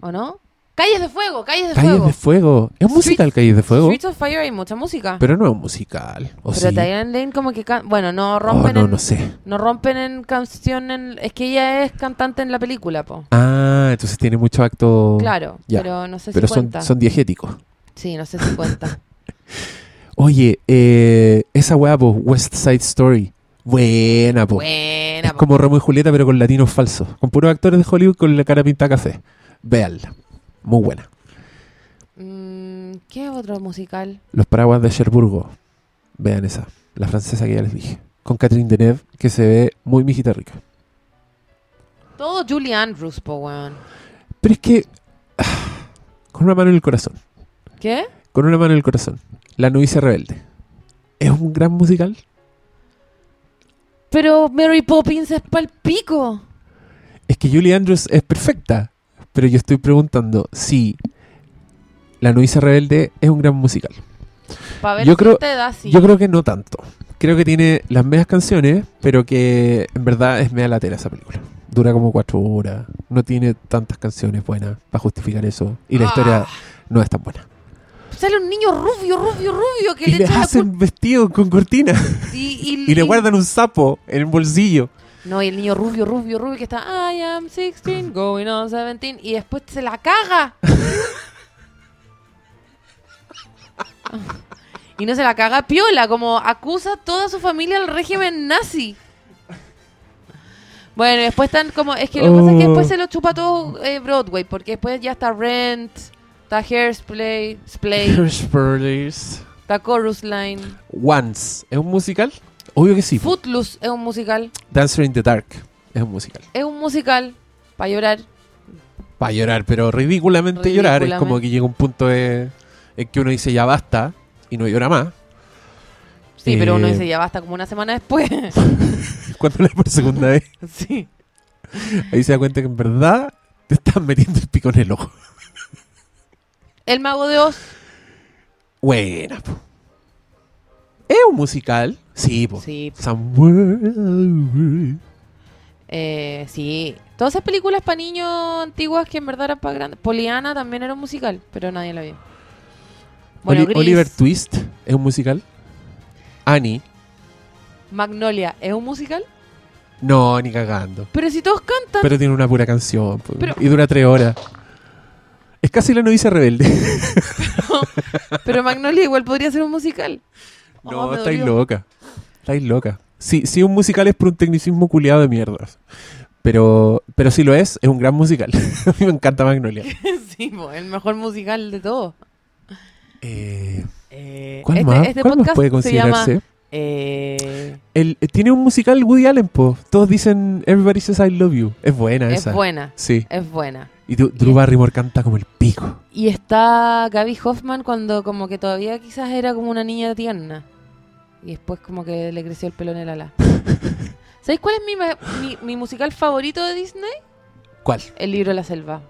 B: ¿O no? Calles de fuego, calles de
C: Calles
B: fuego.
C: de Fuego. ¿Es un musical Calles de Fuego?
B: Streets of Fire hay mucha música.
C: Pero no es un musical. ¿O
B: Pero
C: sí?
B: Diane Lane como que... can- Bueno, no
C: Oh,
B: rompen
C: no,
B: en-
C: no sé.
B: No rompen en canción en- Es que ella es cantante en la película, po.
C: Ah, entonces tiene mucho acto...
B: Claro,
C: Oh, Ya.
B: pero no sé
C: Pero
B: si
C: son,
B: cuenta.
C: son diegéticos.
B: Sí, no sé si cuenta.
C: Oye, eh, esa weá, po, West Side Story. Buena, po.
B: Buena,
C: es
B: po.
C: como Romo y Julieta, pero con latinos falsos. Con puros actores de Hollywood con la cara pintada café. Veanla. Muy buena.
B: Mm, ¿Qué otro musical?
C: Los paraguas de Cherburgo. Vean esa. La francesa que ya les dije. Con Catherine Deneuve, que se ve muy mijita rica.
B: Todo Julie Andrews, po, weón.
C: Pero es que. ah, Con una mano en el corazón.
B: ¿Qué?
C: Con una mano en el corazón. La novicia rebelde. ¿Es un gran musical?
B: Pero Mary Poppins es pa'l pico.
C: Es que Julie Andrews es perfecta, pero yo estoy preguntando si La novicia rebelde es un gran musical.
B: Para ver
C: Yo
B: qué
C: creo-
B: te da, sí.
C: Yo creo que no tanto. Creo que tiene las medias canciones, pero que en verdad es media latera esa película. Dura como cuatro horas, no tiene tantas canciones buenas para justificar eso. Y la
B: Ah.
C: historia no es tan buena.
B: Sale un niño rubio, rubio, rubio que
C: Y
B: le
C: les
B: echa la
C: hacen
B: culpa.
C: vestido con cortina
B: Y,
C: y le guardan un sapo en el bolsillo.
B: No, y el niño rubio, rubio, rubio que está I am 16, going on 17 y después se la caga. y no se la caga piola, como acusa a toda su familia al régimen nazi. Bueno, y después están como es que lo que pasa es que
C: Oh.
B: después se lo chupa todo eh, Broadway, porque después ya está Rent, está Hairspray, Splay,
C: Hirschbergers.
B: está Chorus Line,
C: Once. ¿Es un musical? Obvio que sí.
B: Footloose es un musical,
C: Dancer in the Dark. Es un musical.
B: es un musical para llorar.
C: Para llorar, pero ridículamente, llorar. Es como
B: Ridículamente.
C: que llega un punto de- en que uno dice ya basta y no llora más.
B: Sí, pero uno
C: Eh,
B: dice, ya basta como una semana después. *laughs*
C: Cuando la por segunda vez,
B: sí.
C: ahí se da cuenta que en verdad te estás metiendo el pico en el ojo.
B: El Mago de Oz.
C: Buena, po. ¿Es un musical? Sí, po.
B: Sí.
C: Somewhere-
B: eh, sí. Todas esas películas para niños antiguas que en verdad eran para grandes. Poliana también era un musical, pero nadie la vio. Bueno,
C: Oli-
B: Grease,
C: Oliver Twist es un musical. Annie.
B: Magnolia, ¿es un musical?
C: No, ni cagando.
B: Pero si todos cantan.
C: Pero tiene una pura canción. po,
B: Pero-
C: y dura tres horas. Es casi la novicia rebelde.
B: Pero Magnolia igual podría ser un
C: *laughs*
B: musical. Oh,
C: no,
B: me
C: estáis
B: dolió.
C: loca. Estáis loca. Sí, sí, un musical es por un tecnicismo culiado de mierdas. Pero, pero si lo es, es un gran musical. *laughs* A mí me
B: *laughs*
C: encanta Magnolia.
B: *laughs* sí, po, el mejor musical de todo.
C: Eh,
B: Eh,
C: ¿Cuál,
B: este,
C: más?
B: este
C: ¿Cuál más
B: podcast
C: puede
B: se llama...
C: considerarse?
B: eh,
C: El- eh, tiene un musical Woody Allen, po. Todos dicen Everybody Says I Love You. Es buena
B: es
C: esa.
B: buena,
C: Sí.
B: es buena.
C: Y Drew- Drew Barrymore canta como el pico.
B: Y está Gaby Hoffman cuando como que todavía quizás era como una niña tierna. Y después como que le creció el pelo en el
C: *laughs*
B: ala. ¿Sabéis cuál es mi, ma- mi, mi musical favorito de Disney?
C: ¿Cuál?
B: El libro de la selva.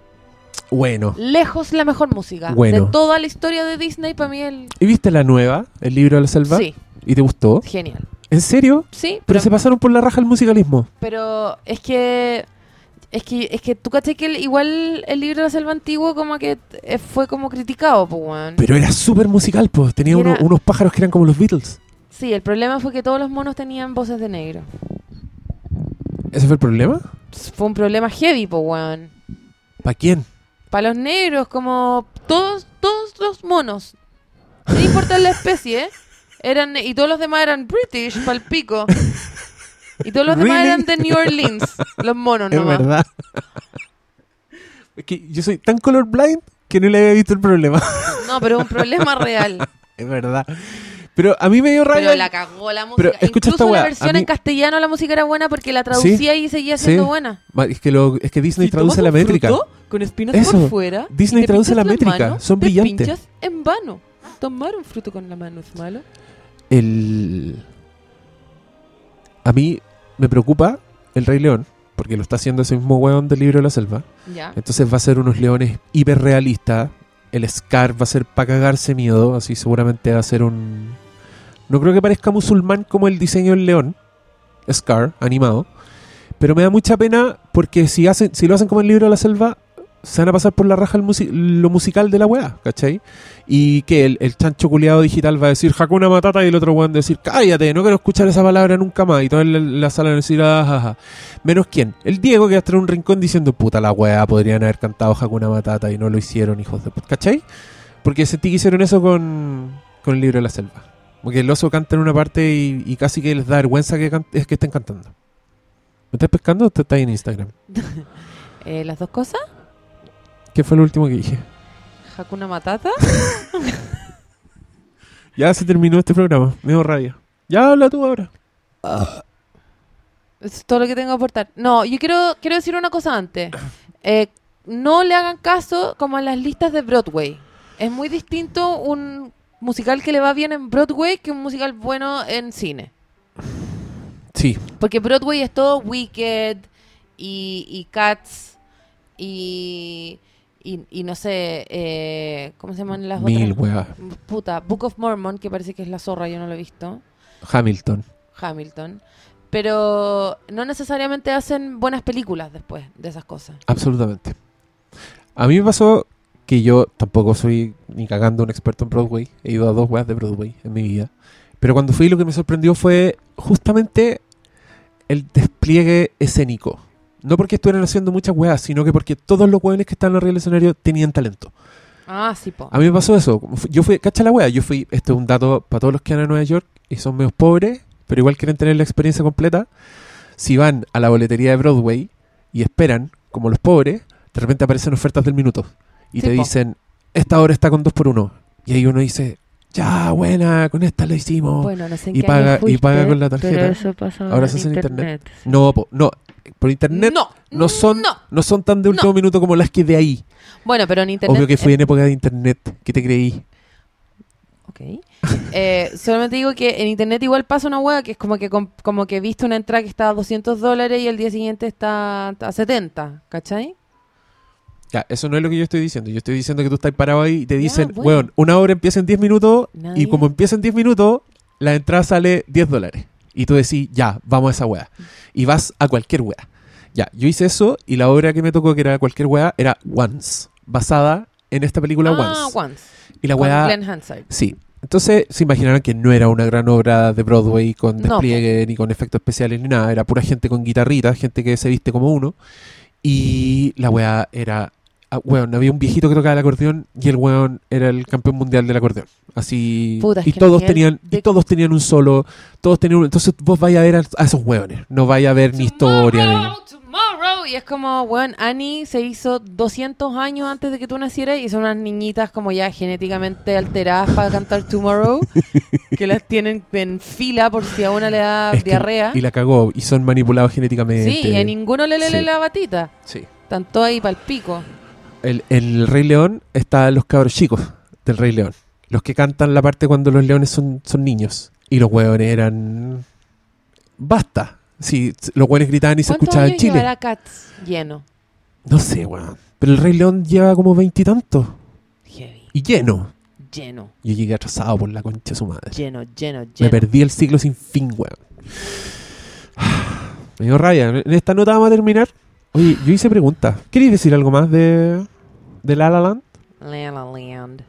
C: Bueno.
B: Lejos la mejor música.
C: Bueno.
B: De toda la historia de Disney, para mí el...
C: ¿Y viste la nueva? El libro de la selva.
B: Sí,
C: ¿Y te gustó?
B: genial.
C: ¿En serio?
B: Sí,
C: Pero
B: pero, Mm.
C: se pasaron por la raja el musicalismo.
B: pero es que Es que, es que tú caché que el- igual el libro de la selva antiguo como que eh, fue como criticado, pues, weón.
C: Pero era súper musical, pues. Tenía
B: Era-
C: uno- unos pájaros que eran como los Beatles.
B: Sí, el problema fue que todos los monos tenían voces de negro.
C: ¿Ese fue el problema?
B: Fue un problema heavy, po, weón.
C: ¿Para quién?
B: Para los negros, como todos, todos los monos, sin importar la especie, *laughs* ¿eh? eran ne- y todos los demás eran British, pal pico. Y todos los demás
C: Really?
B: eran de New Orleans, los monos
C: *laughs* Es
B: nomás.
C: verdad. es que yo soy tan colorblind que no le había visto el problema. *laughs*
B: No, pero es un problema real.
C: es verdad. Pero a mí me dio rabia.
B: Pero la cagó la música.
C: Pero escucha esta
B: Incluso la
C: weá, a
B: versión
C: mí-
B: en castellano la música era buena porque la traducía y seguía
C: Sí.
B: siendo buena.
C: Ma- Es que, lo- es que Disney
B: Si
C: traduce
B: tomas
C: la
B: un
C: métrica.
B: fruto Con espinas
C: Eso.
B: por fuera.
C: Disney
B: y te
C: traduce
B: pinchas
C: la
B: las
C: métrica.
B: manos,
C: Son
B: te
C: brillantes.
B: pinchas en vano. Tomar un fruto con la mano es malo.
C: El... A mí me preocupa el Rey León, porque lo está haciendo ese mismo weón del libro de la selva.
B: Ya.
C: Entonces va a ser unos leones hiperrealistas. El Scar va a ser para cagarse miedo. Así seguramente va a ser un. No creo que parezca musulmán como el diseño del león. Scar, animado. Pero me da mucha pena porque si, hacen, si lo hacen como el libro de la selva, se van a pasar por la raja el musi- lo musical de la weá, ¿cachai? Y que el, el chancho culiado digital va a decir Hakuna Matata y el otro weón va a decir cállate, no quiero escuchar esa palabra nunca más. Y toda la, la sala va a decir "Ah, jaja". Menos quién. El Diego que va a estar en un rincón diciendo, puta la weá, podrían haber cantado Hakuna Matata y no lo hicieron, hijos de puta. ¿Cachai? Porque sentí que hicieron eso con, con el libro de la selva. Porque el oso canta en una parte y, y casi que les da vergüenza que, can- es que estén cantando. ¿Me estás pescando o te estás en Instagram?
B: Eh, Las dos cosas.
C: ¿Qué fue lo último que dije?
B: Hakuna Matata.
C: Ya se terminó este programa. Me dio rabia. Ya habla tú ahora.
B: Eso es todo lo que tengo que aportar. No, yo quiero, quiero decir una cosa *coughs* antes. Eh, no le hagan caso como a las listas de Broadway. Es muy distinto un musical que le va bien en Broadway que un musical bueno en cine.
C: Sí.
B: Porque Broadway es todo Wicked y, y Cats y, y, y no sé, eh, ¿cómo se llaman las
C: Mil
B: otras?
C: weá.
B: Puta, Book of Mormon, que parece que es la zorra, yo no lo he visto.
C: Hamilton.
B: Hamilton. Pero no necesariamente hacen buenas películas después de esas cosas.
C: Absolutamente. A mí me pasó que yo tampoco soy ni cagando un experto en Broadway. He ido a dos weas de Broadway en mi vida. Pero cuando fui lo que me sorprendió fue justamente el despliegue escénico. No porque estuvieran haciendo muchas weas, sino que porque todos los weones que estaban arriba del escenario tenían talento.
B: Ah, sí, po.
C: A mí me pasó eso. Como fu- Yo fui, cacha la wea, yo fui, este es un dato para todos los que van a Nueva York y son medios pobres, pero igual quieren tener la experiencia completa. Si van a la boletería de Broadway y esperan, como los pobres, de repente aparecen ofertas del minuto y
B: Sí,
C: te
B: po.
C: dicen, esta hora está con dos por uno. Y ahí uno dice, ya, buena, con esta lo hicimos.
B: Bueno, no sé en
C: y
B: qué año
C: paga- y
B: fuiste,
C: paga con la tarjeta.
B: Pero eso pasa
C: Ahora
B: ahora,
C: se hace en
B: en
C: internet.
B: internet.
C: No, po- no, por internet no,
B: No,
C: son, no.
B: no.
C: son tan de último minuto como las que de ahí.
B: Bueno, pero en internet.
C: Obvio que fui
B: eh,
C: en época de internet, ¿qué te creí?
B: ok. Eh, solamente digo que en internet igual pasa una hueá que es como que com- como que viste una entrada que está a 200 dólares y el día siguiente está a 70, ¿cachai?
C: Ya, eso no es lo que yo estoy diciendo. Yo estoy diciendo que tú estás parado ahí y te
B: Ya,
C: dicen,
B: bueno.
C: weón, una hora empieza en 10 minutos y
B: Nadie.
C: como empieza en 10 minutos, la entrada sale 10 dólares. Y tú decís, ya, vamos a esa weá. Y vas a cualquier weá. Ya, yo hice eso y la obra que me tocó, que era cualquier weá, era Once, basada en esta película
B: ah,
C: Once.
B: once.
C: Y la
B: con
C: weá...
B: Glenn Hansard.
C: Sí. Entonces se imaginaron que no era una gran obra de Broadway con
B: No,
C: despliegue ni con efectos especiales ni nada. Era pura gente con guitarrita, gente que se viste como uno. Y la weá era. ah, weón, había un viejito que tocaba el acordeón y el weón era el campeón mundial del acordeón. Así.
B: Puta, es
C: y
B: que
C: todos
B: el nivel
C: tenían. y
B: de-
C: todos tenían un solo. Todos tenían un- Entonces vos vais a ver a, a esos weones. No vais a ver ni historia. ni-
B: Tomorrow, tomorrow. Y es como, weón, Annie se hizo 200 años antes de que tú nacieras y son unas niñitas como ya genéticamente alteradas para cantar
C: *laughs*
B: Tomorrow, que las tienen en fila por si a una le da
C: Es que-
B: diarrea.
C: y la cagó. Y son manipulados genéticamente.
B: sí, y a ninguno le le
C: Sí.
B: le la batita.
C: Sí.
B: Tanto ahí pa'l pico.
C: el, el Rey León están los cabros chicos del Rey León. Los que cantan la parte cuando los leones son, son niños. Y los hueones eran. Basta. Sí, s- los hueones gritaban y se
B: ¿Cuántos
C: escuchaba en
B: años
C: Chile.
B: llevará Cats lleno?
C: No sé, weón. Pero el Rey León lleva como veintitantos.
B: Heavy.
C: Y, lleno.
B: Lleno,
C: Yo llegué atrasado por la concha de su madre.
B: lleno, lleno, lleno.
C: Me perdí el *sighs* ciclo sin fin, weón. Me dio rabia. En esta nota vamos a terminar Oye, yo hice preguntas. ¿Queréis decir algo más de, de La La Land?
B: La La Land.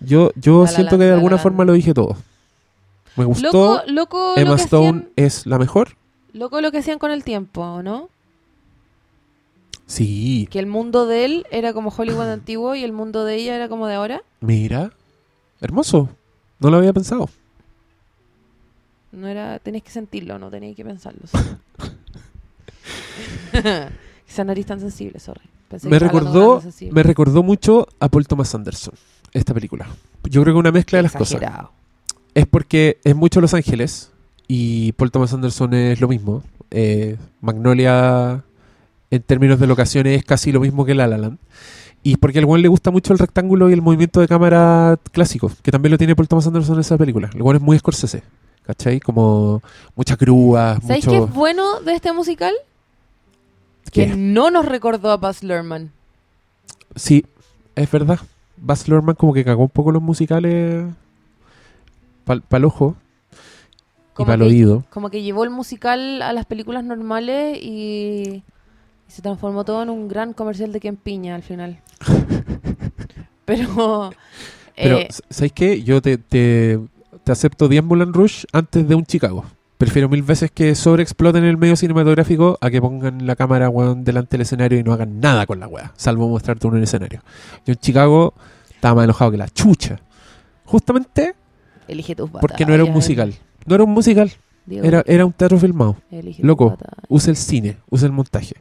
C: Yo, yo
B: La La
C: siento
B: Land,
C: que de
B: La La
C: alguna
B: Land.
C: forma lo dije todo. Me gustó.
B: Loco, loco,
C: Emma
B: lo que
C: Stone
B: hacían,
C: es la mejor.
B: loco lo que hacían con el tiempo, ¿no?
C: Sí,
B: Que el mundo de él era como
C: *laughs*
B: Hollywood antiguo y el mundo de ella era como de ahora.
C: mira. Hermoso. No lo había pensado.
B: No era, tenías que sentirlo, no tenías que pensarlo.
C: *laughs*
B: Esa nariz tan sensible, sorry. Pensé que
C: me
B: estaba hablando con
C: recordó,
B: alguien sensible.
C: me recordó mucho a Paul Thomas Anderson, esta película. Yo creo que una mezcla de las cosas.
B: Exagerado.
C: Es porque es mucho Los Ángeles y Paul Thomas Anderson es lo mismo. Eh, Magnolia, en términos de locaciones, es casi lo mismo que La La Land. Y porque al Juan le gusta mucho el rectángulo y el movimiento de cámara clásico, que también lo tiene Paul Thomas Anderson en esa película. El Juan es muy Scorsese, ¿cachai? Como muchas grúas,
B: ¿Sabéis
C: mucho...
B: qué es bueno de este musical? Que
C: ¿Qué?
B: no nos recordó a Buzz Lerman.
C: Sí, es verdad. Baz Luhrmann como que cagó un poco los musicales para el ojo y
B: Como
C: para el
B: que-
C: oído.
B: Como que llevó el musical a las películas normales y, y se transformó todo en un gran comercial de Ken Piña al
C: *laughs*
B: final. Pero,
C: Pero,
B: eh,
C: s- ¿sabes qué? Yo te, te, te acepto 10 Mulan Rush antes de un Chicago. Prefiero mil veces que sobreexploten el medio cinematográfico a que pongan la cámara weón, delante del escenario y no hagan nada con la weá, salvo mostrarte uno en el escenario. Yo en Chicago estaba más enojado que la chucha. Justamente
B: elige tus batallas.
C: porque no era un musical. No era un musical,
B: Diego,
C: era, era un teatro filmado.
B: elige tus
C: loco.
B: batallas.
C: Usa el cine, usa el montaje.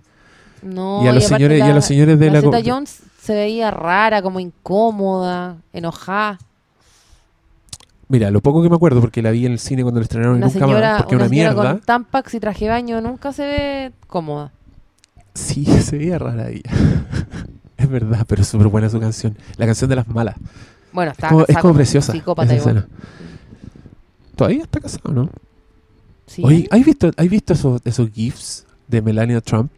B: No,
C: y a los
B: aparte
C: señores y a
B: la-
C: los señores de
B: la
C: la,
B: Zeta
C: co-
B: Jones se veía rara, como incómoda, enojada.
C: mira lo poco que me acuerdo porque la vi en el cine cuando la estrenaron y
B: Una
C: nunca más,
B: señora,
C: porque
B: una
C: una
B: señora
C: mierda
B: con tampax y traje de baño nunca se ve cómoda.
C: sí *laughs* se veía rara ella *laughs* es verdad pero es súper buena su canción la canción de las malas
B: Bueno, está
C: es como, es
B: casada
C: como
B: con un
C: preciosa
B: psicópata
C: esa
B: igual.
C: escena. todavía está casado no
B: Sí.
C: Oye, ¿has visto has visto esos esos gifs de Melania Trump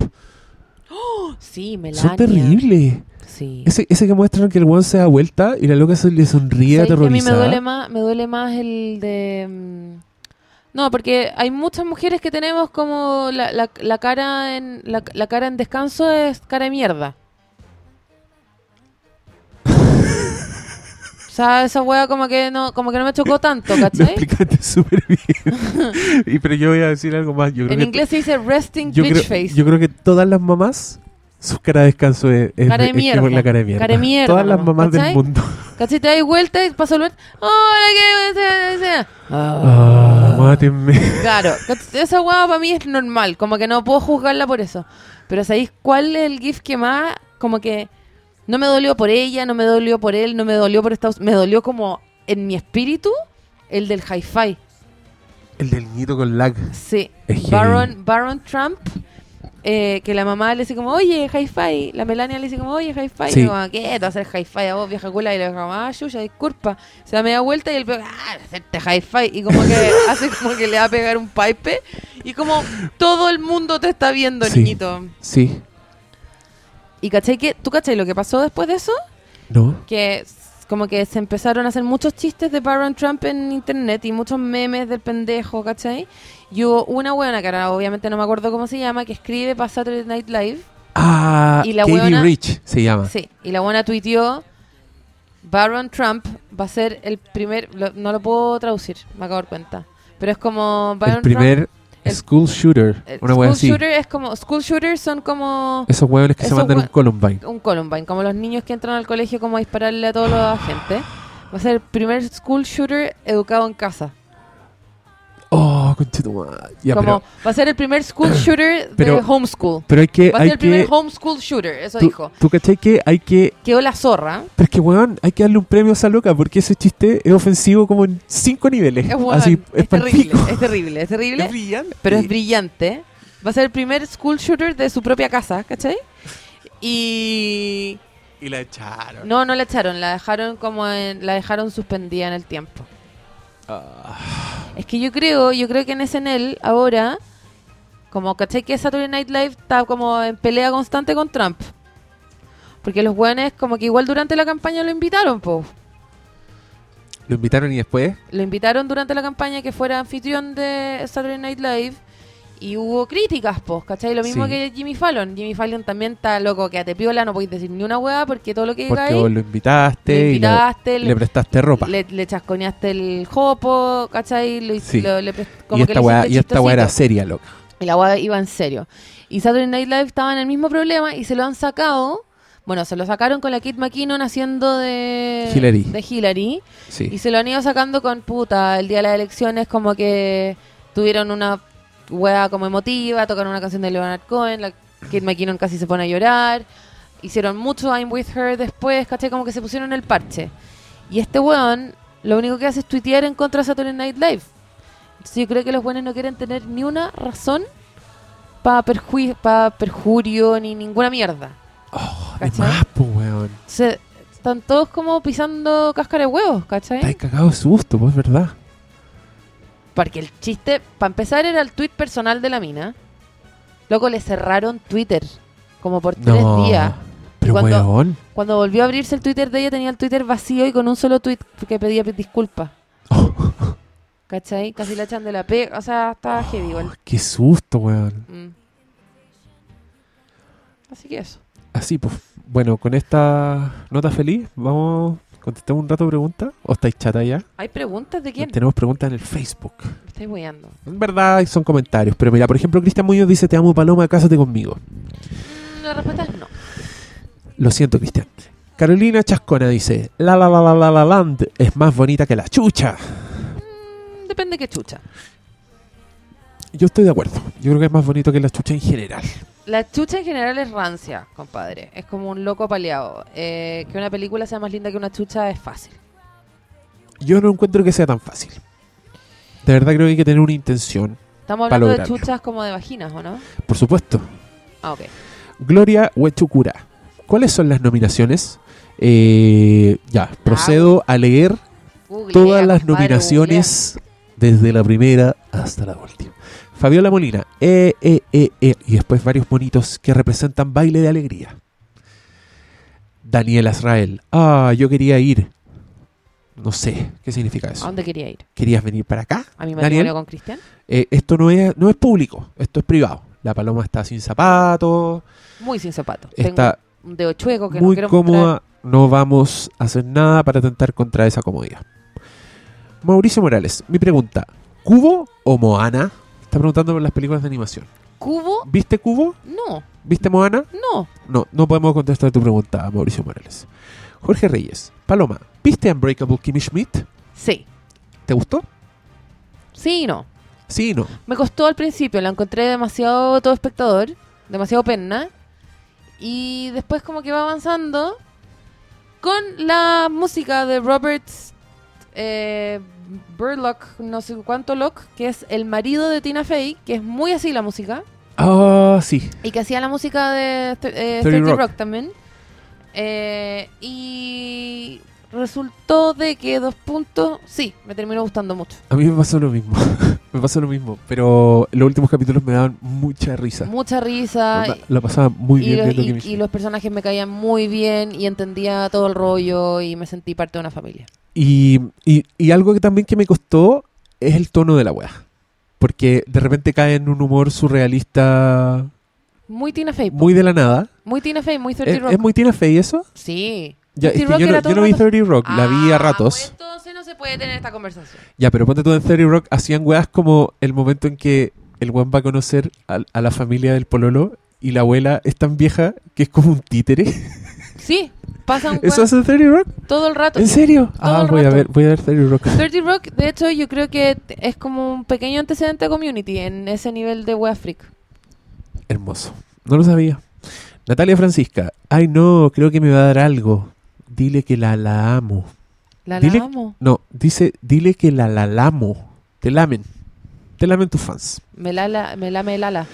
B: Sí, Melania.
C: son terribles
B: Sí.
C: ese, ese que muestran que el weón se da vuelta y la loca se le sonríe
B: ¿Sabes que a mí me
C: aterrorizada
B: duele más, me duele más el de mm, no, porque hay muchas mujeres que tenemos como la, la- la cara en la, la cara en descanso es cara de
C: *laughs*
B: mierda. o sea, esa wea como que no como que no me chocó
C: *laughs*
B: tanto,
C: lo
B: ¿cachai?
C: explicaste súper bien
B: *laughs*
C: y, pero yo voy a decir algo más yo creo
B: En
C: que
B: inglés se dice resting
C: yo
B: bitch
C: creo,
B: face.
C: yo creo que todas las mamás, su cara de descanso es, es-
B: Cara de
C: es que
B: mierda.
C: la cara de mierda.
B: Cara de mierda
C: todas las
B: nomás,
C: mamás del
B: ¿cachai?
C: mundo.
B: ¿Cachai? Te das vuelta y pasó el hola, qué
C: Ah, mátenme.
B: Claro, esa hueá para mí es normal, como que no puedo juzgarla por eso. Pero ¿sabéis cuál es el GIF que más? Como que no me dolió por ella, no me dolió por él, no me dolió por Estados Me dolió como en mi espíritu el del hi-fi.
C: El del niñito con lag.
B: Sí,
C: Es heavy.
B: Baron, Baron Trump, eh, que la mamá le dice como, oye, hi-fi. La Melania le dice como, oye, hi-fi.
C: Sí.
B: Y yo como, ¿qué? Te vas a hacer hi-fi a vos, vieja cula. Y le digo, ah, Yuya, disculpa. Se da media vuelta y el pego, ah, hacerte hi-fi. Y como
C: *laughs*
B: que hace como que le va a pegar un pipe. Y como, todo el mundo te está viendo,
C: Sí.
B: niñito.
C: Sí.
B: Y caché que, ¿tú cachai lo que pasó después de eso?
C: No.
B: que s- como que se empezaron a hacer muchos chistes de Baron Trump en internet y muchos memes del pendejo, ¿cachai? Y hubo una buena que ahora obviamente no me acuerdo cómo se llama, que escribe para Saturday Night Live.
C: Ah,
B: Y la
C: Katie
B: huevona-
C: Rich se llama.
B: Sí, y la buena tuiteó, Baron Trump va a ser el primer, lo- no lo puedo traducir, me acabo de dar cuenta, pero es como Baron
C: el primer
B: el-
C: school shooter.
B: Trump, eh,
C: una
B: school
C: wea así.
B: shooter es como, school shooters son como
C: Esos hueones que se
B: Esos
C: mandan
B: hue-
C: un Columbine.
B: un Columbine, como los niños que entran al colegio como a dispararle a todos los agentes. Va a ser el primer school shooter educado en casa.
C: Oh, conchetumada. Ya,
B: como
C: pero,
B: va a ser el primer
C: *coughs*
B: school shooter de
C: Pero-
B: homeschool.
C: pero hay que.
B: Va a
C: hay
B: ser el primer
C: que
B: homeschool shooter, eso
C: tú, Ah,
B: dijo.
C: tú cachai que hay que.
B: Quedó la zorra.
C: Pero es que, weón, hay que darle un premio a esa loca porque ese chiste es ofensivo como en cinco niveles.
B: Es, weón,
C: Así,
B: es,
C: pa'l
B: terrible,
C: pico.
B: es terrible, es terrible,
C: Es brillante.
B: pero es brillante. Va a ser el primer school shooter de su propia casa, ¿cachai? Y
C: Y la echaron.
B: no, no la echaron, la dejaron como en, la dejaron suspendida en el tiempo.
C: Ah,
B: Es que yo creo, yo creo que en SNL ahora, como caché que Saturday Night Live está como en pelea constante con Trump. Porque los buenos como que igual durante la campaña lo invitaron, po.
C: Lo invitaron y después.
B: Lo invitaron durante la campaña que fuera anfitrión de Saturday Night Live. Y hubo críticas, pues, ¿cachai? Lo mismo
C: Sí.
B: que Jimmy Fallon. Jimmy Fallon también está loco, que a te piola, no podéis decir ni una hueá porque todo lo que diga
C: Porque
B: ahí
C: vos lo invitaste,
B: Le
C: y lo-
B: invitaste, le-
C: le prestaste ropa.
B: le, le chasconeaste el jopo, ¿cachai? Lo, hic-
C: Sí.
B: lo- le pres- como
C: y
B: que
C: esta
B: le
C: weá,
B: hiciste
C: y esta weá era
B: chistosito.
C: seria, loca.
B: Y la weá iba en serio. Y Saturday Night Live estaba en el mismo problema y se lo han sacado. Bueno, se lo sacaron con la Kit McKinnon haciendo de
C: Hillary.
B: De Hillary. Y
C: Sí.
B: se lo han ido sacando con puta. El día de las elecciones, como que tuvieron una hueá como emotiva, tocaron una canción de Leonard Cohen, la Kate McKinnon casi se pone a llorar. Hicieron mucho I'm with her después, ¿cachai? Como que se pusieron el parche. Y este weón, lo único que hace es tuitear en contra de Saturday Night Live. Entonces yo creo que los buenos no quieren tener ni una razón para perjurio ni ninguna mierda.
C: Es
B: ¿Cachai?
C: más, po,
B: ¿Eh?
C: weón.
B: Entonces, están todos como pisando cáscara de huevos, ¿cachai?
C: Estáis cagados de susto, pues, verdad.
B: Porque el chiste, para empezar, era el tweet personal de la mina. Loco, le cerraron Twitter como por tres
C: No.
B: días.
C: Pero,
B: Cuando-
C: weón.
B: Cuando volvió a abrirse el Twitter de ella, tenía el Twitter vacío y con un solo tweet que pedía disculpas.
C: Oh,
B: ¿Cachai? Casi la echan de la P. O sea, estaba heavy igual.
C: Qué susto, weón.
B: Mm. Así que eso.
C: Así, pues. Bueno, con esta nota feliz, vamos. Contestamos un rato de preguntas. ¿O estáis chata ya?
B: ¿Hay preguntas de quién?
C: Tenemos preguntas en el Facebook.
B: Me estáis weando.
C: En verdad son comentarios. Pero mira, por ejemplo, Cristian Muñoz dice: Te amo, Paloma, cásate conmigo.
B: Mm, La respuesta es no.
C: Lo siento, Cristian. Carolina Chascona dice: La la la la la la land es más bonita que la chucha.
B: Mm, Depende qué chucha.
C: Yo estoy de acuerdo. Yo creo que es más bonito que la chucha en general.
B: La chucha en general es rancia, compadre. Es como un loco paleado. Eh, que una película sea más linda que una chucha es fácil.
C: Yo no encuentro que sea tan fácil. De verdad creo que hay que tener una intención.
B: Estamos
C: Pa
B: hablando de
C: lograrlo.
B: chuchas como de vaginas, ¿o no?
C: Por supuesto.
B: Ah, ok.
C: Gloria Huechucura. ¿Cuáles son las nominaciones? Eh, ya, procedo a leer
B: Googlea,
C: todas las
B: compadre,
C: nominaciones desde la primera hasta la última. Fabiola Molina, eh, eh, eh, eh, y después varios bonitos que representan baile de alegría. Daniel Azrael, ah, yo quería ir. No sé, ¿qué significa
B: googlea. ¿A
C: eso?
B: dónde quería ir?
C: ¿Querías venir para acá?
B: ¿A mi matrimonio
C: Daniel,
B: con Cristian?
C: eh, esto no es, no es público, esto es privado. La paloma está sin zapatos,
B: Muy sin zapato.
C: está
B: Tengo un dedo chueco que no
C: muy
B: quiero
C: cómoda,
B: mostrar.
C: no vamos a hacer nada para atentar contra esa comodidad. Mauricio Morales, mi pregunta, ¿Cubo o Moana? Está preguntando por las películas de animación.
B: ¿Cubo?
C: ¿Viste Cubo?
B: No,
C: ¿Viste Moana?
B: no.
C: No, no podemos contestar tu pregunta, Mauricio Morales. Jorge Reyes, Paloma, ¿viste Unbreakable Kimmy Schmidt?
B: Sí.
C: ¿Te gustó?
B: Sí y no.
C: Sí, y no.
B: Me costó al principio, la encontré demasiado todo espectador, demasiado perna. Y después como que va avanzando con la música de Robert eh, Burlock, no sé cuánto Locke, que es el marido de Tina Fey, que es muy así la música,
C: Ah, sí.
B: y que hacía la música de eh,
C: 30
B: 30 Rock,
C: Rock
B: también. Eh, y resultó de que dos puntos, sí, me terminó gustando mucho.
C: A mí me pasó lo mismo. *laughs* me pasó lo mismo. Pero los últimos capítulos me daban mucha risa.
B: Mucha risa.
C: Onda, La pasaba muy
B: y,
C: bien
B: los,
C: viendo
B: y-
C: Kimmy
B: y
C: Schmidt.
B: los personajes me caían muy bien y entendía todo el rollo y me sentí parte de una familia.
C: Y, y- y algo que también que me costó es el tono de la weá. Porque de repente cae en un humor surrealista
B: Muy Tina Fey. po.
C: muy de la nada.
B: Muy Tina Fey, muy 30
C: ¿Es,
B: Rock.
C: es muy Tina Fey eso?
B: Sí.
C: Ya,
B: 30
C: es que
B: Rock
C: yo,
B: era
C: no,
B: todo
C: yo no
B: el
C: vi
B: rato-
C: 30 Rock, la vi a
B: Ah,
C: ratos.
B: pues entonces no se puede tener esta conversación.
C: Ya, pero ponte tú en 30 Rock, hacían weas como el momento en que el weón va a conocer a, a la familia del pololo y la abuela es tan vieja que es como un títere.
B: Sí, pasa un
C: *laughs* ¿Eso
B: weón
C: hace 30 Rock?
B: todo el rato.
C: ¿En serio?
B: Todo
C: Ah,
B: el
C: voy a
B: rato.
C: ver, voy a ver 30 Rock.
B: 30 Rock, de hecho, yo creo que t- es como un pequeño antecedente de community en ese nivel de wea freak.
C: Hermoso. No lo sabía. Natalia Francisca. Ay, no, creo que me va a dar algo. Dile que la la amo.
B: La, la
C: Dile-
B: amo.
C: No, dice, dile que la la la amo. Te lamen. Te lamen tus fans.
B: Me la, la, me la, me la, la.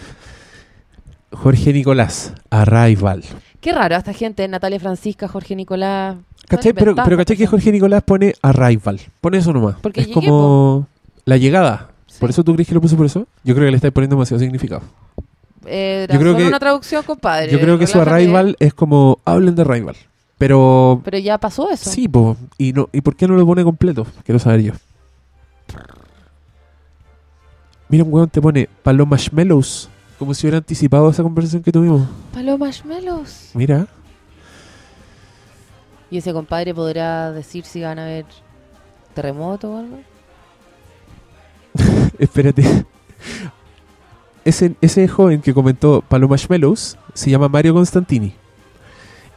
C: Jorge Nicolás, Arrival.
B: Qué raro, esta gente, Natalia Francisca, Jorge Nicolás.
C: ¿Cachai? Pero, pero ¿cachai que Jorge Nicolás pone Arrival? Pone eso nomás.
B: Porque
C: es
B: llegué,
C: como la llegada.
B: Sí.
C: ¿Por eso tú crees que lo puso por eso? Yo creo que le estáis poniendo demasiado significado.
B: Eh,
C: Yo creo
B: solo
C: que-
B: una traducción, compadre.
C: Yo creo que su
B: Relájate.
C: Arrival es como, hablen de Arrival. Pero
B: Pero ya pasó eso.
C: Sí, po. ¿Y, no, ¿Y por qué no lo pone completo? Quiero saber yo. Mira, un weón te pone para los marshmallows. Como si hubiera anticipado esa conversación que tuvimos.
B: Palomas melos.
C: Mira.
B: ¿Y ese compadre podrá decir si van a haber terremoto o algo?
C: Espérate. Ese, ese joven que comentó Paloma Marshmallows se llama Mario Constantini.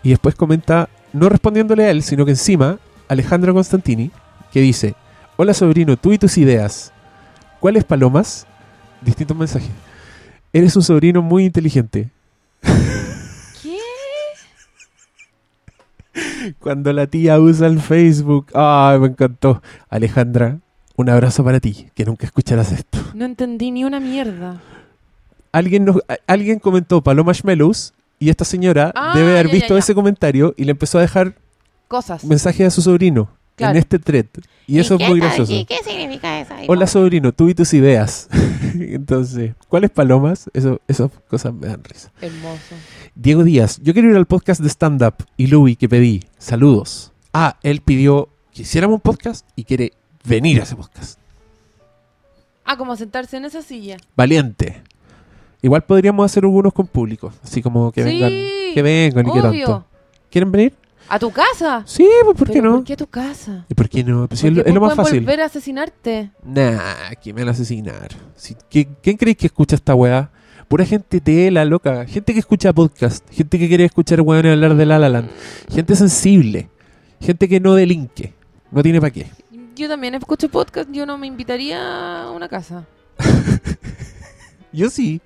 C: Y después comenta, no respondiéndole a él, sino que encima, Alejandro Constantini, que dice, hola sobrino, tú y tus ideas. ¿Cuáles palomas? Distintos mensajes. Eres un sobrino muy inteligente.
B: ¿Qué?
C: *laughs* Cuando la tía usa el Facebook. Ay, me encantó. Alejandra, un abrazo para ti, que nunca escucharás esto.
B: No entendí ni una mierda.
C: Alguien, nos- a- alguien comentó Paloma Marshmallows y esta señora
B: Ah,
C: debe haber
B: ya, ya,
C: visto
B: ya.
C: ese comentario y le empezó a dejar
B: Cosas.
C: mensajes a su sobrino
B: Claro.
C: en este thread. Y eso es muy gracioso.
E: qué significa eso?
C: Hola sobrino, tú y tus ideas. *laughs* Entonces, ¿cuáles palomas? Eso, esas cosas me dan risa.
B: Hermoso.
C: Diego Díaz, yo quiero ir al podcast de stand-up y Louis que pedí. Saludos. Ah, él pidió que hiciéramos un podcast y quiere venir a ese podcast.
B: Ah, como sentarse en esa silla.
C: Valiente. Igual podríamos hacer algunos con público. Así como que
B: Sí,
C: vengan. Que vengan y que
B: Obvio.
C: tanto. ¿Quieren venir?
B: ¿A tu casa?
C: Sí, pues ¿por qué
B: Pero,
C: no?
B: ¿Por qué a tu casa?
C: ¿Y por qué no? Pues, sí, es
B: Porque
C: lo, es lo
B: después
C: más
B: pueden
C: fácil.
B: volver a asesinarte.
C: Nah, que me van a asesinar. Si- ¿qué- ¿Quién creéis que escucha esta weá? Pura gente tela, loca. Gente que escucha podcast. Gente que quiere escuchar weón hablar de La La Land. Gente sensible. Gente que no delinque. No tiene para qué.
B: Yo también escucho podcast, yo no me invitaría a una casa.
C: Yo sí.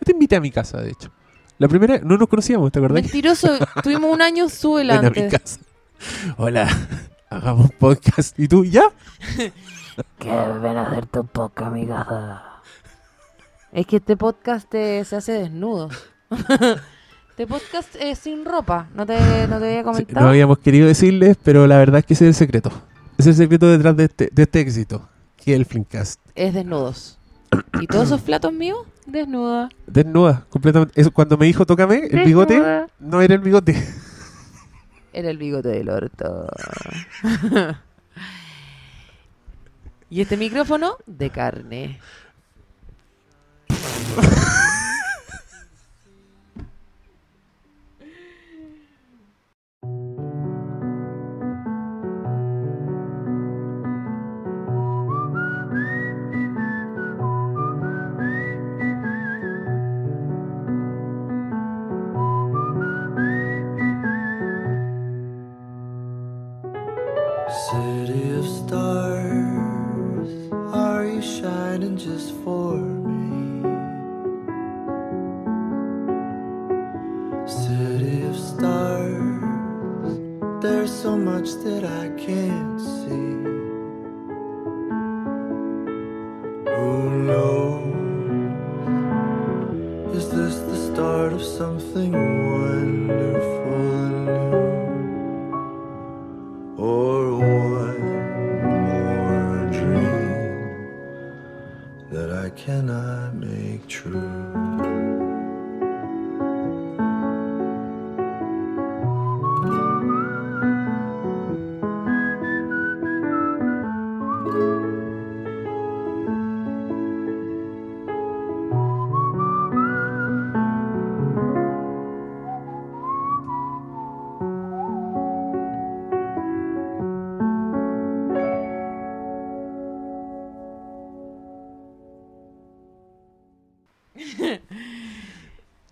C: Yo te invité a mi casa, de hecho. La primera, no nos conocíamos, ¿te acordás? *laughs*
B: Mentiroso, tuvimos un año
C: Ven
B: súbela
C: a mi
B: antes.
C: casa. Hola, *laughs* hagamos un podcast. ¿Y tú? ¿Ya?
B: Es que este podcast eh, se hace desnudo. *laughs* este podcast es sin ropa, no te, no te había
C: Sí,
B: comentado.
C: no habíamos querido decirles, pero la verdad es que ese es el secreto. Ese es el secreto detrás de este, de este éxito. Que es el Flimcast.
B: Es desnudos. ¿Y todos esos platos míos? Desnuda.
C: Desnuda, completamente. Eso, cuando me dijo tócame, el bigote, no era el bigote.
B: Era el bigote del orto. *laughs* y este micrófono de carne.
A: City of stars, are you shining just for me? City of stars, there's so much that I can't see. Who knows? Is this the start of something wonderful and new? or one more dream that I cannot make true.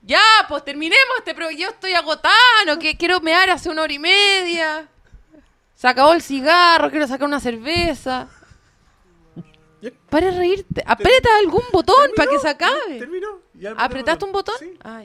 B: Ya, pues terminemos este programa. Yo estoy agotada, no que quiero mear hace una hora y media. Se acabó el cigarro, quiero sacar una cerveza. Para de reírte. Aprieta algún botón para que se acabe.
C: Terminó.
B: ¿Apretaste un botón? Ay.